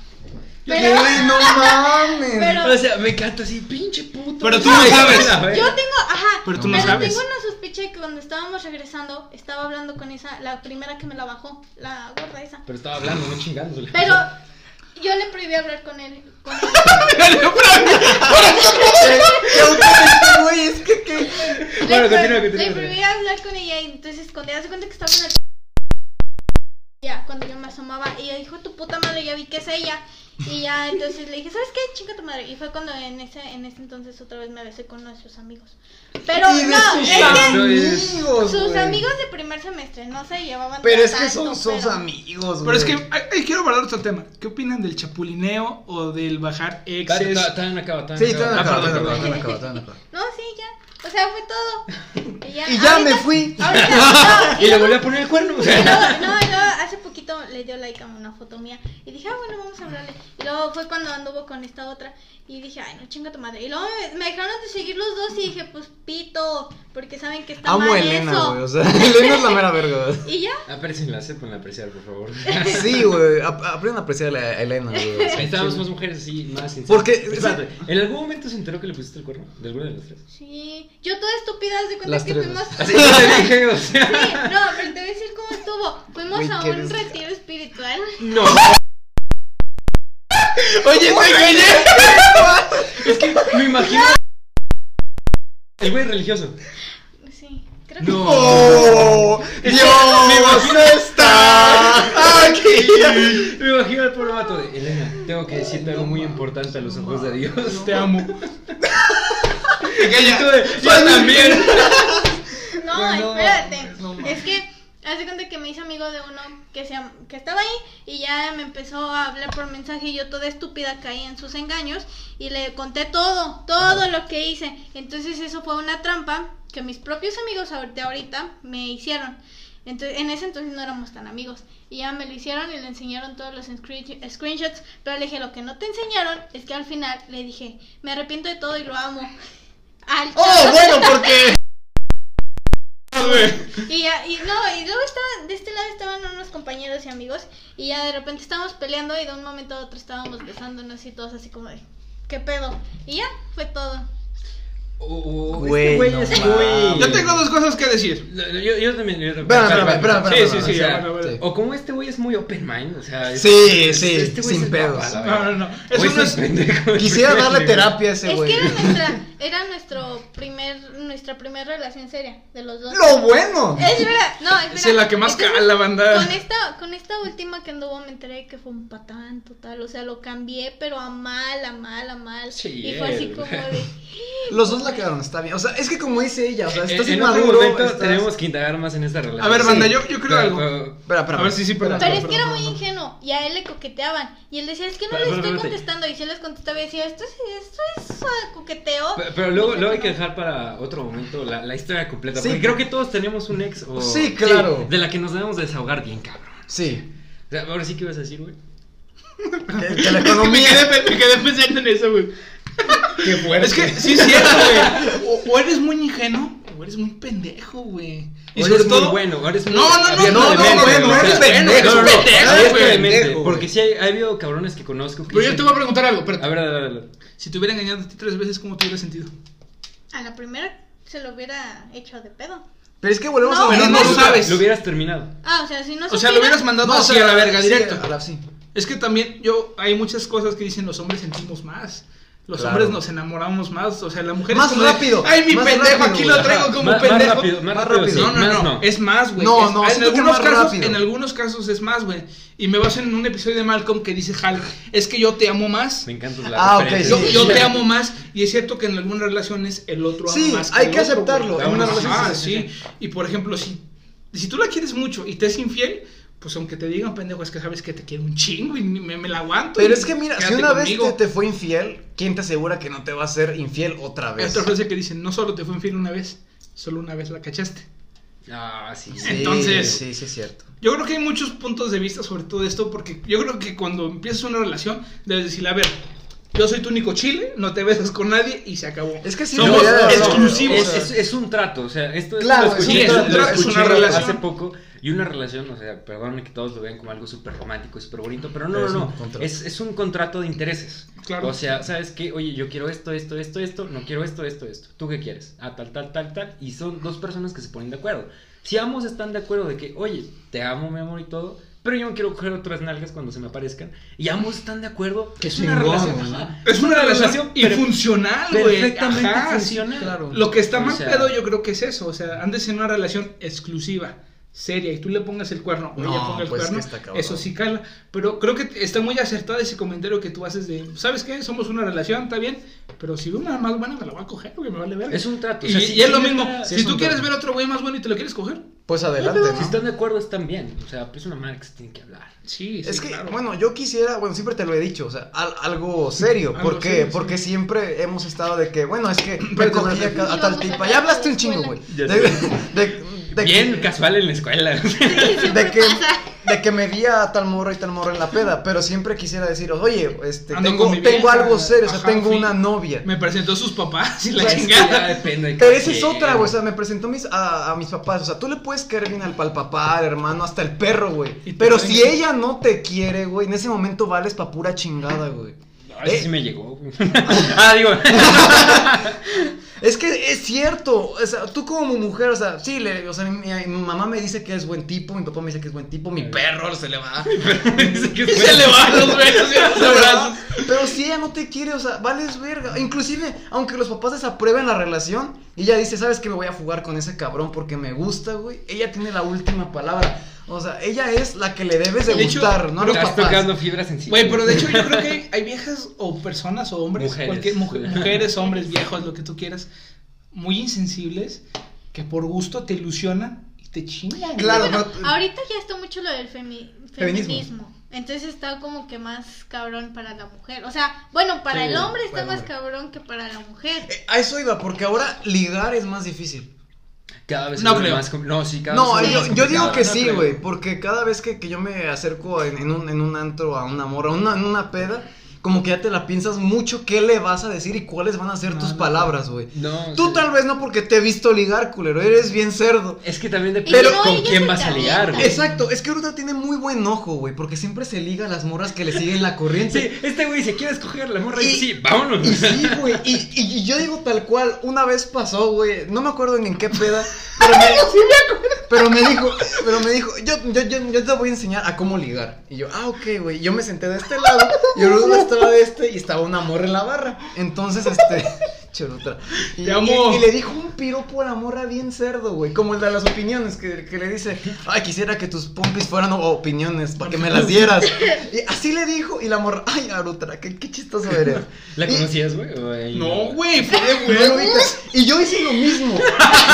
Speaker 1: Pero
Speaker 2: Güey,
Speaker 1: *laughs*
Speaker 2: no mames.
Speaker 1: Pero-
Speaker 6: O sea, me encanta así, pinche puto.
Speaker 4: Pero tú no sabes.
Speaker 6: A ver.
Speaker 1: yo tengo, ajá,
Speaker 4: Pero tú no sabes.
Speaker 1: tengo una sospecha afiche que cuando estábamos regresando, estaba hablando con esa, la primera que me la bajó, la gorda esa.
Speaker 6: Pero estaba hablando, no chingándole.
Speaker 1: Pero yo le prohibí hablar con él. Con él.
Speaker 2: *laughs* ¿Qué auténtico, güey? Es que, que...
Speaker 6: Bueno,
Speaker 1: le, pro-
Speaker 6: continúa,
Speaker 1: le
Speaker 6: continúa, continúa.
Speaker 1: prohibí hablar con ella y entonces cuando ya se cuenta que estaba en el... *laughs* Ya, cuando yo me asomaba y ella dijo, tu puta madre, ya vi que es ella. Y ya, entonces le dije, ¿sabes qué? Chinga tu madre. Y fue cuando en ese, en ese entonces otra vez me besé con uno de sus amigos. Pero
Speaker 2: Y de
Speaker 1: no,
Speaker 2: sus
Speaker 1: es que
Speaker 2: amigos,
Speaker 1: sus
Speaker 2: güey.
Speaker 1: amigos de primer semestre no se llevaban
Speaker 2: Pero
Speaker 1: ya
Speaker 2: es que son
Speaker 1: tanto,
Speaker 2: sus
Speaker 1: pero-
Speaker 2: amigos, güey.
Speaker 4: Pero es que ay, ay, quiero abordar otro tema. ¿Qué opinan del chapulineo o del bajar
Speaker 6: Ta-
Speaker 4: exes?
Speaker 6: ta- Tan acaba, tan
Speaker 2: Sí, todavía no
Speaker 4: Ah,
Speaker 2: acaba,
Speaker 4: perdón,
Speaker 2: todavía no
Speaker 4: perdón.
Speaker 2: acaba, todavía no acaba.
Speaker 1: No, sí, ya. O sea, fue
Speaker 2: *laughs*
Speaker 1: todo. Y ya,
Speaker 2: Y ya
Speaker 1: ahorita-
Speaker 2: me fui.
Speaker 1: *laughs* ahorita-
Speaker 2: *laughs*
Speaker 1: no,
Speaker 6: Y le volví a poner el cuerno.
Speaker 1: *laughs* Y luego- no, y luego hace poquito le dio like a una foto mía y dije, ah, bueno, vamos a hablarle. Y luego fue cuando anduvo con esta otra y dije, ay, no chinga tu madre. Y luego me, me dejaron de seguir los dos y dije, pues pito, porque saben que está
Speaker 2: Amo
Speaker 1: mal
Speaker 2: a Elena,
Speaker 1: eso.
Speaker 2: güey. O sea, *laughs* Elena es la mera verga.
Speaker 1: *laughs*
Speaker 2: güey.
Speaker 1: Y ya,
Speaker 6: Aprécenla, sépanla apreciar, por favor.
Speaker 2: Sí, güey. ap- Aprende a apreciar a Elena,
Speaker 1: *laughs*
Speaker 2: güey.
Speaker 6: Necesitábamos más mujeres así, más sinceras.
Speaker 2: Porque-
Speaker 6: Espérate, ¿en algún momento se enteró que le pusiste el cuerno? ¿De alguna de las tres?
Speaker 1: sí. Yo toda estúpida haz de cuenta
Speaker 2: Las
Speaker 1: que
Speaker 2: tres. *laughs*
Speaker 1: fuimos.
Speaker 6: Así que *laughs* te dije, o sea.
Speaker 1: Sí, no, pero te voy a decir cómo estuvo. Fuimos
Speaker 2: Güey,
Speaker 1: a
Speaker 2: qué
Speaker 1: un
Speaker 2: des-
Speaker 1: retiro espiritual.
Speaker 6: No,
Speaker 2: Oye, güey,
Speaker 6: es que me imagino. El güey religioso.
Speaker 1: Sí, creo que
Speaker 6: No.
Speaker 2: ¡Oh!
Speaker 6: Me imagino-
Speaker 2: ¡Dios está *laughs* aquí!
Speaker 6: Me imagino al pobre vato de Elena. Tengo que decirte algo muy importante a los ojos de Dios. Te amo. Y tú de, Yo
Speaker 4: *laughs*
Speaker 6: también.
Speaker 1: *laughs* No,
Speaker 2: No, no,
Speaker 1: espérate.
Speaker 2: pues, no mames.
Speaker 1: es que hace cuenta que me hice amigo de uno que se, llam- que estaba ahí y ya me empezó a hablar por mensaje y yo toda estúpida caí en sus engaños y le conté todo, todo lo que hice. Entonces eso fue una trampa que mis propios amigos ahor- de ahorita me hicieron. Entonces, en ese entonces no éramos tan amigos. Y ya me lo hicieron y le enseñaron todos los screen- screenshots. Pero le dije, lo que no te enseñaron es que al final le dije, me arrepiento de todo y lo amo. *laughs* Al
Speaker 2: ¡Oh,
Speaker 1: chavo.
Speaker 2: bueno, porque!
Speaker 1: Y ya, y no, y luego estaban, de este lado estaban unos compañeros y amigos, y ya de repente estábamos peleando y de un momento a otro estábamos besándonos y todos así como de, ¿qué pedo? Y ya, fue todo.
Speaker 6: Oh, este
Speaker 2: Güey,
Speaker 6: güey
Speaker 2: no
Speaker 6: es
Speaker 2: mames.
Speaker 6: güey.
Speaker 4: Yo tengo dos cosas que decir.
Speaker 6: No, no, Yo, yo también. Yo también.
Speaker 2: Espérame, espérame,
Speaker 6: Espera,
Speaker 2: espérame,
Speaker 6: espera.
Speaker 2: espérame,
Speaker 4: Sí, sí, sí,
Speaker 2: espérame.
Speaker 4: ya, bueno, bueno.
Speaker 6: O como este güey es muy open mind. O sea, es- este,
Speaker 2: Sí, sí,
Speaker 6: güey
Speaker 2: sin
Speaker 6: el
Speaker 2: pedos.
Speaker 6: papá, la
Speaker 4: No,
Speaker 6: verdad.
Speaker 4: no, no.
Speaker 6: Güey,
Speaker 4: Eso no
Speaker 6: es
Speaker 4: es.
Speaker 6: un
Speaker 2: *laughs*
Speaker 6: pendejo. *laughs*
Speaker 2: Quisiera darle terapia a ese
Speaker 1: es
Speaker 2: güey.
Speaker 1: que
Speaker 2: *laughs*
Speaker 1: era nuestra, era nuestro primer, nuestra primera relación seria de los dos.
Speaker 2: ¡Lo bueno!
Speaker 1: Es verdad, no, es verdad.
Speaker 4: Esa es la que más
Speaker 1: Entonces,
Speaker 4: cala, banda.
Speaker 1: Con esta, con esta última que anduvo me enteré que fue un patán total, o sea, lo cambié, pero a mal, a mal, a mal.
Speaker 6: Sí,
Speaker 1: y fue así
Speaker 6: él.
Speaker 1: como de...
Speaker 2: Los dos la quedaron, está bien. O sea, es que como dice ella, o sea, estás
Speaker 6: en otro
Speaker 2: inmaduro.
Speaker 6: momento
Speaker 2: estás-
Speaker 6: tenemos que indagar más en esta relación.
Speaker 4: A ver, banda, yo, yo creo algo.
Speaker 2: Espera, espera.
Speaker 4: A ver si sí, pero.
Speaker 1: Pero es que era muy ingenuo y a él le coqueteaban y él decía, es que no
Speaker 6: Pero,
Speaker 1: le
Speaker 6: pero,
Speaker 1: estoy
Speaker 6: espérate.
Speaker 1: contestando y si él les contestaba y decía, esto es, esto es ah, coqueteo.
Speaker 6: Pero, pero luego,
Speaker 1: Y
Speaker 6: luego hay que
Speaker 1: dice,
Speaker 6: dejar para otro momento la, la historia completa.
Speaker 2: Sí.
Speaker 6: Porque creo que todos tenemos un ex o.
Speaker 2: Sí, claro.
Speaker 6: de la que nos debemos desahogar bien, cabrón.
Speaker 2: Sí.
Speaker 6: O sea, ahora sí que ibas a decir, güey.
Speaker 2: Que, que la
Speaker 4: Me
Speaker 2: economía.
Speaker 4: *laughs* quedé, me quedé pensando en eso, güey.
Speaker 6: Qué fuerte.
Speaker 4: Es que sí es cierto, güey. O, o eres muy ingenuo o eres muy pendejo, güey. Y
Speaker 6: Ahora
Speaker 4: sobre
Speaker 6: eres muy
Speaker 4: todo.
Speaker 6: bueno, ahora eres muy
Speaker 4: No, no, no,
Speaker 6: abierto
Speaker 4: no,
Speaker 6: de
Speaker 4: no,
Speaker 6: mente,
Speaker 4: no,
Speaker 6: güey,
Speaker 4: no,
Speaker 6: o sea,
Speaker 4: eres pendejo,
Speaker 6: no, no,
Speaker 4: eres pendejo,
Speaker 6: abierto de
Speaker 4: güey.
Speaker 6: mente,
Speaker 2: Pendejo, güey.
Speaker 6: Porque sí hay, ha habido cabrones que conozco que.
Speaker 4: Pero yo te voy a preguntar algo,
Speaker 6: dicen- A
Speaker 4: pero
Speaker 6: ver, a ver, a ver.
Speaker 4: si te hubiera engañado a ti tres veces, ¿cómo te hubiera sentido?
Speaker 1: A la primera se lo hubiera hecho de pedo.
Speaker 2: Pero es que volvemos
Speaker 1: No,
Speaker 2: a
Speaker 4: Pero
Speaker 2: lo
Speaker 4: no
Speaker 2: mismo.
Speaker 4: sabes.
Speaker 6: Lo hubieras terminado.
Speaker 1: Ah, o sea, si no
Speaker 4: O sea,
Speaker 1: supiera-
Speaker 4: lo hubieras
Speaker 1: *laughs*
Speaker 4: mandado
Speaker 2: No, o
Speaker 4: así
Speaker 2: sea,
Speaker 4: a la verga,
Speaker 2: sí,
Speaker 4: directo.
Speaker 2: a la- sí.
Speaker 4: Es que también yo hay muchas cosas que dicen los hombres sentimos más. Los
Speaker 2: Claro.
Speaker 4: hombres nos enamoramos más, o sea, la mujer
Speaker 2: Más
Speaker 4: es como de,
Speaker 2: rápido,
Speaker 4: Ay, mi
Speaker 2: más
Speaker 4: pendejo,
Speaker 2: rápido,
Speaker 4: aquí
Speaker 2: güey".
Speaker 4: lo traigo como
Speaker 6: más,
Speaker 4: pendejo.
Speaker 6: Más rápido, más,
Speaker 2: Más
Speaker 6: rápido.
Speaker 2: rápido.
Speaker 6: Pues sí,
Speaker 4: no, no,
Speaker 6: más
Speaker 4: no, es más, güey.
Speaker 2: No,
Speaker 4: es-
Speaker 2: no,
Speaker 4: en
Speaker 2: siento que
Speaker 4: algunos
Speaker 2: más
Speaker 4: casos,
Speaker 2: rápido.
Speaker 4: en algunos casos es más, güey. Y me baso en un episodio de Malcolm que dice Hal, es que yo te amo más.
Speaker 6: Me encanta la
Speaker 2: Ah, ok,
Speaker 6: referencia.
Speaker 4: Yo,
Speaker 2: sí.
Speaker 4: yo te amo más y es cierto que en algunas relaciones el otro ama
Speaker 2: Sí,
Speaker 4: más.
Speaker 2: hay
Speaker 4: el
Speaker 2: que
Speaker 4: otro,
Speaker 2: aceptarlo,
Speaker 4: güey.
Speaker 6: en una
Speaker 4: Ajá,
Speaker 6: relación, sí,
Speaker 4: sí. Y por ejemplo, si, si tú la quieres mucho y te es infiel, pues aunque te digan pendejo, es que sabes que te quiero un chingo y ni- me, me la aguanto.
Speaker 2: Pero
Speaker 4: y
Speaker 2: es que mira, si
Speaker 4: quédate
Speaker 2: una vez
Speaker 4: conmigo.
Speaker 2: te, te fue infiel, ¿quién te asegura que no te va a ser infiel otra
Speaker 4: Hay
Speaker 2: vez?
Speaker 4: otra frase que dicen, no solo te fue infiel una vez, solo una vez la cachaste.
Speaker 6: Ah, sí.
Speaker 2: Sí,
Speaker 4: Entonces-
Speaker 2: Sí, sí, es cierto.
Speaker 4: Yo creo que hay muchos puntos de vista sobre todo esto, porque yo creo que cuando empiezas una relación, debes decirle, a ver, yo soy tu único chile, no te besas con nadie y se acabó.
Speaker 2: Es que sí,
Speaker 4: Somos
Speaker 2: debería de-
Speaker 4: exclusivos.
Speaker 6: Es, es- es un trato, o sea, esto es
Speaker 2: Claro,
Speaker 6: lo escuché-
Speaker 4: es un
Speaker 6: lo
Speaker 4: trato, es
Speaker 6: escuché
Speaker 4: una relación.
Speaker 6: hace poco Y una relación, o sea, perdónenme que todos lo vean como algo súper romántico y súper bonito, pero no,
Speaker 2: Pero
Speaker 6: no,
Speaker 2: es un
Speaker 6: no.
Speaker 2: contrato.
Speaker 6: Es, es un contrato de intereses.
Speaker 4: Claro.
Speaker 6: O sea, ¿sabes qué? Oye, yo quiero esto, esto, esto, esto, no quiero esto, esto, esto. ¿Tú qué quieres? Ah, tal, tal, tal, tal. Y son dos personas que se ponen de acuerdo. Si ambos están de acuerdo de que, oye, te amo, mi amor y todo, pero yo no quiero coger otras nalgas cuando se me aparezcan, y ambos están de acuerdo,
Speaker 2: Qué
Speaker 6: es una
Speaker 2: chingón,
Speaker 6: relación.
Speaker 2: güey.
Speaker 6: ajá,
Speaker 4: Es una relación y
Speaker 6: per-
Speaker 4: funcional, güey.
Speaker 6: perfectamente
Speaker 4: Ajá, sí.
Speaker 6: funcional.
Speaker 2: Claro.
Speaker 4: Lo que está
Speaker 6: O
Speaker 4: mal
Speaker 6: sea-
Speaker 4: pedo yo creo que es eso. O sea, andes en una relación exclusiva, seria, y tú le pongas el cuerno o
Speaker 2: No,
Speaker 4: ella ponga el
Speaker 2: pues,
Speaker 4: cuerno.
Speaker 2: que está cabrón.
Speaker 4: eso sí cala. Pero creo que está muy acertado ese comentario que tú haces de, ¿sabes qué? Somos una relación, está bien, pero si veo una más buena me la voy a coger, güey, me vale verga.
Speaker 6: Es un trato. o
Speaker 4: Y,
Speaker 6: sea, si-
Speaker 4: y es lo
Speaker 6: si
Speaker 4: mismo,
Speaker 6: está-
Speaker 2: sí
Speaker 4: si
Speaker 2: es
Speaker 4: tú
Speaker 2: un
Speaker 4: quieres
Speaker 2: tema.
Speaker 4: ver otro güey más bueno y te lo quieres coger.
Speaker 2: Pues adelante,
Speaker 6: Si
Speaker 2: ¿no?
Speaker 6: están de acuerdo, están bien. O sea, pues, es una madre que se tiene que hablar.
Speaker 4: Sí, sí,
Speaker 2: Es que,
Speaker 4: claro.
Speaker 2: bueno, yo quisiera, bueno, siempre te lo he dicho, o sea, al- algo serio,
Speaker 4: Algo
Speaker 2: porque,
Speaker 4: serio, sí.
Speaker 2: porque siempre hemos estado de que, bueno, es que me
Speaker 4: Pero
Speaker 2: cogí
Speaker 4: te-
Speaker 2: a, ca- a
Speaker 1: Sí,
Speaker 2: tal
Speaker 1: vamos a
Speaker 2: tipa,
Speaker 1: acabar
Speaker 2: ya hablaste
Speaker 1: la
Speaker 2: un chingo, güey.
Speaker 1: escuela.
Speaker 2: De,
Speaker 6: Ya
Speaker 2: de- de-
Speaker 6: Bien
Speaker 2: que-
Speaker 6: casual en la escuela.
Speaker 2: de
Speaker 1: Siempre
Speaker 2: que,
Speaker 1: pasa.
Speaker 2: de que me vi a tal morra y tal morra en la peda, pero siempre quisiera decir, oye, este,
Speaker 4: Ando
Speaker 2: tengo,
Speaker 4: con mi
Speaker 2: tengo
Speaker 4: vieja,
Speaker 2: algo serio, o sea,
Speaker 4: ajá,
Speaker 2: tengo
Speaker 4: sí.
Speaker 2: una novia.
Speaker 4: Me presentó sus papás y la
Speaker 6: Es que Pues ya
Speaker 4: chingada.
Speaker 6: depende de
Speaker 2: Pero
Speaker 6: cada
Speaker 2: esa es
Speaker 6: quien.
Speaker 2: otra, güey. O sea, me presentó mis, a, a mis papás. O sea, tú le puedes caer bien al, al papá, al hermano, hasta el perro, güey.
Speaker 4: Y te
Speaker 2: Pero
Speaker 4: caen
Speaker 2: si
Speaker 4: bien.
Speaker 2: ella no te quiere, güey, en ese momento vales pa' pura chingada, güey.
Speaker 6: No, ese
Speaker 2: Eh.
Speaker 6: sí me llegó. güey. *laughs* ah, digo.
Speaker 2: *laughs* Es que es cierto. O sea, tú como mujer, o sea, sí, le, o sea, mi, mi mamá me dice que es buen tipo, mi papá me dice que es buen tipo, mi
Speaker 4: *laughs*
Speaker 2: perro se le va.
Speaker 6: Dice que es
Speaker 4: Se le van *laughs* los besos y los
Speaker 2: se le
Speaker 4: abrazos.
Speaker 2: va. Pero si ella no te quiere, o sea, vales verga. Inclusive, aunque los papás desaprueben la relación, y ella dice, ¿sabes que Me voy a fugar con ese cabrón porque me gusta, güey. Ella tiene la última palabra. O sea, ella es la que le debes de,
Speaker 4: De hecho,
Speaker 2: gustar, ¿no? A los
Speaker 6: Estás
Speaker 2: papás.
Speaker 6: tocando fibras sensibles.
Speaker 4: Güey, pero de hecho yo creo que hay, hay viejas o personas o hombres,
Speaker 6: Mujeres.
Speaker 4: cualquier mujer- mujeres, hombres, viejos, lo que tú quieras, muy insensibles, que por gusto te ilusionan y te chingan. güey.
Speaker 2: Claro,
Speaker 1: Bueno,
Speaker 2: no-
Speaker 1: ahorita ya está mucho lo del femi-
Speaker 2: Feminismo.
Speaker 1: feminismo. Entonces está como que más cabrón para la mujer. O sea, bueno, para
Speaker 6: Sí,
Speaker 1: el hombre está
Speaker 6: para el
Speaker 1: más
Speaker 6: hombre.
Speaker 1: cabrón que para la mujer.
Speaker 2: Eh, A eso iba, porque ahora ligar es más difícil.
Speaker 6: Cada vez
Speaker 4: No
Speaker 6: es
Speaker 4: creo.
Speaker 6: más compli- No, sí, cada
Speaker 2: No,
Speaker 6: vez es
Speaker 2: yo,
Speaker 6: más
Speaker 2: yo digo
Speaker 6: complicado.
Speaker 2: que
Speaker 6: No
Speaker 2: sí,
Speaker 6: creo.
Speaker 2: güey. Porque cada vez que, que yo me acerco en, en un, en un antro a una morra, una, en una peda, como que ya te la piensas mucho qué le vas a decir y cuáles van a ser
Speaker 4: No,
Speaker 2: tus
Speaker 4: no,
Speaker 2: palabras, güey.
Speaker 6: No. o
Speaker 2: Tú
Speaker 6: sea,
Speaker 2: tal vez no porque te he visto ligar, culero, eres bien cerdo.
Speaker 6: Es que también depende
Speaker 2: Pero-
Speaker 6: con
Speaker 1: No, ella
Speaker 6: quién
Speaker 1: se
Speaker 6: vas a ligar.
Speaker 1: calienta.
Speaker 6: güey.
Speaker 2: Exacto, es que ahorita tiene muy buen ojo, güey, porque siempre se liga a las morras que le siguen la
Speaker 6: *laughs* Sí,
Speaker 2: corriente.
Speaker 6: este güey se quiere escoger la morra y,
Speaker 2: Y-
Speaker 6: sí, vámonos.
Speaker 2: Y sí, güey, y, y- y yo digo tal cual, una vez pasó, güey, no me acuerdo ni en qué peda, pero me, pero me dijo, pero me dijo, yo, yo, yo, yo te voy a enseñar a cómo ligar. Y yo, ah, ok, güey, yo me senté de este lado, y Oruda estaba de este, y estaba una morra en la barra. Entonces, este... *laughs* Chorutra. Y,
Speaker 4: Te amo.
Speaker 2: y- y le dijo un piropo a la morra bien cerdo, güey. Como el de las opiniones, que, que le dice, ay, quisiera que tus pompis fueran opiniones para que me las dieras. Y así le dijo, y la morra, ay, Arutra, qué, qué chistoso eres.
Speaker 6: *laughs* ¿La
Speaker 2: Y-
Speaker 6: conocías, güey? o ahí
Speaker 4: No, güey, fue de
Speaker 2: no lo
Speaker 4: huevo.
Speaker 2: ubicas. Y yo hice lo
Speaker 6: *laughs*
Speaker 2: mismo. Le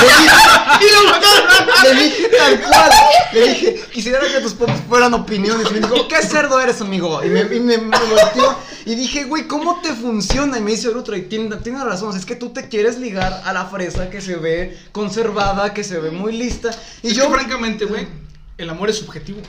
Speaker 2: dije, le dije tal cual. Le dije, quisiera que tus pompis fueran opiniones. Y me dijo, ¿qué cerdo eres, amigo? Y me, y me, me volteó. Y dije, güey, ¿cómo te funciona? Y me dice Orutra, y tiene, tiene razón. o sea, Es que tú te quieres ligar a la fresa que se ve conservada, que se ve muy lista. Y
Speaker 4: Y
Speaker 2: yo.
Speaker 4: yo, francamente, güey, el amor es subjetivo.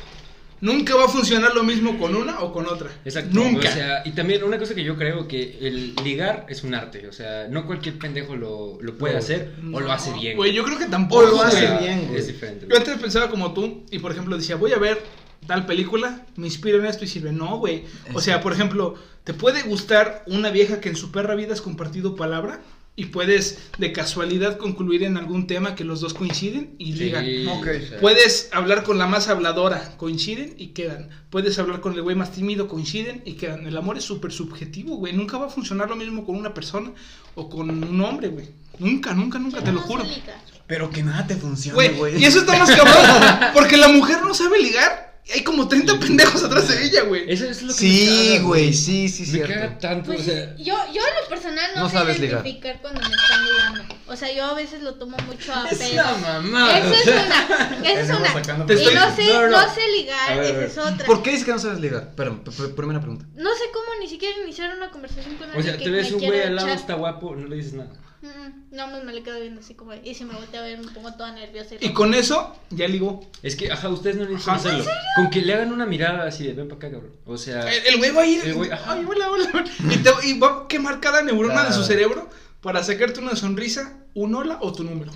Speaker 4: Nunca va a funcionar lo mismo con una o con otra.
Speaker 6: Exacto.
Speaker 4: Nunca.
Speaker 6: O sea, y también una cosa que yo creo que el ligar es un arte. O sea, no cualquier pendejo lo, lo puede
Speaker 2: No.
Speaker 6: hacer o lo hace bien.
Speaker 4: Güey, yo creo que tampoco.
Speaker 2: O lo
Speaker 4: güey.
Speaker 2: hace
Speaker 6: sea,
Speaker 2: bien, güey.
Speaker 6: Es diferente.
Speaker 4: Yo
Speaker 6: güey.
Speaker 4: antes pensaba como tú y por ejemplo decía, voy a ver tal película, me inspiro en esto y sirve. No, güey. O sea, por ejemplo, te puede gustar una vieja que en su perra vida has compartido palabra y puedes de casualidad concluir en algún tema que los dos coinciden y
Speaker 6: Sí,
Speaker 4: digan.
Speaker 2: ok.
Speaker 6: o sea,
Speaker 4: Puedes hablar con la más habladora, coinciden y quedan. Puedes hablar con el güey más tímido, coinciden y quedan. El amor es súper subjetivo, güey. Nunca va a funcionar lo mismo con una persona o con un hombre, güey. Nunca, nunca, nunca, te lo
Speaker 1: No se
Speaker 4: juro.
Speaker 1: liga.
Speaker 2: Pero que nada te funciona,
Speaker 4: Güey,
Speaker 2: güey.
Speaker 4: y eso está más
Speaker 6: *laughs*
Speaker 4: cabrón, porque la mujer no sabe ligar. y Hay como 30 pendejos atrás de ella, güey.
Speaker 6: Eso es lo que me
Speaker 2: Sí,
Speaker 6: caga,
Speaker 2: güey, sí, sí,
Speaker 6: Me
Speaker 2: cierto.
Speaker 6: caga tanto.
Speaker 1: Pues
Speaker 6: o sea,
Speaker 1: yo, yo en lo personal no,
Speaker 2: No
Speaker 1: sé
Speaker 2: sabes ligar.
Speaker 1: identificar cuando me están ligando. O sea, yo a veces lo tomo mucho a
Speaker 6: es
Speaker 1: pedo.
Speaker 6: una mamada.
Speaker 1: Esa
Speaker 6: o
Speaker 1: es
Speaker 6: sea.
Speaker 1: una, esa es
Speaker 7: Venimos
Speaker 1: una.
Speaker 7: sacando
Speaker 4: Te
Speaker 1: Y
Speaker 4: estoy-
Speaker 1: no sé,
Speaker 6: No, no,
Speaker 1: no,
Speaker 6: no.
Speaker 1: sé
Speaker 6: A
Speaker 1: ligar,
Speaker 6: ver, a ver.
Speaker 1: esa es otra.
Speaker 2: ¿Por qué dices que no sabes ligar? Espera, primera pregunta.
Speaker 1: No sé cómo ni siquiera iniciar una conversación con
Speaker 6: O
Speaker 1: alguien
Speaker 6: sea,
Speaker 1: que
Speaker 6: te ves
Speaker 1: me
Speaker 6: un
Speaker 1: quiera
Speaker 6: güey al lado,
Speaker 1: echar.
Speaker 6: está guapo, no le dices nada.
Speaker 1: Mm, No, pues me le quedo viendo así como. Y si me volteo a ver, me pongo toda nerviosa.
Speaker 4: Y con eso ya ligó.
Speaker 6: Es que, ajá, ustedes no necesitan
Speaker 4: Ajá. ¿En
Speaker 6: hacerlo. Con que le hagan una mirada así de ven para acá, cabrón. O sea,
Speaker 2: Eh.
Speaker 4: El el güey va a ir.
Speaker 6: Ah. El güey, ajá.
Speaker 4: "Ay, hola, hola, hola", Y, te- y va a quemar cada neurona de su
Speaker 2: Ah.
Speaker 4: cerebro para sacarte una sonrisa, un hola o tu número.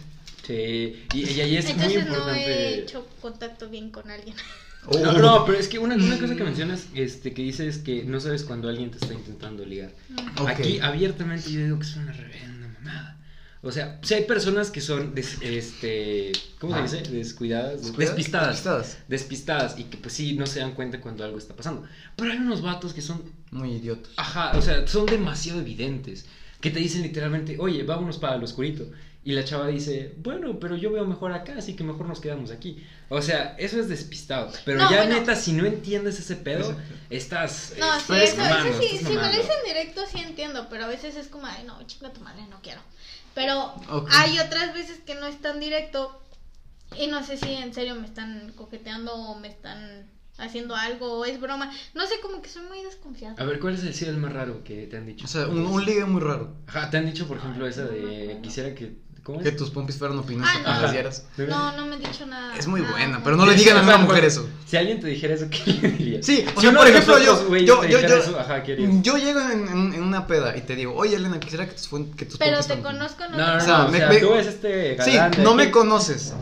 Speaker 6: Sí, y, y ahí es muy
Speaker 1: Entonces no
Speaker 6: importante.
Speaker 1: he hecho contacto bien con alguien.
Speaker 6: No, no, pero es que una, una cosa que mencionas, este, que dices que no sabes cuando alguien te está intentando ligar.
Speaker 2: Ok.
Speaker 6: Aquí abiertamente yo digo que es una reverenda mamada. O sea, si hay personas que son, des- este, ¿cómo
Speaker 2: Ah.
Speaker 6: se dice? Descuidadas,
Speaker 2: ¿Descuidadas?
Speaker 6: despistadas,
Speaker 2: Despistadas.
Speaker 6: despistadas y que pues sí no se dan cuenta cuando algo está pasando. Pero hay unos vatos que son,
Speaker 2: Muy idiotas.
Speaker 6: ajá, o sea, son demasiado evidentes, que te dicen literalmente, "Oye, vámonos para el oscurito." Y la chava dice, "Bueno, pero yo veo mejor acá, así que mejor nos quedamos aquí." O sea, eso es despistado, pero
Speaker 1: No,
Speaker 6: ya
Speaker 1: bueno.
Speaker 6: neta si no entiendes ese pedo, estás eh,
Speaker 1: No, sí,
Speaker 6: estás
Speaker 1: eso,
Speaker 6: mamando,
Speaker 1: eso sí,
Speaker 6: estás
Speaker 1: si me lo
Speaker 6: mamando.
Speaker 1: dicen directo sí entiendo, pero a veces es como, ay, no, chinga tu madre, no quiero. Pero
Speaker 2: Ok.
Speaker 1: hay otras veces que no es tan directo y no sé si en serio me están coqueteando o me están haciendo algo o es broma. No sé, como que soy muy desconfiada.
Speaker 2: Ah,
Speaker 6: A ver, ¿cuál es el cielo más raro que te han dicho?
Speaker 2: O sea, un, un ligue muy raro.
Speaker 6: Ajá, te han dicho, por ejemplo,
Speaker 1: Ay,
Speaker 6: esa
Speaker 1: no me
Speaker 6: de
Speaker 1: acuerdo.
Speaker 6: quisiera que. ¿Cómo
Speaker 2: Que
Speaker 6: es?
Speaker 2: tus pompis fueran opiniones
Speaker 1: Ah,
Speaker 2: que
Speaker 1: no.
Speaker 2: las dieras.
Speaker 6: Debe-
Speaker 1: No, no me han dicho nada.
Speaker 2: Es muy
Speaker 1: nada,
Speaker 2: buena,
Speaker 1: no.
Speaker 2: pero no le digan a
Speaker 6: O sea,
Speaker 2: una mujer
Speaker 6: cuando-
Speaker 2: eso.
Speaker 6: Si alguien te dijera eso, ¿qué le dirías?
Speaker 2: Sí, o
Speaker 6: Si
Speaker 2: sea,
Speaker 6: uno
Speaker 2: por
Speaker 6: de
Speaker 2: ejemplo,
Speaker 6: nosotros,
Speaker 2: yo,
Speaker 6: güey,
Speaker 2: yo,
Speaker 6: te
Speaker 2: yo,
Speaker 6: dijera
Speaker 2: yo-
Speaker 6: eso, ajá, ¿qué harías?
Speaker 2: yo llego en, en- en una peda y te digo, oye Elena, quisiera que tus, fun- que tus
Speaker 1: Pero
Speaker 2: pompis
Speaker 1: te
Speaker 2: fueran-".
Speaker 1: conozco,
Speaker 6: No,
Speaker 1: no,
Speaker 6: no, no.
Speaker 1: te
Speaker 2: O sea,
Speaker 6: o
Speaker 2: me-
Speaker 6: sea,
Speaker 2: me-
Speaker 6: tú ves este
Speaker 2: Sí,
Speaker 6: galán de
Speaker 2: no me
Speaker 6: aquí.
Speaker 2: conoces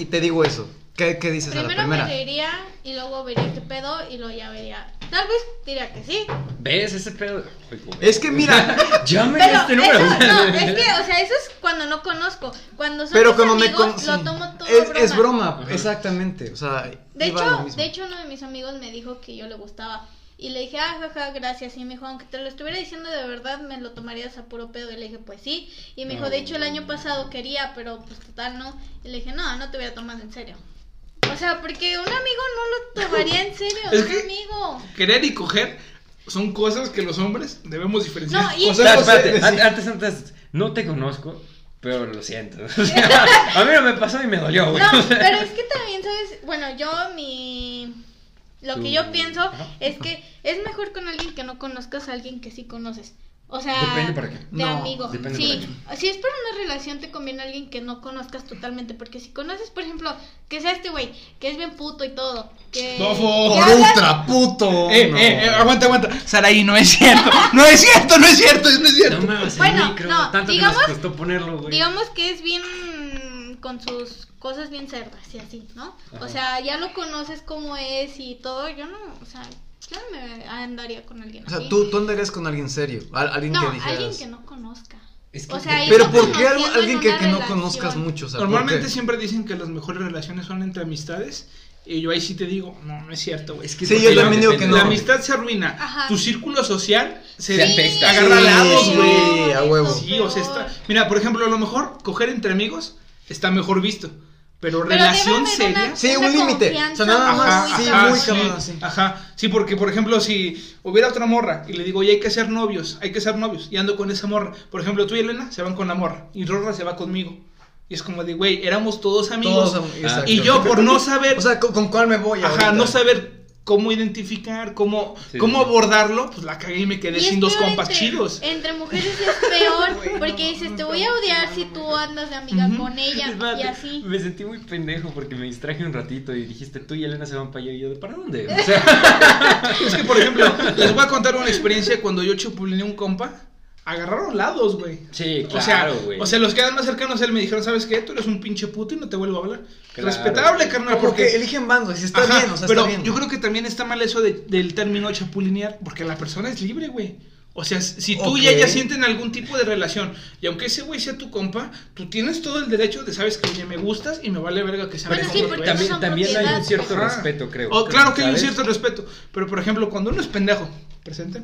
Speaker 2: y te digo eso. ¿Qué, qué dices a la
Speaker 1: Primero
Speaker 2: primera?
Speaker 1: me reiría y luego vería qué pedo y luego ya vería. Tal vez diría que sí.
Speaker 6: ¿Ves ese pedo? Ay, güey.
Speaker 2: Es que mira,
Speaker 6: Llamen a
Speaker 1: Pero
Speaker 6: este número. *laughs*
Speaker 1: eso, no, es que, o sea, eso es cuando no conozco. Cuando son
Speaker 2: pero
Speaker 1: mis
Speaker 2: cuando me
Speaker 1: amigos,
Speaker 2: con-
Speaker 1: lo
Speaker 2: sí.
Speaker 1: tomo todo
Speaker 2: es,
Speaker 1: broma.
Speaker 2: es broma,
Speaker 6: Ajá.
Speaker 2: exactamente. O sea,
Speaker 1: De
Speaker 2: iba lo
Speaker 1: hecho,
Speaker 2: mismo.
Speaker 1: de hecho, uno de mis amigos me dijo que yo le gustaba. Y le dije, ah, jaja, gracias. Y me dijo, aunque te lo estuviera diciendo de verdad, me lo tomarías a puro pedo. Y le dije, pues sí. Y me dijo, de hecho, el año pasado quería, pero pues total no. Y le dije, no, no te hubiera tomado en serio. O sea, porque un amigo no lo tomaría en serio,
Speaker 4: Es
Speaker 1: un
Speaker 4: que-
Speaker 1: amigo.
Speaker 4: Querer y coger son cosas que los hombres debemos diferenciar.
Speaker 1: No, y-
Speaker 4: Cosas-
Speaker 6: Espera,
Speaker 2: no sé
Speaker 6: espérate, Ah,
Speaker 2: decir.
Speaker 6: an- antes, antes. No te conozco, pero lo siento. *laughs* O sea, a mí no me pasó y me dolió, güey.
Speaker 1: No,
Speaker 6: O sea,
Speaker 1: pero es que también, ¿sabes? Bueno, yo mi... Lo que
Speaker 6: Tu-
Speaker 1: yo pienso
Speaker 6: Ajá.
Speaker 1: es que es mejor con alguien que no conozcas a alguien que sí conoces. O sea,
Speaker 6: Depende para qué.
Speaker 1: de
Speaker 2: No,
Speaker 1: amigo.
Speaker 6: depende
Speaker 1: sí,
Speaker 6: para
Speaker 1: si es para una relación te conviene alguien que no conozcas totalmente, porque si conoces, por ejemplo, que sea este güey, que es bien puto y todo, que
Speaker 4: Dofo.
Speaker 1: que
Speaker 2: Por
Speaker 1: habla-
Speaker 2: ultra puto.
Speaker 4: Eh,
Speaker 2: ¡Oh, no.
Speaker 4: eh, eh, aguanta, aguanta. Saraí, no es cierto. No es cierto, no es cierto, no es
Speaker 6: No
Speaker 4: cierto.
Speaker 6: me vas
Speaker 1: Bueno,
Speaker 6: micro.
Speaker 1: no,
Speaker 6: Tanto
Speaker 1: digamos-
Speaker 6: que nos costó ponerlo, güey.
Speaker 1: Digamos que es bien con sus cosas bien cerdas y así, ¿no?
Speaker 6: Ajá.
Speaker 1: O sea, ya lo conoces como es y todo. Yo no, o sea, yo no me andaría con alguien
Speaker 2: O sea,
Speaker 1: así.
Speaker 2: tú, tú andarías con alguien serio. al- alguien
Speaker 1: no,
Speaker 2: que dijeras.
Speaker 1: alguien que no conozca.
Speaker 6: Es
Speaker 1: o sea,
Speaker 6: depende.
Speaker 2: Pero
Speaker 1: no
Speaker 2: ¿por qué algo-
Speaker 1: conociendo
Speaker 2: alguien
Speaker 1: en
Speaker 2: que,
Speaker 1: una
Speaker 2: que no
Speaker 1: relación.
Speaker 2: conozcas mucho? O sea, ¿por qué?
Speaker 4: Normalmente siempre dicen que las mejores relaciones son entre amistades. Y yo ahí sí te digo, no, no es cierto, güey.
Speaker 6: Es que
Speaker 2: Sí,
Speaker 6: porque
Speaker 2: yo
Speaker 6: no
Speaker 2: también digo que
Speaker 6: depende.
Speaker 2: no.
Speaker 4: La amistad se arruina.
Speaker 1: Ajá.
Speaker 4: Tu círculo social se
Speaker 6: Se apesta.
Speaker 4: Agarra
Speaker 2: Sí,
Speaker 4: lados, güey.
Speaker 2: güey, a huevo.
Speaker 4: Sí, o sea, está. Mira, por ejemplo, a lo mejor coger entre amigos está mejor visto. Pero,
Speaker 1: Pero
Speaker 4: relación
Speaker 1: debe haber
Speaker 4: seria.
Speaker 1: una-
Speaker 2: Sí,
Speaker 1: una
Speaker 2: un límite. O
Speaker 1: confianza
Speaker 2: sea, nada más.
Speaker 1: muy
Speaker 2: sí,
Speaker 1: cabrona.
Speaker 2: muy
Speaker 4: sí,
Speaker 2: cabrón, sí.
Speaker 4: Ajá. Sí, porque, por ejemplo, si hubiera otra morra y le digo, oye, hay que ser novios, hay que ser novios, y ando con esa morra. Por ejemplo, tú y Elena se van con la morra, y Rorra se va conmigo. Y es como de, güey, éramos todos amigos. Ah,
Speaker 2: Todos am- exacto.
Speaker 4: y yo, por no saber.
Speaker 2: *laughs* O sea, ¿con, con cuál me voy
Speaker 4: Ajá,
Speaker 2: ahorita?
Speaker 4: no saber cómo identificar, cómo,
Speaker 6: Sí,
Speaker 4: cómo
Speaker 6: sí.
Speaker 4: abordarlo, pues la cagué y me
Speaker 1: Y
Speaker 4: quedé
Speaker 1: es
Speaker 4: sin dos
Speaker 1: peor
Speaker 4: compas
Speaker 1: entre-
Speaker 4: chidos.
Speaker 1: Entre mujeres es
Speaker 4: *laughs*
Speaker 1: peor porque dices, te voy a odiar si tú andas de amiga
Speaker 4: Ujú. *laughs*
Speaker 1: con ella y
Speaker 6: Espérate,
Speaker 1: así.
Speaker 6: Me sentí muy pendejo porque me distraje un ratito y dijiste tú y Elena se van para allá y yo de para dónde. O sea,
Speaker 4: Es que, por ejemplo, les voy a contar una experiencia cuando yo chupulineé un compa. Agarraron lados, güey.
Speaker 6: sí,
Speaker 4: o sea,
Speaker 6: claro, güey.
Speaker 4: o sea, los que eran más cercanos a él me dijeron, ¿sabes qué? Tú eres un pinche puto y no te vuelvo a hablar.
Speaker 6: Claro.
Speaker 4: Respetable, carnal,
Speaker 2: Como que
Speaker 4: porque...
Speaker 2: eligen bandos, y está
Speaker 4: Ajá,
Speaker 2: bien, o sea,
Speaker 4: pero
Speaker 2: está bien.
Speaker 4: yo creo que también está mal eso de- del término chapulinear, porque la persona es libre, güey. O sea, si tú y
Speaker 2: Ok.
Speaker 4: ella sienten algún tipo de relación, y aunque ese güey sea tu compa, tú tienes todo el derecho de, sabes que oye, me gustas y me vale verga que sea
Speaker 1: Pero
Speaker 4: mi
Speaker 1: sí,
Speaker 4: compa,
Speaker 1: Pues porque
Speaker 4: güey.
Speaker 1: no
Speaker 6: también,
Speaker 1: son
Speaker 6: también hay un
Speaker 1: propiedad.
Speaker 6: cierto
Speaker 4: Ajá.
Speaker 6: respeto, creo.
Speaker 4: Oh, claro que hay un
Speaker 6: ¿sabes?
Speaker 4: cierto respeto, pero por ejemplo, cuando uno es pendejo, presente,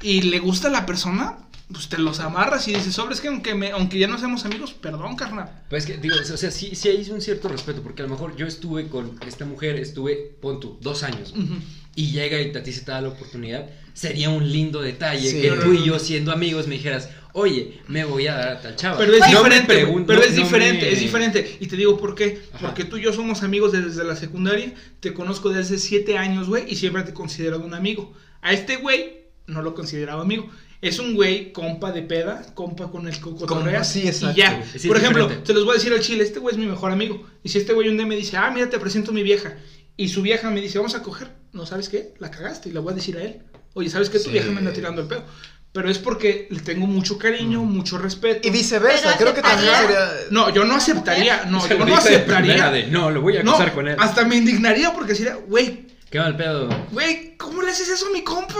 Speaker 4: y le gusta a la persona, pues te los amarras y dices, sobres que aunque, me, aunque ya no seamos amigos, perdón, carnal.
Speaker 6: Pues que, digo, o sea, sí, sí hay un cierto respeto, porque a lo mejor yo estuve con esta mujer, estuve, pon tú, dos años,
Speaker 4: Ujú.
Speaker 6: y llega y a ti se te da la oportunidad, sería un lindo detalle
Speaker 2: Sí.
Speaker 6: que tú y yo siendo amigos me dijeras, oye, me voy a dar a tal chava.
Speaker 4: Pero es
Speaker 6: No me
Speaker 4: diferente, güey,
Speaker 6: pregun-
Speaker 4: pero
Speaker 6: no-
Speaker 4: es
Speaker 6: no
Speaker 4: diferente,
Speaker 6: me-
Speaker 4: es
Speaker 6: *laughs*
Speaker 4: diferente. Y te digo por qué.
Speaker 6: Ajá.
Speaker 4: Porque tú y yo somos amigos desde la secundaria, te conozco desde hace siete años, güey, y siempre te he considerado un amigo. A este güey no lo consideraba amigo. Es un güey compa de peda, compa con el coco
Speaker 2: Compa, sí, exacto,
Speaker 4: Y ya.
Speaker 2: güey.
Speaker 6: Sí,
Speaker 4: por ejemplo,
Speaker 6: diferente.
Speaker 4: te los voy a decir al chile, este güey es mi mejor amigo. Y si este güey un día me dice, ah, mira, te presento a mi vieja. Y su vieja me dice, vamos a coger. No, ¿sabes qué? La cagaste y la voy a decir a él. Oye, ¿sabes qué? Tu
Speaker 2: Sí.
Speaker 4: vieja me anda tirando el pedo. pero es porque le tengo mucho cariño, mucho respeto.
Speaker 2: Y viceversa,
Speaker 1: Pero
Speaker 2: creo que también
Speaker 1: aceptaría-
Speaker 2: sería.
Speaker 4: No, yo no aceptaría, no,
Speaker 6: Se
Speaker 4: yo
Speaker 6: lo
Speaker 4: no
Speaker 6: dice de primera
Speaker 4: aceptaría.
Speaker 6: de, no, lo voy a
Speaker 4: no,
Speaker 6: acusar con él.
Speaker 4: hasta me indignaría porque sería, güey,
Speaker 6: Qué mal pedo.
Speaker 4: güey, ¿cómo le haces eso a mi compa?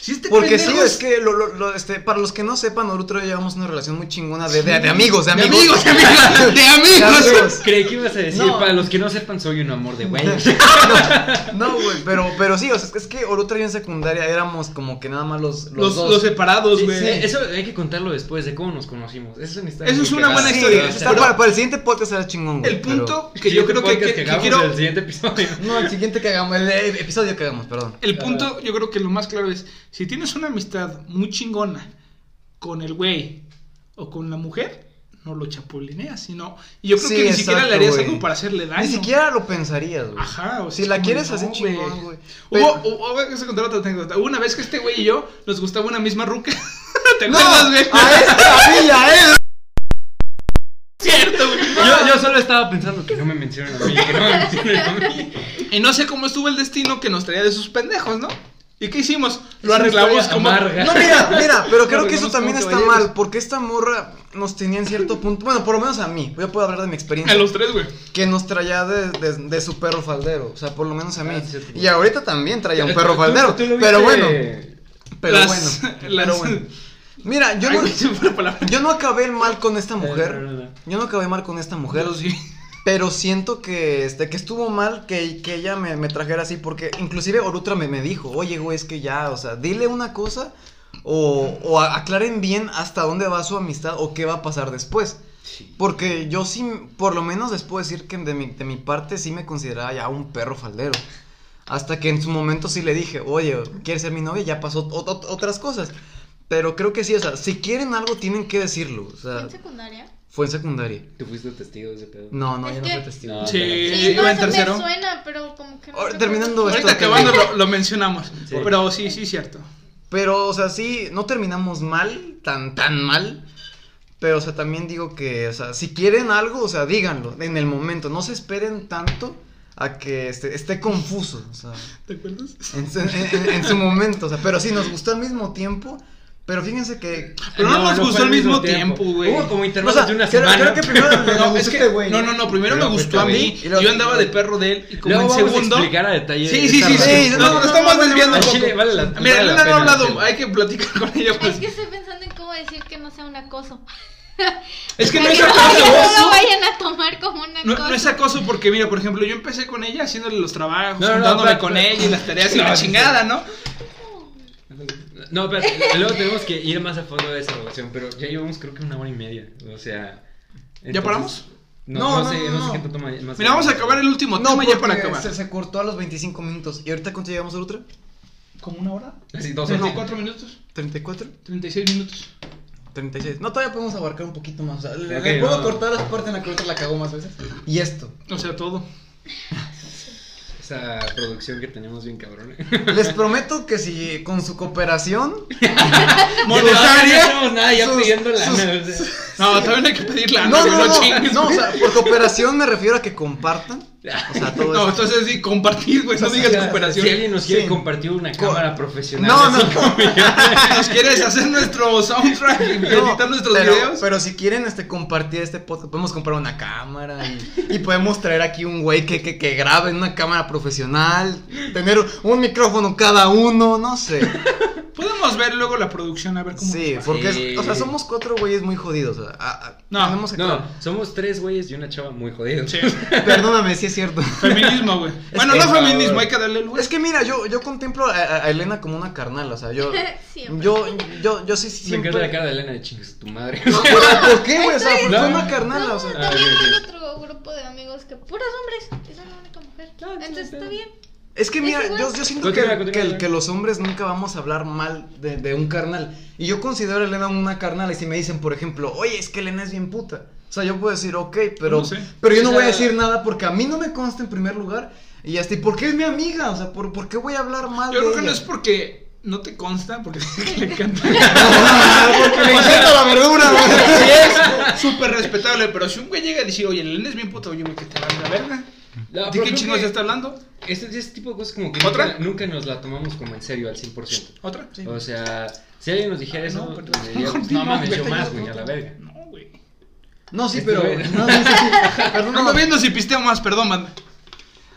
Speaker 4: Si este
Speaker 2: Porque sí,
Speaker 4: pendejo
Speaker 2: es que lo- lo- lo, este, para los que no sepan, Naruto y yo llevamos una relación muy chingona de, de, de amigos, de
Speaker 4: De
Speaker 2: amigos.
Speaker 4: amigos, de amigos, de
Speaker 2: De
Speaker 4: amigos.
Speaker 6: *laughs*
Speaker 2: amigos.
Speaker 6: Creí que ibas a decir,
Speaker 2: No.
Speaker 6: para los que no sepan, soy un amor de
Speaker 4: *laughs*
Speaker 6: güey.
Speaker 2: *laughs* No, güey, pero, pero sí, o sea, es que- es que Orutra y yo en secundaria éramos como que nada más los, los,
Speaker 4: Los,
Speaker 2: dos.
Speaker 4: los separados, güey.
Speaker 6: Sí, eso hay que contarlo después de cómo nos conocimos. Esa es una historia
Speaker 4: Eso es
Speaker 6: muy
Speaker 4: una
Speaker 6: cagada.
Speaker 4: buena
Speaker 2: Sí,
Speaker 4: historia.
Speaker 2: está para, para el siguiente podcast será chingón, güey.
Speaker 4: El
Speaker 2: pero-
Speaker 4: punto que yo creo que, que- que quiero.
Speaker 6: el
Speaker 4: *laughs*
Speaker 6: siguiente episodio.
Speaker 2: No, el siguiente que hagamos, el eh, episodio que hagamos, perdón.
Speaker 4: El punto, yo creo que lo más claro es, si tienes una amistad muy chingona con el güey o con la mujer, no lo chapulineas, sino... y Yo creo
Speaker 2: Sí,
Speaker 4: que ni siquiera le
Speaker 2: exacto,
Speaker 4: harías
Speaker 2: güey.
Speaker 4: algo para hacerle daño.
Speaker 2: Ni siquiera lo pensarías, güey.
Speaker 4: Ajá, o sea,
Speaker 2: Si la
Speaker 4: como,
Speaker 2: quieres
Speaker 4: no,
Speaker 2: hacer
Speaker 4: güey.
Speaker 2: chingón, güey.
Speaker 4: Hubo,
Speaker 2: Pero-
Speaker 4: hubo- voy a contar otra anécdota. Hubo una vez que este güey y yo nos gustaba una misma ruca. *laughs* ¿Te
Speaker 2: ¡No!
Speaker 4: acuerdas, güey?
Speaker 2: ¡A esta villa, eh!
Speaker 4: *laughs* Cierto, güey.
Speaker 6: Yo, yo solo estaba pensando que no me mencionen a mí, que no me mencionen a mí.
Speaker 4: Y no sé cómo estuvo el destino que nos traía de sus pendejos, ¿no? ¿Y qué hicimos? Lo
Speaker 6: Es una
Speaker 4: arreglamos
Speaker 6: historia
Speaker 4: como...
Speaker 6: amarga.
Speaker 2: No, mira, *laughs* mira, pero creo
Speaker 4: Nos
Speaker 2: que eso
Speaker 4: vemos
Speaker 2: también
Speaker 4: como
Speaker 2: está
Speaker 4: caballeros.
Speaker 2: mal, porque esta morra nos tenía en cierto punto, bueno, por lo menos a mí, yo puedo hablar de mi
Speaker 4: A
Speaker 2: experiencia,
Speaker 4: los tres, güey.
Speaker 2: que nos traía de, de, de su perro faldero, o sea, por lo menos a mí.
Speaker 6: Ah, sí, sí.
Speaker 2: Y ahorita también traía un perro
Speaker 6: Tú-
Speaker 2: faldero,
Speaker 6: tú lo
Speaker 2: pero
Speaker 6: viste-
Speaker 2: bueno, pero
Speaker 4: Las- *laughs*
Speaker 2: bueno, pero
Speaker 4: las-
Speaker 2: bueno. Mira, yo
Speaker 4: *laughs* Ay,
Speaker 2: no,
Speaker 4: güey, se me fue la palabra.
Speaker 2: yo no acabé el mal con esta
Speaker 6: Eh, no, no,
Speaker 2: mujer,
Speaker 6: no.
Speaker 2: yo no acabé mal con esta mujer,
Speaker 4: Yo sí.
Speaker 2: pero siento que, este, que estuvo mal que, que ella me, me trajera así, porque inclusive Orutra me, me dijo, oye, güey, es que ya, o sea, dile una cosa o, o a- aclaren bien hasta dónde va su amistad o qué va a pasar después. Porque yo sí, por lo menos les puedo decir que de mi, de mi parte sí me consideraba ya un perro faldero. Hasta que en su momento sí le dije, oye, ¿quieres ser mi novia? Ya pasó ot- ot- otras cosas. Pero creo que sí, o sea, si quieren algo tienen que decirlo. O sea,
Speaker 1: ¿En secundaria?
Speaker 2: fue en secundaria.
Speaker 6: *laughs* Tú fuiste testigo de ese pedo.
Speaker 2: No, no,
Speaker 1: Es
Speaker 2: yo no
Speaker 1: que-
Speaker 2: fui testigo.
Speaker 6: No,
Speaker 4: Sí,
Speaker 1: Sí,
Speaker 4: iba
Speaker 1: no,
Speaker 4: en
Speaker 1: eso
Speaker 4: tercero.
Speaker 1: me suena, pero como que no
Speaker 2: Ahora,
Speaker 1: recuerdo.
Speaker 2: Oh, terminando esto-
Speaker 4: Ahorita acabando lo, lo mencionamos.
Speaker 6: Sí.
Speaker 4: Pero sí, sí, cierto.
Speaker 2: Pero, o sea, sí, no terminamos mal, tan, tan mal. Pero, o sea, también digo que, o sea, si quieren algo, o sea, díganlo en el momento. No se esperen tanto a que este- esté confuso, o sea,
Speaker 4: ¿Te acuerdas?
Speaker 2: en, su- en- en- en su momento. O sea, pero sí, nos gustó al mismo tiempo. Pero fíjense que.
Speaker 4: Pero no, nos
Speaker 6: fue
Speaker 4: gustó al mismo tiempo, güey.
Speaker 6: Hubo como
Speaker 2: O
Speaker 6: intervalos
Speaker 2: sea,
Speaker 6: de una
Speaker 2: creo,
Speaker 6: semana.
Speaker 2: creo que primero le
Speaker 4: *laughs* No,
Speaker 2: gustó
Speaker 4: es que-
Speaker 2: este güey,
Speaker 4: no, no, no, primero me
Speaker 6: Luego
Speaker 4: gustó a
Speaker 6: fuiste
Speaker 4: mí.
Speaker 2: güey. Y luego-
Speaker 4: Yo andaba de perro de él y como
Speaker 6: Luego
Speaker 4: en
Speaker 6: vamos
Speaker 4: segundo.
Speaker 6: a explicar a detalle.
Speaker 4: Sí, sí,
Speaker 6: esta
Speaker 4: sí,
Speaker 6: relación.
Speaker 4: sí.
Speaker 2: no,
Speaker 4: No,
Speaker 2: no,
Speaker 4: nos estamos
Speaker 2: no, no,
Speaker 4: desviando
Speaker 6: Al
Speaker 4: un
Speaker 6: chile
Speaker 4: poco.
Speaker 6: vale la
Speaker 4: Mira,
Speaker 6: vale la
Speaker 4: Elena no ha
Speaker 6: pena
Speaker 4: hablado,
Speaker 6: hacerlo.
Speaker 4: hay que platicar con ella. Pues.
Speaker 1: Es que estoy pensando en cómo decir que no sea un acoso. *laughs*
Speaker 4: Es que
Speaker 1: Para
Speaker 4: no es
Speaker 1: que no, lo
Speaker 4: acoso.
Speaker 1: vayan a tomar como un acoso.
Speaker 4: No, no es acoso porque, mira, por ejemplo, yo empecé con ella haciéndole los trabajos,
Speaker 6: No, no, no,
Speaker 4: juntándome
Speaker 6: pero-
Speaker 4: con ella y las tareas y
Speaker 6: No,
Speaker 4: la
Speaker 6: sí, sí.
Speaker 4: chingada, ¿no?
Speaker 6: No, espérate, luego tenemos que ir más a fondo de esa relación, pero ya llevamos creo que una hora y media. O sea. entonces-
Speaker 4: paramos?
Speaker 6: No,
Speaker 2: No,
Speaker 6: no,
Speaker 2: no,
Speaker 6: sé, no,
Speaker 2: no, no.
Speaker 6: sé qué tanto ma- más.
Speaker 4: Mira, vamos a acabar el último tema ya para
Speaker 2: porque
Speaker 4: acabar.
Speaker 2: Se, se cortó a los 25 minutos. ¿Y ahorita cuánto llegamos a otra?
Speaker 4: ¿Como una hora?
Speaker 6: Así, dos horas.
Speaker 4: 34 minutos,
Speaker 2: ¿34?
Speaker 4: 36 minutos.
Speaker 2: 36. No, todavía podemos abarcar un poquito más. O sea, le,
Speaker 6: Ok,
Speaker 2: le puedo
Speaker 6: no.
Speaker 2: cortar las partes en la que ahorita la cagó más veces. Y esto.
Speaker 4: O sea, todo.
Speaker 6: Esa producción que tenemos bien cabrón.
Speaker 2: Les prometo que si con su cooperación.
Speaker 6: No, no
Speaker 4: ¿Monetaria?
Speaker 6: tenemos nada, ya
Speaker 2: Sus-
Speaker 6: pidiendo lana. o sea.
Speaker 4: No, también hay que pedir lana,
Speaker 2: No,
Speaker 4: güey,
Speaker 2: no, no.
Speaker 4: chingues,
Speaker 2: No, o
Speaker 4: güey.
Speaker 2: sea, por cooperación me refiero a que compartan. O sea, todo
Speaker 4: No, *laughs*
Speaker 2: eso.
Speaker 4: entonces sí, compartir, güey, no digas
Speaker 6: Si
Speaker 4: cooperación.
Speaker 6: alguien nos quiere
Speaker 2: Sí.
Speaker 6: compartir una cámara profesional.
Speaker 2: No, no.
Speaker 4: *laughs*
Speaker 6: así como yo.
Speaker 4: ¿Nos quieres hacer nuestro soundtrack y
Speaker 2: No,
Speaker 4: editar nuestros
Speaker 2: pero,
Speaker 4: videos?
Speaker 2: pero si quieren este compartir este podcast, podemos comprar una cámara y, y podemos traer aquí un güey que, que, que grabe en una cámara profesional, tener un micrófono cada uno, no sé.
Speaker 4: Podemos ver luego la producción, a ver cómo.
Speaker 2: Sí, porque es-
Speaker 6: Sí.
Speaker 2: o sea, somos cuatro güeyes muy jodidos. o sea, a- a-
Speaker 4: No,
Speaker 2: tenemos que-
Speaker 6: No, somos tres güeyes y una chava muy jodida.
Speaker 4: Sí.
Speaker 2: Perdóname, si es cierto.
Speaker 4: Feminismo,
Speaker 2: *laughs*
Speaker 4: güey. Bueno,
Speaker 6: que-
Speaker 4: no feminismo, hay que darle el
Speaker 2: Es que mira, yo, yo contemplo a, a- a Elena como una carnal, o sea, yo.
Speaker 1: *laughs* Siempre.
Speaker 2: Yo, yo, yo sí
Speaker 6: Me
Speaker 2: siempre.
Speaker 6: encanta la cara de Elena de chingas tu madre. *laughs*
Speaker 2: No, pero ¿Por qué, güey? O sea,
Speaker 1: Estoy-
Speaker 2: porque fue
Speaker 6: No,
Speaker 2: una carnal,
Speaker 1: No,
Speaker 2: o sea.
Speaker 6: Ah,
Speaker 1: también
Speaker 6: ok,
Speaker 1: hay
Speaker 6: ok.
Speaker 1: otro grupo de amigos que puros hombres. Es la única mujer. Entonces está bien.
Speaker 2: Es que mira,
Speaker 1: es igual.
Speaker 2: yo, yo siento que,
Speaker 6: Continúa,
Speaker 2: que-
Speaker 6: continúa.
Speaker 2: que los hombres nunca vamos a hablar mal de, de un carnal. Y yo considero a Elena una carnal. Y si me dicen, por ejemplo, oye, es que Elena es bien puta. O sea, yo puedo decir, ok, pero,
Speaker 4: No sé.
Speaker 2: pero yo no
Speaker 6: O
Speaker 2: voy a
Speaker 6: sea-
Speaker 2: decir nada porque a mí no me consta en primer lugar. Y hasta, ¿y por qué es mi amiga? O sea, ¿por, por qué voy a hablar mal de
Speaker 4: Yo creo que
Speaker 2: ella?
Speaker 4: no es porque no te consta, porque *laughs* le
Speaker 2: *laughs*
Speaker 4: encanta.
Speaker 2: porque me encanta la verdura, güey.
Speaker 4: Sí, es súper respetable, pero si un güey llega y dice, oye, el Len es bien puto, oye, güey, que te va a la verga.
Speaker 6: No,
Speaker 4: ¿De
Speaker 6: pero
Speaker 4: qué
Speaker 6: creo
Speaker 4: chingos
Speaker 6: que-
Speaker 4: está hablando?
Speaker 6: este, este tipo de cosas como que
Speaker 4: ¿Otra?
Speaker 6: nunca, nunca nos la tomamos como en serio al 100%.
Speaker 4: ¿Otra? Sí.
Speaker 6: O sea, si alguien nos dijera
Speaker 4: Ah, *laughs*
Speaker 6: eso,
Speaker 4: no,
Speaker 6: no,
Speaker 4: pero-
Speaker 6: diría, pues,
Speaker 4: Continúa,
Speaker 6: no mames,
Speaker 4: güey,
Speaker 6: yo
Speaker 4: tengo
Speaker 6: más, güey,
Speaker 4: otro.
Speaker 6: a la verga.
Speaker 4: No, güey.
Speaker 2: No, sí,
Speaker 6: Este
Speaker 2: pero.
Speaker 6: güey.
Speaker 2: No, sí, sí, sí. *laughs* Perdón,
Speaker 4: Ando
Speaker 2: no,
Speaker 4: viendo si pisteo más, perdón, banda.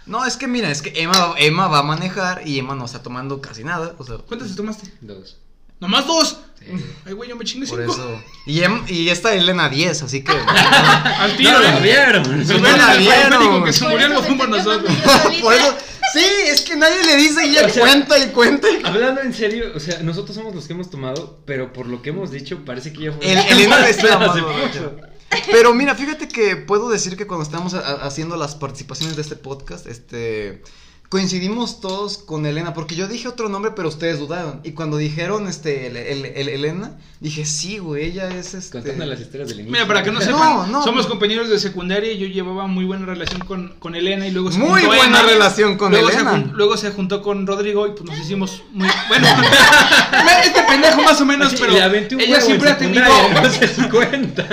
Speaker 2: no, es que mira, es que Emma, Emma va a manejar y Emma no está tomando casi nada. O sea, pues,
Speaker 4: ¿Cuántas te tomaste?
Speaker 6: Dos.
Speaker 4: ¿Nomás dos?
Speaker 6: Sí.
Speaker 4: Ay, güey, yo me chingué
Speaker 2: por
Speaker 4: cinco.
Speaker 2: eso. Y, Em- y esta Elena 10, así que.
Speaker 4: *laughs* Al
Speaker 6: No,
Speaker 4: tiro,
Speaker 6: la
Speaker 4: ¿eh?
Speaker 6: vieron.
Speaker 4: Se
Speaker 2: No
Speaker 4: ve
Speaker 2: la
Speaker 4: el
Speaker 2: vieron.
Speaker 4: médico que se
Speaker 1: Por
Speaker 4: murió
Speaker 1: eso
Speaker 4: lo
Speaker 1: me
Speaker 4: fuimos
Speaker 1: estoy
Speaker 4: nosotros.
Speaker 1: quemando yo
Speaker 2: *laughs* por eso.
Speaker 1: solita.
Speaker 2: Sí, es que nadie le dice y
Speaker 6: O
Speaker 2: ella
Speaker 6: sea-
Speaker 2: cuenta y cuenta. y-
Speaker 6: Hablando en serio, o sea, nosotros somos los que hemos tomado, pero por lo que hemos dicho, parece que ya fue.
Speaker 4: *laughs*
Speaker 2: El- Elena
Speaker 6: Hace
Speaker 2: está más
Speaker 6: poco.
Speaker 2: borracha. Pero mira, fíjate que puedo decir que cuando estamos a- a- haciendo las participaciones de este podcast, este coincidimos todos con Elena, porque yo dije otro nombre, pero ustedes dudaron. Y cuando dijeron este el, el- el- Elena, dije, sí, güey, ella es este.
Speaker 6: Contando las historias del inicio.
Speaker 4: Mira, para que no
Speaker 2: No,
Speaker 4: sepan,
Speaker 2: no.
Speaker 4: somos compañeros de secundaria y yo llevaba muy buena relación con, con Elena y luego se
Speaker 2: Muy
Speaker 4: juntó
Speaker 2: buena
Speaker 4: Emma.
Speaker 2: relación con
Speaker 4: luego
Speaker 2: Elena.
Speaker 4: Se jun- luego se juntó con Rodrigo y pues nos hicimos
Speaker 2: *laughs*
Speaker 4: muy... Bueno, este pendejo más o menos,
Speaker 6: Así,
Speaker 4: pero
Speaker 6: le aventé un
Speaker 4: ella
Speaker 6: huevo
Speaker 4: siempre
Speaker 6: en
Speaker 4: ha tenido... *laughs*
Speaker 6: secundaria, No se su cuenta.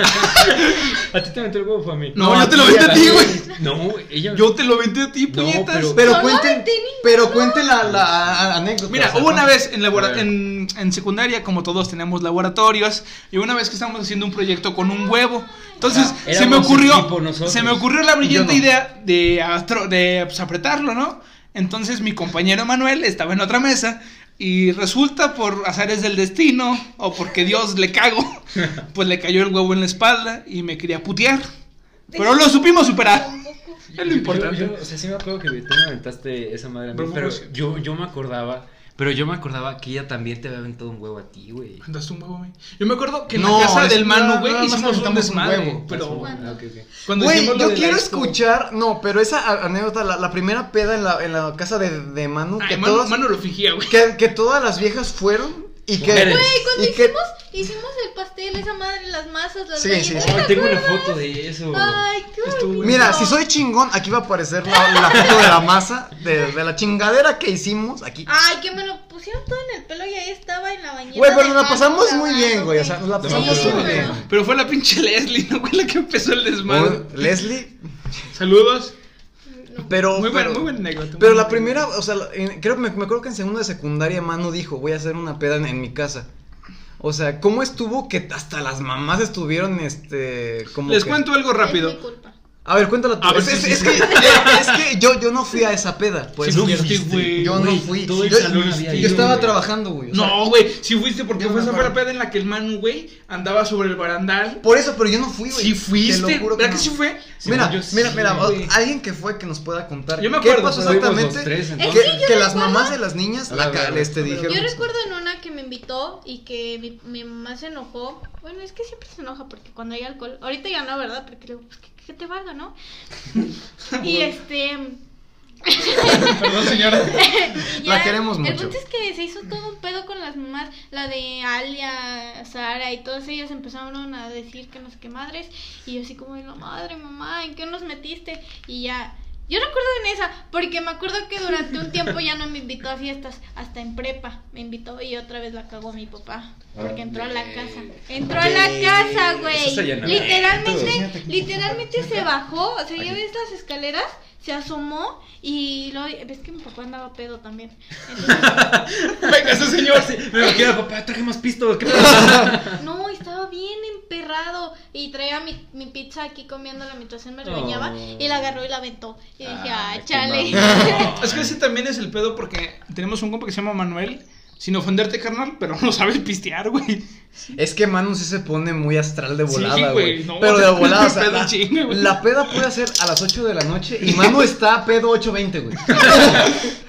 Speaker 6: ¿A ti te aventó el huevo fue a mí?
Speaker 4: No, yo te lo
Speaker 2: a ti,
Speaker 4: aventé a ti, güey.
Speaker 6: No, ella.
Speaker 4: Yo te lo vendí a ti,
Speaker 6: No,
Speaker 4: puñetas.
Speaker 6: pero-
Speaker 2: Pero
Speaker 1: No, no
Speaker 2: cuenten,
Speaker 1: metí ninguno.
Speaker 2: pero cuenten la, la a- a- anécdota.
Speaker 4: Mira,
Speaker 2: o sea,
Speaker 4: hubo una
Speaker 2: ¿no?
Speaker 4: vez en, labora-
Speaker 6: A ver.
Speaker 4: en, en secundaria, como todos tenemos laboratorios, y una vez que estábamos haciendo un proyecto con un huevo, entonces
Speaker 6: Ah,
Speaker 4: se me
Speaker 6: éramos
Speaker 4: ocurrió,
Speaker 6: equipo nosotros.
Speaker 4: se me ocurrió la brillante
Speaker 2: Yo no.
Speaker 4: idea de, atro- de pues, apretarlo, ¿no? Entonces mi compañero Manuel estaba en otra mesa y resulta por azares del destino o porque Dios le
Speaker 6: *laughs*
Speaker 4: cago, pues le cayó el huevo en la espalda y me quería putear, pero lo supimos superar.
Speaker 1: Tampoco.
Speaker 4: Es lo importante.
Speaker 6: Yo, yo- o sea, sí me acuerdo que tú me aventaste esa madre a mí,
Speaker 4: Pero
Speaker 6: pero
Speaker 4: fue-
Speaker 6: yo, yo me acordaba, pero yo me acordaba que ella también te había aventado un huevo a
Speaker 4: *laughs*
Speaker 6: ti, güey.
Speaker 4: Aventaste un huevo, güey. Yo me acuerdo que en
Speaker 2: No,
Speaker 4: la casa
Speaker 2: es-
Speaker 4: del
Speaker 2: nada-
Speaker 4: Manu, güey,
Speaker 2: nada más
Speaker 4: hicimos un
Speaker 2: aventamos un
Speaker 4: desmadre,
Speaker 2: huevo. pues,
Speaker 4: pero
Speaker 6: Ah, ok, ok.
Speaker 4: Cuando
Speaker 2: Güey,
Speaker 4: hicimos lo
Speaker 2: yo
Speaker 4: de la
Speaker 2: quiero
Speaker 4: expo.
Speaker 2: escuchar, no, pero esa a- anécdota, la, la primera peda en la, en la casa de, de Manu,
Speaker 4: Ay,
Speaker 2: que,
Speaker 4: mano,
Speaker 2: todos-
Speaker 4: mano lo
Speaker 2: *laughs*
Speaker 4: fingía, güey.
Speaker 2: que, que todas las viejas fueron y que...
Speaker 6: Mujeres.
Speaker 1: Güey, cuando
Speaker 2: y que-
Speaker 1: hicimos, hicimos el pastel, esa madre, las masas, las
Speaker 2: Sí,
Speaker 1: galletas,
Speaker 2: sí, sí.
Speaker 6: Ay,
Speaker 1: ¿te
Speaker 6: tengo una
Speaker 1: acuerdas?
Speaker 6: foto de eso.
Speaker 1: Ay, qué
Speaker 4: Estuvo
Speaker 1: bonito.
Speaker 2: Mira, si soy chingón, aquí va a aparecer la, la foto de la masa, de, de la chingadera que hicimos aquí.
Speaker 4: Ah,
Speaker 1: Ay, que me lo pusieron todo en el pelo y ahí estaba en la bañera.
Speaker 2: Güey, pero
Speaker 1: de
Speaker 2: nos la
Speaker 1: Paco
Speaker 2: pasamos muy
Speaker 1: Rabanne,
Speaker 2: bien, güey, o sea, nos la
Speaker 1: Sí,
Speaker 2: pasamos
Speaker 1: pero-
Speaker 2: muy bien.
Speaker 4: Pero fue la pinche Leslie, ¿no? Fue la que empezó el desmadre.
Speaker 2: Bueno, Leslie,
Speaker 4: Saludos.
Speaker 2: pero...
Speaker 4: Muy buena,
Speaker 2: pero,
Speaker 4: muy buena anécdota.
Speaker 2: pero la
Speaker 4: Muy
Speaker 2: primera, o sea, la- en- creo que me, me acuerdo que en segundo de secundaria Manu dijo, voy a hacer una peda en, en mi casa. O sea, ¿cómo estuvo que hasta las mamás estuvieron, este, como
Speaker 4: Les
Speaker 2: que-
Speaker 4: cuento algo
Speaker 1: Es mi
Speaker 4: rápido.
Speaker 1: culpa.
Speaker 2: A ver, cuéntala tú.
Speaker 4: A ver,
Speaker 2: es,
Speaker 4: sí,
Speaker 2: es-
Speaker 4: sí,
Speaker 2: es
Speaker 4: sí.
Speaker 2: que, eh, es que yo, yo no fui a esa peda. Pues,
Speaker 4: Sí, no
Speaker 2: quiero-
Speaker 4: fuiste, güey.
Speaker 2: Yo no
Speaker 6: Güey,
Speaker 2: fui.
Speaker 6: todo el
Speaker 2: yo,
Speaker 6: salón había
Speaker 2: yo
Speaker 6: ido,
Speaker 2: estaba
Speaker 6: güey.
Speaker 2: trabajando, güey. o sea,
Speaker 4: No, güey, si fuiste porque
Speaker 2: Yo
Speaker 4: fue
Speaker 2: me
Speaker 4: esa fue la
Speaker 2: acuerdo.
Speaker 4: peda en la que el Manu, güey, andaba sobre el barandal.
Speaker 2: Por eso, pero yo no fui, güey.
Speaker 4: Si
Speaker 2: Te
Speaker 4: fuiste,
Speaker 2: lo juro
Speaker 4: ¿verdad
Speaker 2: que
Speaker 4: que
Speaker 2: no.
Speaker 4: sí fue?
Speaker 2: Mira,
Speaker 6: Yo sí,
Speaker 2: mira, mira, o-
Speaker 4: güey.
Speaker 2: alguien que fue que nos pueda contar.
Speaker 4: Yo me
Speaker 2: ¿Qué
Speaker 4: acuerdo,
Speaker 2: pasó
Speaker 4: fuimos
Speaker 6: los
Speaker 2: exactamente?
Speaker 6: tres,
Speaker 2: que-
Speaker 6: entonces.
Speaker 1: Es que
Speaker 2: que
Speaker 1: yo
Speaker 2: las
Speaker 1: recuerdo-
Speaker 2: mamás de las niñas
Speaker 6: A
Speaker 2: la,
Speaker 6: ver,
Speaker 2: ca-
Speaker 6: a ver,
Speaker 2: este,
Speaker 6: a ver.
Speaker 2: dijeron.
Speaker 1: Yo recuerdo en una que me invitó y que mi, mi mamá se enojó. Bueno, es que siempre se enoja porque cuando hay alcohol. Ahorita ya no, ¿verdad? Porque le digo, pues que, que te valga, ¿no?
Speaker 4: *laughs*
Speaker 1: y este.
Speaker 4: Perdón,
Speaker 1: *laughs*
Speaker 4: señora.
Speaker 1: y
Speaker 2: La queremos
Speaker 1: El
Speaker 2: mucho.
Speaker 1: punto es que se hizo todo un pedo con las mamás. La de Alia, Sara y todas ellas empezaron a decir que no sé qué madres. Y yo, así como, de la madre, mamá, ¿en qué nos metiste? Y ya. Yo recuerdo en esa, porque me acuerdo que durante un tiempo ya no me invitó a fiestas, hasta en prepa me invitó y otra vez la cagó mi papá, porque entró a la casa. Entró a la casa,
Speaker 6: Eso
Speaker 1: güey.
Speaker 6: ya no.
Speaker 1: Literalmente, literalmente se bajó, o sea, ya ves las escaleras, se asomó y lo ves que mi papá andaba pedo también. Entonces,
Speaker 4: *laughs* Venga, ese señor. sí.
Speaker 6: Me queda, papá, traje más pisto.
Speaker 4: *laughs*
Speaker 6: ¿qué
Speaker 1: no, estaba bien emperrado y traía mi, mi pizza aquí comiéndola mientras él me regañaba
Speaker 6: Oh.
Speaker 1: y la agarró y la aventó. Y dije, ah,
Speaker 6: Ah, qué
Speaker 1: chale.
Speaker 6: mamón.
Speaker 4: Es que ese también es el pedo porque tenemos un compa que se llama Manuel. Sin ofenderte, carnal, pero no sabes pistear, güey.
Speaker 2: Es que Manu sí se pone muy astral de
Speaker 4: Sí,
Speaker 2: volada, güey.
Speaker 4: güey, no,
Speaker 2: pero de
Speaker 4: te
Speaker 2: volada, o
Speaker 4: pones
Speaker 2: sea,
Speaker 4: pedo
Speaker 2: la,
Speaker 4: chingo, güey.
Speaker 2: la peda puede ser a las 8 de la noche y Manu está a pedo 8.20, güey.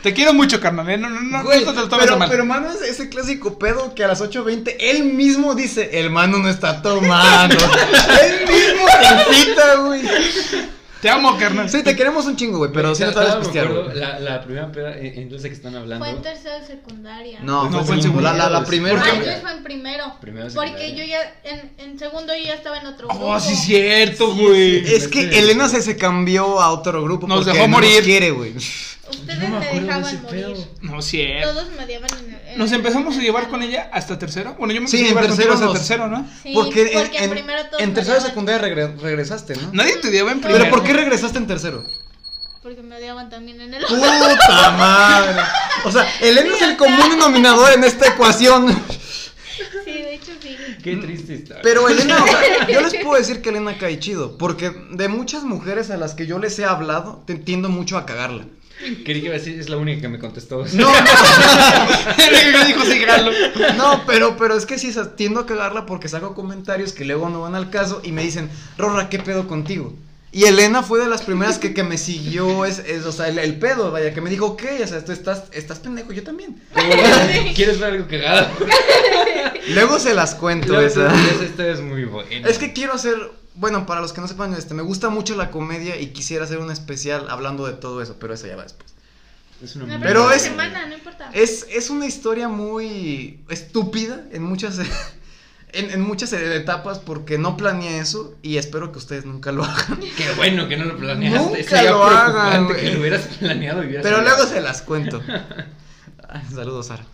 Speaker 4: Te quiero mucho, carnal, ¿eh? No, no, no,
Speaker 2: Güey,
Speaker 4: no te lo tomes a
Speaker 2: pero,
Speaker 4: mal.
Speaker 2: pero mano es ese clásico pedo que a las 8.20 él mismo dice, el mano no está
Speaker 4: *laughs*
Speaker 2: tomando. él mismo te incita, güey.
Speaker 4: Te amo, carnal.
Speaker 2: Sí, te queremos un chingo, güey, pero sí no sabes
Speaker 6: estaba, me
Speaker 2: pistear,
Speaker 6: acuerdo,
Speaker 2: güey.
Speaker 6: la, la primera peda, eh, entonces que están
Speaker 1: *laughs*
Speaker 6: hablando.
Speaker 1: Fue en tercero de secundaria.
Speaker 2: No,
Speaker 4: No,
Speaker 2: no,
Speaker 4: fue
Speaker 2: fue
Speaker 4: en
Speaker 2: segundo. La, la, la
Speaker 6: segundo.
Speaker 2: primera.
Speaker 1: Ah,
Speaker 6: Porque-
Speaker 1: entonces fue en primero.
Speaker 6: Primero de
Speaker 1: porque
Speaker 6: secundaria.
Speaker 1: yo ya, en, en segundo yo ya estaba en otro grupo.
Speaker 4: Oh, sí, cierto, güey.
Speaker 2: Es que Elena se, se cambió a otro grupo
Speaker 4: Nos
Speaker 2: porque
Speaker 4: dejó
Speaker 2: no
Speaker 4: morir.
Speaker 2: nos quiere, güey.
Speaker 1: Ustedes
Speaker 6: Yo me
Speaker 1: me
Speaker 6: acuerdo de ese
Speaker 1: dejaban morir.
Speaker 6: pedo.
Speaker 4: No, cierto.
Speaker 1: Todos me odiaban en el... en
Speaker 4: Nos
Speaker 1: el-
Speaker 4: empezamos a
Speaker 1: en
Speaker 4: llevar
Speaker 1: el-
Speaker 4: con ella hasta tercero. Bueno, yo me
Speaker 2: Sí,
Speaker 4: empecé a
Speaker 2: en
Speaker 4: llevar
Speaker 2: tercero
Speaker 4: contigo hasta
Speaker 2: nos-
Speaker 4: tercero, ¿no?
Speaker 1: Sí,
Speaker 2: *laughs* porque en, en-
Speaker 1: primero todos
Speaker 2: en
Speaker 1: me
Speaker 2: tercero de
Speaker 1: odiaban.
Speaker 2: secundaria regre- regresaste, ¿no?
Speaker 4: Nadie te odiaba en primero.
Speaker 2: Pero ¿por qué regresaste en tercero?
Speaker 1: porque me odiaban también en el
Speaker 2: Pues,
Speaker 1: otro.
Speaker 2: ¡Puta madre! O sea, el N es el común denominador en esta *laughs* ecuación.
Speaker 1: *laughs* Sí, de hecho sí.
Speaker 6: Qué triste historia.
Speaker 2: Pero Elena, o *laughs* sea, yo les puedo decir que Elena cae chido, porque de muchas mujeres a las que yo les he hablado, te tiendo mucho a cagarla.
Speaker 6: Creí que iba a decir, es la única que me contestó.
Speaker 4: *laughs*
Speaker 2: *laughs* No,
Speaker 4: Me dijo sí, gralo.
Speaker 2: no, no, pero, pero es que sí, o sea, tiendo a cagarla porque saco comentarios que luego no van al caso y me dicen, Rorra, ¿qué pedo contigo? Y Elena fue de las primeras que, que me siguió, es, es, o sea, el, el pedo, vaya, que me dijo, ok, o sea, tú estás, estás pendejo, yo también.
Speaker 6: ¿Quieres ver algo cagado?
Speaker 2: Luego se las cuento esa.
Speaker 6: Esta es muy buena.
Speaker 2: ah. Es que quiero hacer, bueno, para los que no sepan, este, me gusta mucho la comedia y quisiera hacer un especial hablando de todo eso, pero eso ya va después.
Speaker 6: Es una
Speaker 1: La
Speaker 6: mierda.
Speaker 2: Pero
Speaker 1: próxima
Speaker 2: es-
Speaker 1: semana, no importa.
Speaker 2: Es, es una historia muy estúpida en muchas, *laughs* en, en muchas etapas porque no planeé eso y espero que ustedes nunca lo hagan.
Speaker 6: Qué bueno que no lo planeaste.
Speaker 2: Nunca
Speaker 6: Sería
Speaker 2: lo hagan,
Speaker 6: preocupante
Speaker 2: güey.
Speaker 6: que lo hubieras planeado y hubieras
Speaker 2: Pero
Speaker 6: hablado.
Speaker 2: luego se las cuento. Ah, Saludos, Sara.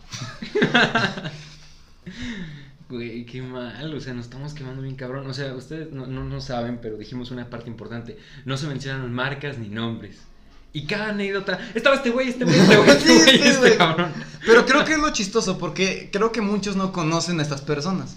Speaker 6: Güey, qué mal, o sea, nos estamos quemando bien cabrón. O sea, ustedes no, no, no saben, pero dijimos una parte importante. No se mencionan marcas ni nombres. Y cada anécdota, estaba este güey, este güey, este güey,
Speaker 2: *laughs*
Speaker 6: este
Speaker 2: Sí,
Speaker 6: güey,
Speaker 2: sí,
Speaker 6: este
Speaker 2: güey.
Speaker 6: cabrón.
Speaker 2: Pero creo que es lo chistoso porque creo que muchos no conocen a estas personas.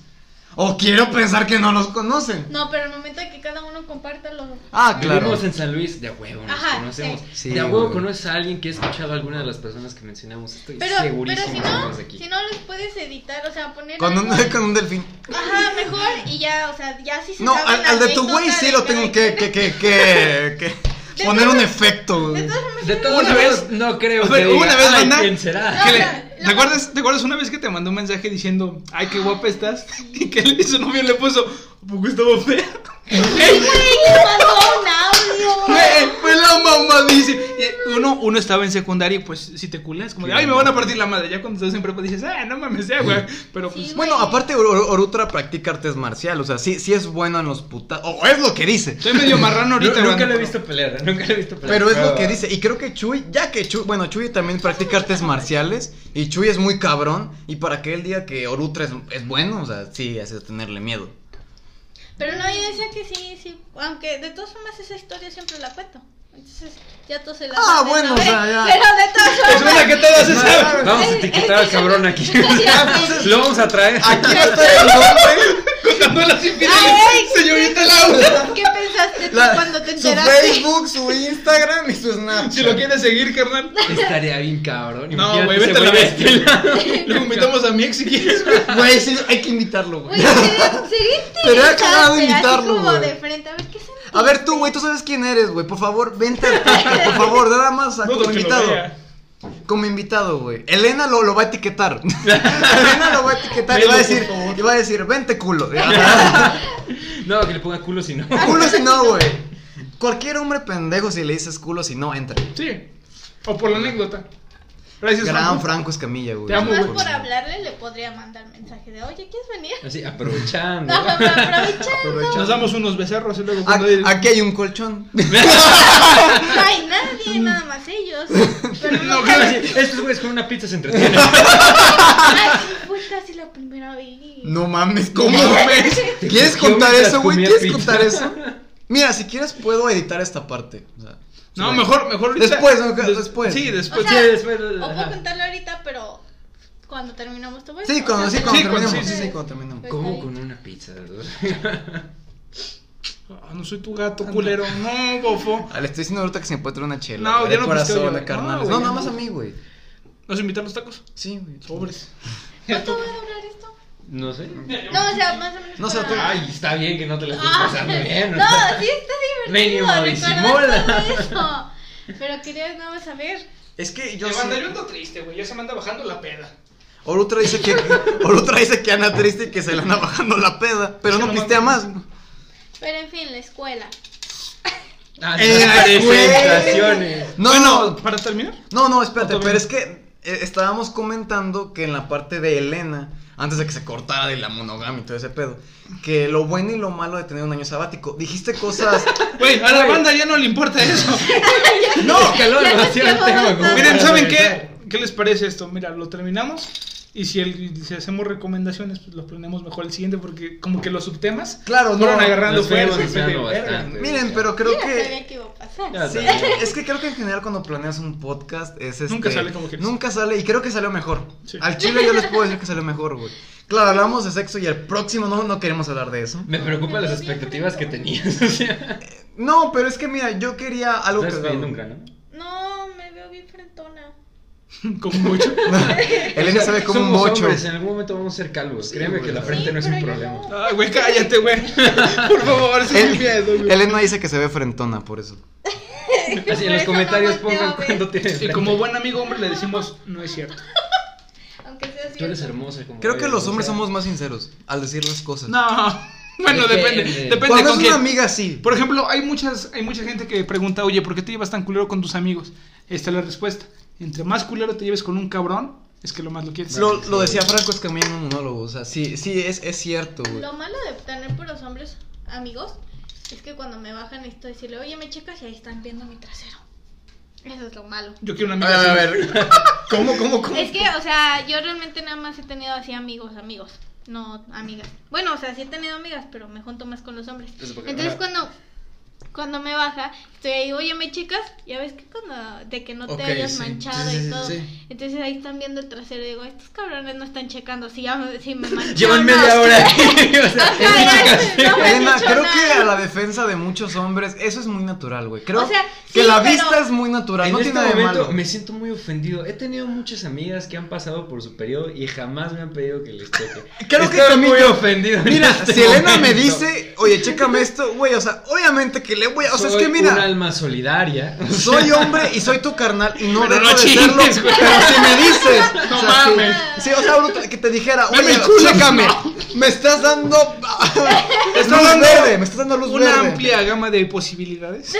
Speaker 2: O quiero pensar que no los conocen.
Speaker 1: No, pero el momento de que cada uno comparta lo.
Speaker 2: Ah, claro.
Speaker 6: Vivimos en San Luis, de a huevo nos
Speaker 1: Ajá,
Speaker 6: conocemos.
Speaker 2: sí.
Speaker 6: de a
Speaker 2: Sí,
Speaker 6: huevo
Speaker 2: güey.
Speaker 6: conoces a alguien que ha escuchado a alguna de las personas que mencionamos. Estoy
Speaker 1: Pero, pero
Speaker 6: segurísimo
Speaker 1: si
Speaker 6: que somos de
Speaker 1: no,
Speaker 6: aquí.
Speaker 1: si no los puedes editar, o sea, poner.
Speaker 2: Con un,
Speaker 1: algo de-
Speaker 2: *laughs* con un delfín.
Speaker 1: Ajá, mejor y ya, o sea, ya sí se
Speaker 2: No,
Speaker 1: sabe
Speaker 2: al,
Speaker 1: la
Speaker 2: al de tu
Speaker 1: anécdota
Speaker 2: güey sí
Speaker 1: de
Speaker 2: lo
Speaker 1: cada
Speaker 2: tengo que, que,
Speaker 1: quien.
Speaker 2: que, que, que
Speaker 1: *laughs* De
Speaker 2: poner
Speaker 1: todas-
Speaker 2: un efecto. güey. *laughs*
Speaker 1: De todas formas,
Speaker 6: De
Speaker 1: yo
Speaker 6: todas
Speaker 1: no-
Speaker 6: vez, no creo
Speaker 4: A ver,
Speaker 6: que diga,
Speaker 4: una vez,
Speaker 6: "Ay,
Speaker 4: banda".
Speaker 6: ¿quién será?
Speaker 4: Que
Speaker 1: No,
Speaker 4: le-
Speaker 1: la- la-
Speaker 4: ¿te, acuerdas, ¿Te acuerdas una vez que te mandó un mensaje diciendo, ay, qué guapa estás? *laughs* Y que él- su novio le puso, ¿a poco estaba fea?
Speaker 1: Sí, güey, me mandó un audio.
Speaker 2: Eh,
Speaker 4: Güey, Fue la mamadísima. Y Uno, uno estaba en secundaria y pues si te culas, como de, ay, me van a partir la madre. Ya cuando estás en prepa dices, ah, no mames, ya, güey. Pero pues,
Speaker 1: Sí, güey.
Speaker 2: Bueno, aparte Or- Or- Orutra practica artes marciales, o sea, sí, sí es bueno en los putas, o es lo que dice.
Speaker 4: estoy medio marrano ahorita,
Speaker 6: No,
Speaker 4: güey.
Speaker 6: nunca lo he
Speaker 4: pero-
Speaker 6: visto pelear, ¿eh? nunca lo he visto pelear.
Speaker 2: Pero es lo que dice, y creo que Chuy, ya que Chuy, bueno, Chuy también practica artes marciales, y Chuy es muy cabrón, y para que él diga que Orutra es, es bueno, o sea, sí, hace tenerle miedo.
Speaker 1: Pero no, yo decía que sí, sí. Aunque de todas formas, esa historia siempre la cuento. Entonces, ya todos se la.
Speaker 2: Ah,
Speaker 1: saben,
Speaker 2: bueno,
Speaker 1: ¿no?
Speaker 2: o sea, ya.
Speaker 1: Pero de todas formas.
Speaker 4: Es una que todas se saben.
Speaker 6: Vamos a
Speaker 1: Es-
Speaker 6: etiquetar al
Speaker 1: es- *laughs*
Speaker 6: cabrón aquí.
Speaker 1: Entonces-
Speaker 6: Lo vamos a traer.
Speaker 2: *laughs* Aquí va a estar el nombre,
Speaker 4: Contando las
Speaker 1: Ay,
Speaker 4: infidelidades, señorita Laura.
Speaker 1: ¿Qué pensaste tú
Speaker 2: la-
Speaker 1: cuando te
Speaker 2: su
Speaker 1: enteraste?
Speaker 2: Facebook, su Instagram y su Snapchat.
Speaker 4: Si lo quieres seguir, carnal.
Speaker 6: *laughs* Estaría bien cabrón.
Speaker 4: No,
Speaker 6: imagínate
Speaker 4: güey,
Speaker 6: ese
Speaker 4: vete a la
Speaker 6: güey
Speaker 4: bestia.
Speaker 6: de este lado.
Speaker 4: Lo invitamos a Miex si quieres, güey.
Speaker 2: Güey, sí, hay que invitarlo, güey.
Speaker 1: Güey, sería, sería
Speaker 2: *laughs* Sería
Speaker 1: interesante,
Speaker 2: cagado
Speaker 1: así
Speaker 2: imitarlo,
Speaker 1: como
Speaker 2: güey.
Speaker 1: de frente, a ver qué se
Speaker 2: A ver, tú, güey, tú sabes quién eres, güey. Por favor, vente
Speaker 1: *laughs*
Speaker 2: al podcast, por favor, nada más a-
Speaker 4: No,
Speaker 2: como
Speaker 4: que lo
Speaker 2: invitado.
Speaker 4: vea.
Speaker 2: Como invitado, güey. Elena lo, lo va a
Speaker 4: *laughs*
Speaker 2: etiquetar. Elena lo va a etiquetar y va a
Speaker 4: Velo, por
Speaker 2: decir,
Speaker 4: favor.
Speaker 2: y va a decir, vente
Speaker 4: *laughs*
Speaker 2: culo.
Speaker 6: No, que le ponga culo si no.
Speaker 2: culo si no, güey. Cualquier hombre pendejo si le dices culo si no, entra.
Speaker 4: Sí. O por la anécdota. Gracias,
Speaker 2: Gran
Speaker 4: Franco.
Speaker 2: Franco Escamilla, güey.
Speaker 4: Te amo,
Speaker 1: Más
Speaker 4: güey.
Speaker 1: por hablarle le podría mandar mensaje de, oye, ¿quieres venir?
Speaker 6: Así, aprovechando.
Speaker 1: *laughs* No, pero aprovechando,
Speaker 4: Nos
Speaker 2: Aprovechando.
Speaker 4: damos unos becerros y luego
Speaker 2: A-
Speaker 4: cuando ir-
Speaker 2: Aquí hay un
Speaker 4: *laughs*
Speaker 2: colchón.
Speaker 1: no
Speaker 2: *laughs*
Speaker 1: hay nadie, nada más ellos. Pero no, *laughs*
Speaker 6: Así, Estos güeyes con una pizza se entretienen.
Speaker 1: ay, sí, fue casi la primera vez.
Speaker 2: No mames, ¿cómo ves? ¿Quieres contar
Speaker 6: mientras
Speaker 2: eso, güey?
Speaker 6: comía
Speaker 2: ¿Quieres
Speaker 6: pizza.
Speaker 2: contar eso? Mira, si quieres puedo editar esta parte. o sea,
Speaker 4: No, mejor, mejor. ahorita.
Speaker 2: Después, ¿no?
Speaker 4: Des-
Speaker 2: Después.
Speaker 4: Sí,
Speaker 1: O
Speaker 4: después.
Speaker 1: sea,
Speaker 6: Sí, después-
Speaker 1: o puedo
Speaker 6: ajá.
Speaker 1: contarlo ahorita, pero cuando terminamos te voy a
Speaker 2: Sí, cuando, sí,
Speaker 1: decir, o sea,
Speaker 2: cuando
Speaker 4: Sí, cuando-
Speaker 2: terminemos.
Speaker 4: sí,
Speaker 2: sí,
Speaker 1: sí.
Speaker 2: sí, cuando terminemos.
Speaker 6: ¿Cómo con una pizza? *laughs*
Speaker 4: Ah, no soy tu gato, culero. No, bofo.
Speaker 2: Ah, Le estoy diciendo ahorita que se encuentra una chela.
Speaker 4: No,
Speaker 2: güey,
Speaker 4: ya
Speaker 2: de
Speaker 4: no
Speaker 2: corazón,
Speaker 4: pisteo yo.
Speaker 2: de carnales. No,
Speaker 4: No, güey,
Speaker 2: nada
Speaker 4: no.
Speaker 2: más a mí, güey.
Speaker 4: ¿Nos invitan los tacos?
Speaker 2: Sí, güey.
Speaker 4: Pobres.
Speaker 1: ¿Cuánto va a durar esto?
Speaker 6: No sé.
Speaker 1: No, o sea, más o menos.
Speaker 2: No sé,
Speaker 1: para-
Speaker 2: tú-
Speaker 6: Ay, está bien que no te la estés
Speaker 1: Ah,
Speaker 6: pasando bien.
Speaker 1: No, sí está divertido.
Speaker 6: Mínimo
Speaker 1: recordar
Speaker 6: disimula.
Speaker 1: todo eso. Pero quería nada más saber.
Speaker 2: Es que yo
Speaker 4: Yo,
Speaker 2: sí.
Speaker 4: banda, yo ando triste, güey. Ya se me anda bajando la peda.
Speaker 2: Orutra dice que *laughs* Orutra dice que anda triste y que se le anda bajando la peda, pero
Speaker 4: Sí,
Speaker 2: no
Speaker 4: no
Speaker 2: pistea más.
Speaker 4: mames.
Speaker 1: Pero en fin, la escuela.
Speaker 6: Ah,
Speaker 2: Eh,
Speaker 6: las
Speaker 2: güey.
Speaker 6: presentaciones.
Speaker 2: No,
Speaker 4: bueno,
Speaker 2: no,
Speaker 4: para terminar.
Speaker 2: no, no, espérate,
Speaker 4: Otro
Speaker 2: pero
Speaker 4: bien.
Speaker 2: es que eh, estábamos comentando que en la parte de Elena, antes de que se cortara de la monogamia y todo ese pedo, que lo bueno y lo malo de tener un año sabático, dijiste cosas
Speaker 4: Güey, a la banda ya no le importa eso.
Speaker 6: No, calor,
Speaker 1: Ya nos
Speaker 6: demasiado
Speaker 1: quemó
Speaker 6: tema.
Speaker 1: bastante.
Speaker 6: como
Speaker 4: Miren,
Speaker 6: para
Speaker 4: ¿saben qué?
Speaker 6: regresar.
Speaker 4: ¿Qué les parece esto? Mira, lo terminamos. Y si, el- si hacemos recomendaciones, pues los planeamos mejor el siguiente, porque como que los subtemas
Speaker 2: Claro, no.
Speaker 4: fueron agarrando
Speaker 6: nos fuimos
Speaker 4: fuerza. y fue de
Speaker 6: desviando
Speaker 4: verga.
Speaker 6: bastante.
Speaker 2: Miren, pero creo
Speaker 1: Mira, sabía
Speaker 2: que.
Speaker 1: que iba a pasar.
Speaker 6: Ya
Speaker 2: Sí,
Speaker 6: sabía.
Speaker 2: es que creo que en general cuando planeas un podcast es este,
Speaker 4: Nunca sale como quieres.
Speaker 2: Nunca sale, y creo que salió mejor.
Speaker 4: Sí.
Speaker 2: Al chile yo les puedo decir que salió mejor, güey. Claro, hablamos de sexo y el próximo no, no queremos hablar de eso.
Speaker 6: Me preocupan las expectativas que tenías. O sea,
Speaker 2: No, pero es que mira, yo quería algo
Speaker 6: estás
Speaker 2: cagado.
Speaker 6: pidiendo un grano.
Speaker 1: No, me veo bien frentona.
Speaker 4: *laughs* Como mucho.
Speaker 2: *laughs* Elena sabe como un
Speaker 6: Somos
Speaker 2: bocho.
Speaker 4: ¿eh?
Speaker 6: hombres, en algún momento vamos a ser calvos. Créeme que la frente
Speaker 1: Sí,
Speaker 6: no es un
Speaker 1: pero yo
Speaker 6: problema.
Speaker 1: no.
Speaker 10: Ay, güey, cállate, güey. Por favor, sí,
Speaker 2: El-
Speaker 10: mi miedo, güey.
Speaker 2: Elena dice que se ve frentona por eso.
Speaker 1: Por
Speaker 6: Así
Speaker 1: eso
Speaker 6: en los
Speaker 1: no
Speaker 6: comentarios
Speaker 1: volteo a
Speaker 6: pongan
Speaker 1: ver,
Speaker 6: cuando tienes.
Speaker 4: Y como buen amigo hombre le decimos, no es cierto.
Speaker 1: Aunque sea así.
Speaker 6: Tú eres hermosa. Como
Speaker 2: Creo que
Speaker 6: eres,
Speaker 2: los
Speaker 6: o
Speaker 2: hombres
Speaker 6: sea,
Speaker 2: somos más sinceros al decir las cosas.
Speaker 4: No. *laughs* Bueno, depende.
Speaker 6: Depende.
Speaker 4: Depende
Speaker 2: Cuando es
Speaker 4: con
Speaker 2: una
Speaker 4: quién.
Speaker 2: amiga, sí.
Speaker 4: Por ejemplo, hay muchas, hay mucha gente que pregunta, oye, ¿por qué te llevas tan culero con tus amigos? Esta es la respuesta. Entre más culero te lleves con un cabrón, es que lo más lo quieres.
Speaker 2: Lo, lo decía Franco Escamilla en un monólogo. O sea, sí, sí, es, es cierto, güey.
Speaker 1: Lo malo de tener puros hombres amigos es que cuando me bajan necesito decirle, oye, me checas y ahí están viendo mi trasero. Eso es lo malo.
Speaker 4: Yo quiero una
Speaker 2: A
Speaker 4: amiga.
Speaker 2: ver,
Speaker 4: así.
Speaker 2: a ver. ¿Cómo, cómo, cómo?
Speaker 1: Es que, o sea, yo realmente nada más he tenido así amigos, amigos, no amigas. Bueno, o sea, sí he tenido amigas, pero me junto más con los hombres.
Speaker 11: Eso porque-
Speaker 1: Entonces
Speaker 11: ajá.
Speaker 1: cuando cuando me baja, estoy ahí, oye, me chicas, ya ves que cuando de que no te
Speaker 2: Ok,
Speaker 1: hayas
Speaker 2: sí.
Speaker 1: manchado
Speaker 2: Sí, sí,
Speaker 1: y todo.
Speaker 2: sí, sí.
Speaker 1: Entonces ahí están viendo el trasero y digo, estos cabrones no están checando si ya me- si me mancharon.
Speaker 6: Llevan media hora aquí. *laughs* O sea,
Speaker 1: Ajá, ya, no me han
Speaker 2: Elena,
Speaker 1: dicho
Speaker 2: creo
Speaker 1: nada.
Speaker 2: que a la defensa de muchos hombres eso es muy natural, güey. Creo
Speaker 1: O sea,
Speaker 2: que
Speaker 1: sí,
Speaker 2: la
Speaker 1: pero-
Speaker 2: vista es muy natural,
Speaker 6: en
Speaker 2: no
Speaker 6: este
Speaker 2: tiene nada de
Speaker 6: momento
Speaker 2: malo.
Speaker 6: me siento muy ofendido. He tenido muchas amigas que han pasado por su periodo y jamás me han pedido que les toque. *laughs*
Speaker 2: Creo que
Speaker 6: Estoy
Speaker 2: también
Speaker 6: muy
Speaker 2: yo-
Speaker 6: ofendido. en
Speaker 2: Mira,
Speaker 6: este
Speaker 2: si Elena me
Speaker 6: momento.
Speaker 2: dice, oye, chécame esto, güey, o sea, obviamente que le voy a. O sea,
Speaker 6: Soy
Speaker 2: es que mira.
Speaker 6: un alma *laughs* solidaria.
Speaker 2: Soy hombre y soy tu carnal y no
Speaker 10: Pero
Speaker 2: dejo
Speaker 10: no
Speaker 2: de
Speaker 10: chingues,
Speaker 2: serlo.
Speaker 10: güey.
Speaker 2: Pero si me dices,
Speaker 4: *laughs*
Speaker 10: No
Speaker 2: o sea, si-
Speaker 10: mames.
Speaker 2: Sí, o sea, bruto, que te dijera,
Speaker 10: Dame
Speaker 2: oye,
Speaker 10: el culo".
Speaker 2: chécame, me estás dando *laughs* luz
Speaker 4: dando
Speaker 2: verde, me estás dando luz
Speaker 4: Una
Speaker 2: verde.
Speaker 4: amplia gama de posibilidades.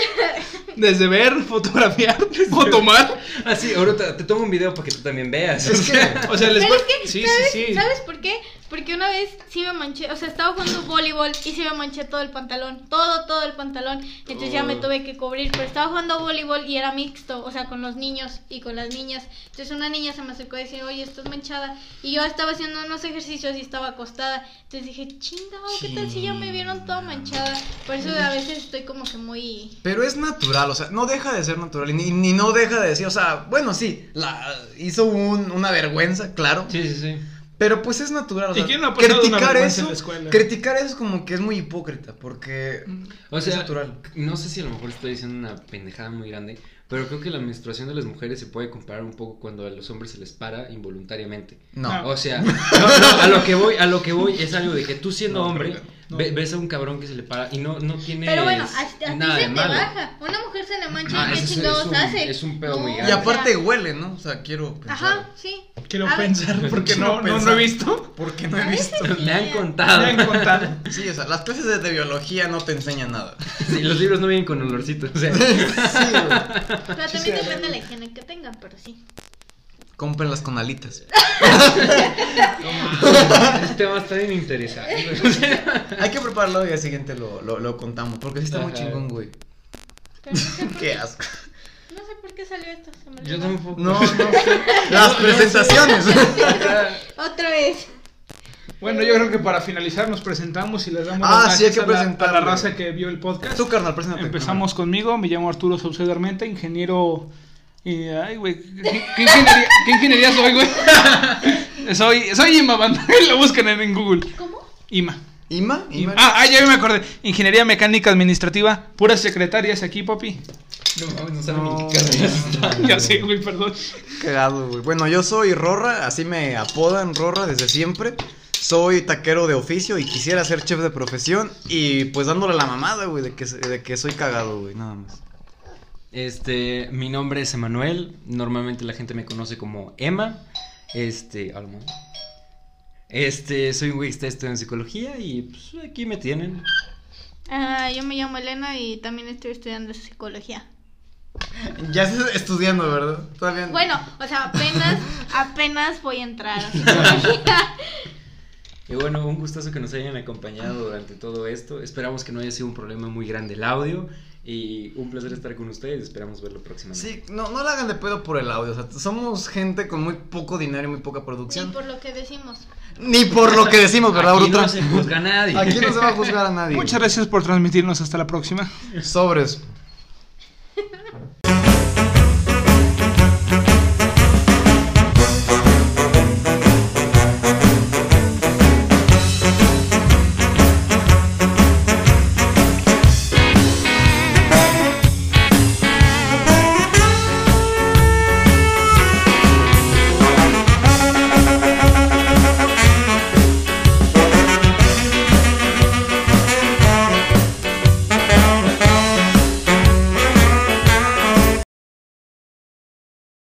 Speaker 4: Desde ver, fotografiar
Speaker 2: *laughs*
Speaker 4: o tomar.
Speaker 6: Así, ahora Ah, te, te tomo un video para que tú también veas.
Speaker 2: Es que
Speaker 4: *laughs* O sea, les
Speaker 1: Pero
Speaker 4: voy-
Speaker 1: es que,
Speaker 4: Sí,
Speaker 1: ¿sabes,
Speaker 4: sí, sí.
Speaker 1: ¿sabes por qué? Porque una vez sí me manché, o sea, estaba jugando voleibol y sí me manché todo el pantalón, todo, todo el pantalón. Entonces ya me
Speaker 6: Oh.
Speaker 1: tuve que cubrir, pero estaba jugando voleibol y era mixto, o sea, con los niños y con las niñas. Entonces una niña se me acercó y decía, oye, estás manchada. Y yo estaba haciendo unos ejercicios y estaba acostada. Entonces dije, chinga, ¿qué tal si ya me vieron toda manchada? Por eso a veces estoy como que muy...
Speaker 2: Pero es natural, o sea, no deja de ser natural y ni, ni no deja de decir, o sea, bueno, sí, la hizo un- una vergüenza, claro,
Speaker 6: *laughs* Sí, sí, sí.
Speaker 2: pero pues es natural, o
Speaker 4: ¿Y
Speaker 2: sea,
Speaker 4: quién no ha pasado una
Speaker 2: criticar
Speaker 4: vergüenza en
Speaker 2: eso,
Speaker 4: la escuela? Mm.
Speaker 2: criticar eso es como que es muy hipócrita, porque
Speaker 6: O
Speaker 2: Es
Speaker 6: sea,
Speaker 2: natural.
Speaker 6: no sé si a lo mejor estoy diciendo una pendejada muy grande, pero creo que la menstruación de las mujeres se puede comparar un poco cuando a los hombres se les para involuntariamente.
Speaker 4: Ah,
Speaker 2: no.
Speaker 6: O sea, no, no, a lo que voy, a lo que voy es algo de que tú siendo hombre
Speaker 4: no.
Speaker 6: ve- ves a un cabrón que se le para y no no tiene
Speaker 1: Pero bueno, a, a ti
Speaker 6: nada
Speaker 1: se
Speaker 6: de
Speaker 1: te
Speaker 6: malo.
Speaker 1: baja. Una mujer se le mancha
Speaker 6: Ah,
Speaker 1: y
Speaker 6: eso
Speaker 1: qué
Speaker 6: es- es
Speaker 1: chingados
Speaker 6: un-
Speaker 1: hace.
Speaker 6: es un pedo muy
Speaker 1: o
Speaker 6: grande.
Speaker 2: Y
Speaker 1: sea,
Speaker 2: aparte huele, ¿no? O sea, quiero pues, pensar.
Speaker 1: Ajá, sí.
Speaker 4: Quiero
Speaker 1: A ver.
Speaker 4: pensar, porque no, no, no he visto.
Speaker 2: Porque no
Speaker 1: A
Speaker 2: he
Speaker 1: veces
Speaker 2: visto.
Speaker 1: sí,
Speaker 6: *laughs* Me han
Speaker 1: ya.
Speaker 6: contado.
Speaker 4: Me
Speaker 2: *laughs*
Speaker 4: han contado.
Speaker 2: Sí, o sea, las clases de, de biología no te enseñan nada.
Speaker 6: *laughs* Sí, los libros no vienen con olorcito,
Speaker 1: *laughs*
Speaker 6: o sea,
Speaker 2: Sí, güey.
Speaker 1: Pero
Speaker 4: Sí,
Speaker 1: también
Speaker 4: sí,
Speaker 1: depende de la higiene que tengan, pero sí.
Speaker 2: Cómprenlas con alitas.
Speaker 6: este tema está bien interesante. O sea,
Speaker 2: Hay que prepararlo y al siguiente lo, lo, lo contamos. Porque sí está muy
Speaker 6: Ajá.
Speaker 2: chingón, güey.
Speaker 1: Pero no *laughs* sé por
Speaker 2: Qué
Speaker 1: qué,
Speaker 2: asco.
Speaker 1: no sé por qué salió esto. se me
Speaker 6: yo
Speaker 1: olvidó.
Speaker 6: tampoco.
Speaker 2: No, no. Las presentaciones.
Speaker 1: Otra vez.
Speaker 4: Bueno, yo creo que para finalizar nos presentamos y les damos
Speaker 2: Ah,
Speaker 4: las
Speaker 2: sí, hay que
Speaker 4: gracias a la- a la
Speaker 2: presentarlo.
Speaker 4: raza que vio el podcast.
Speaker 2: Tú, carnal, preséntate.
Speaker 4: Empezamos conmigo, me llamo Arturo Saucedo Armenta, ingeniero. y, ay, güey, ¿qué, qué ingeniería, qué ingeniería soy, güey? *laughs* soy, soy IMA, banda, *laughs* lo buscan en, en Google.
Speaker 1: ¿Cómo?
Speaker 4: IMA.
Speaker 2: ¿Ima? ¿Ima?
Speaker 4: Ah, ah, ya me acordé. Ingeniería mecánica administrativa, puras secretarias aquí, papi.
Speaker 6: No mames, no saben
Speaker 2: No.
Speaker 6: ni qué carrera está.
Speaker 4: *laughs* ya sé, güey, perdón.
Speaker 2: Cagado, güey. Bueno, yo soy Rorra, así me apodan Rorra desde siempre. Soy taquero de oficio y quisiera ser chef de profesión. Y pues dándole la mamada, güey, de que, de que soy cagado, güey, nada más.
Speaker 6: Este, mi nombre es Emanuel. Normalmente la gente me conoce como Emma. Este, a lo mejor. Este, soy un güey que está estudiando psicología y pues aquí me tienen.
Speaker 1: Ah, yo me llamo Elena y también estoy estudiando psicología.
Speaker 2: Ya estás estudiando, ¿verdad? Todavía.
Speaker 1: Bueno, o sea, *laughs* apenas, apenas voy a entrar *laughs* a psicología.
Speaker 6: Y bueno, un gustazo que nos hayan acompañado durante todo esto. Esperamos que no haya sido un problema muy grande el audio. Y un placer estar con ustedes. Esperamos verlo próximamente.
Speaker 2: Sí, no, no la hagan de pedo por el audio. O sea, somos gente con muy poco dinero y muy poca producción.
Speaker 1: Y por lo que decimos.
Speaker 2: Ni por lo que decimos, ¿verdad,
Speaker 6: Aquí
Speaker 2: Bruto?
Speaker 6: no se juzga a nadie.
Speaker 2: Aquí no se va a juzgar a nadie.
Speaker 4: Muchas gracias por transmitirnos. Hasta la próxima.
Speaker 2: Sobres.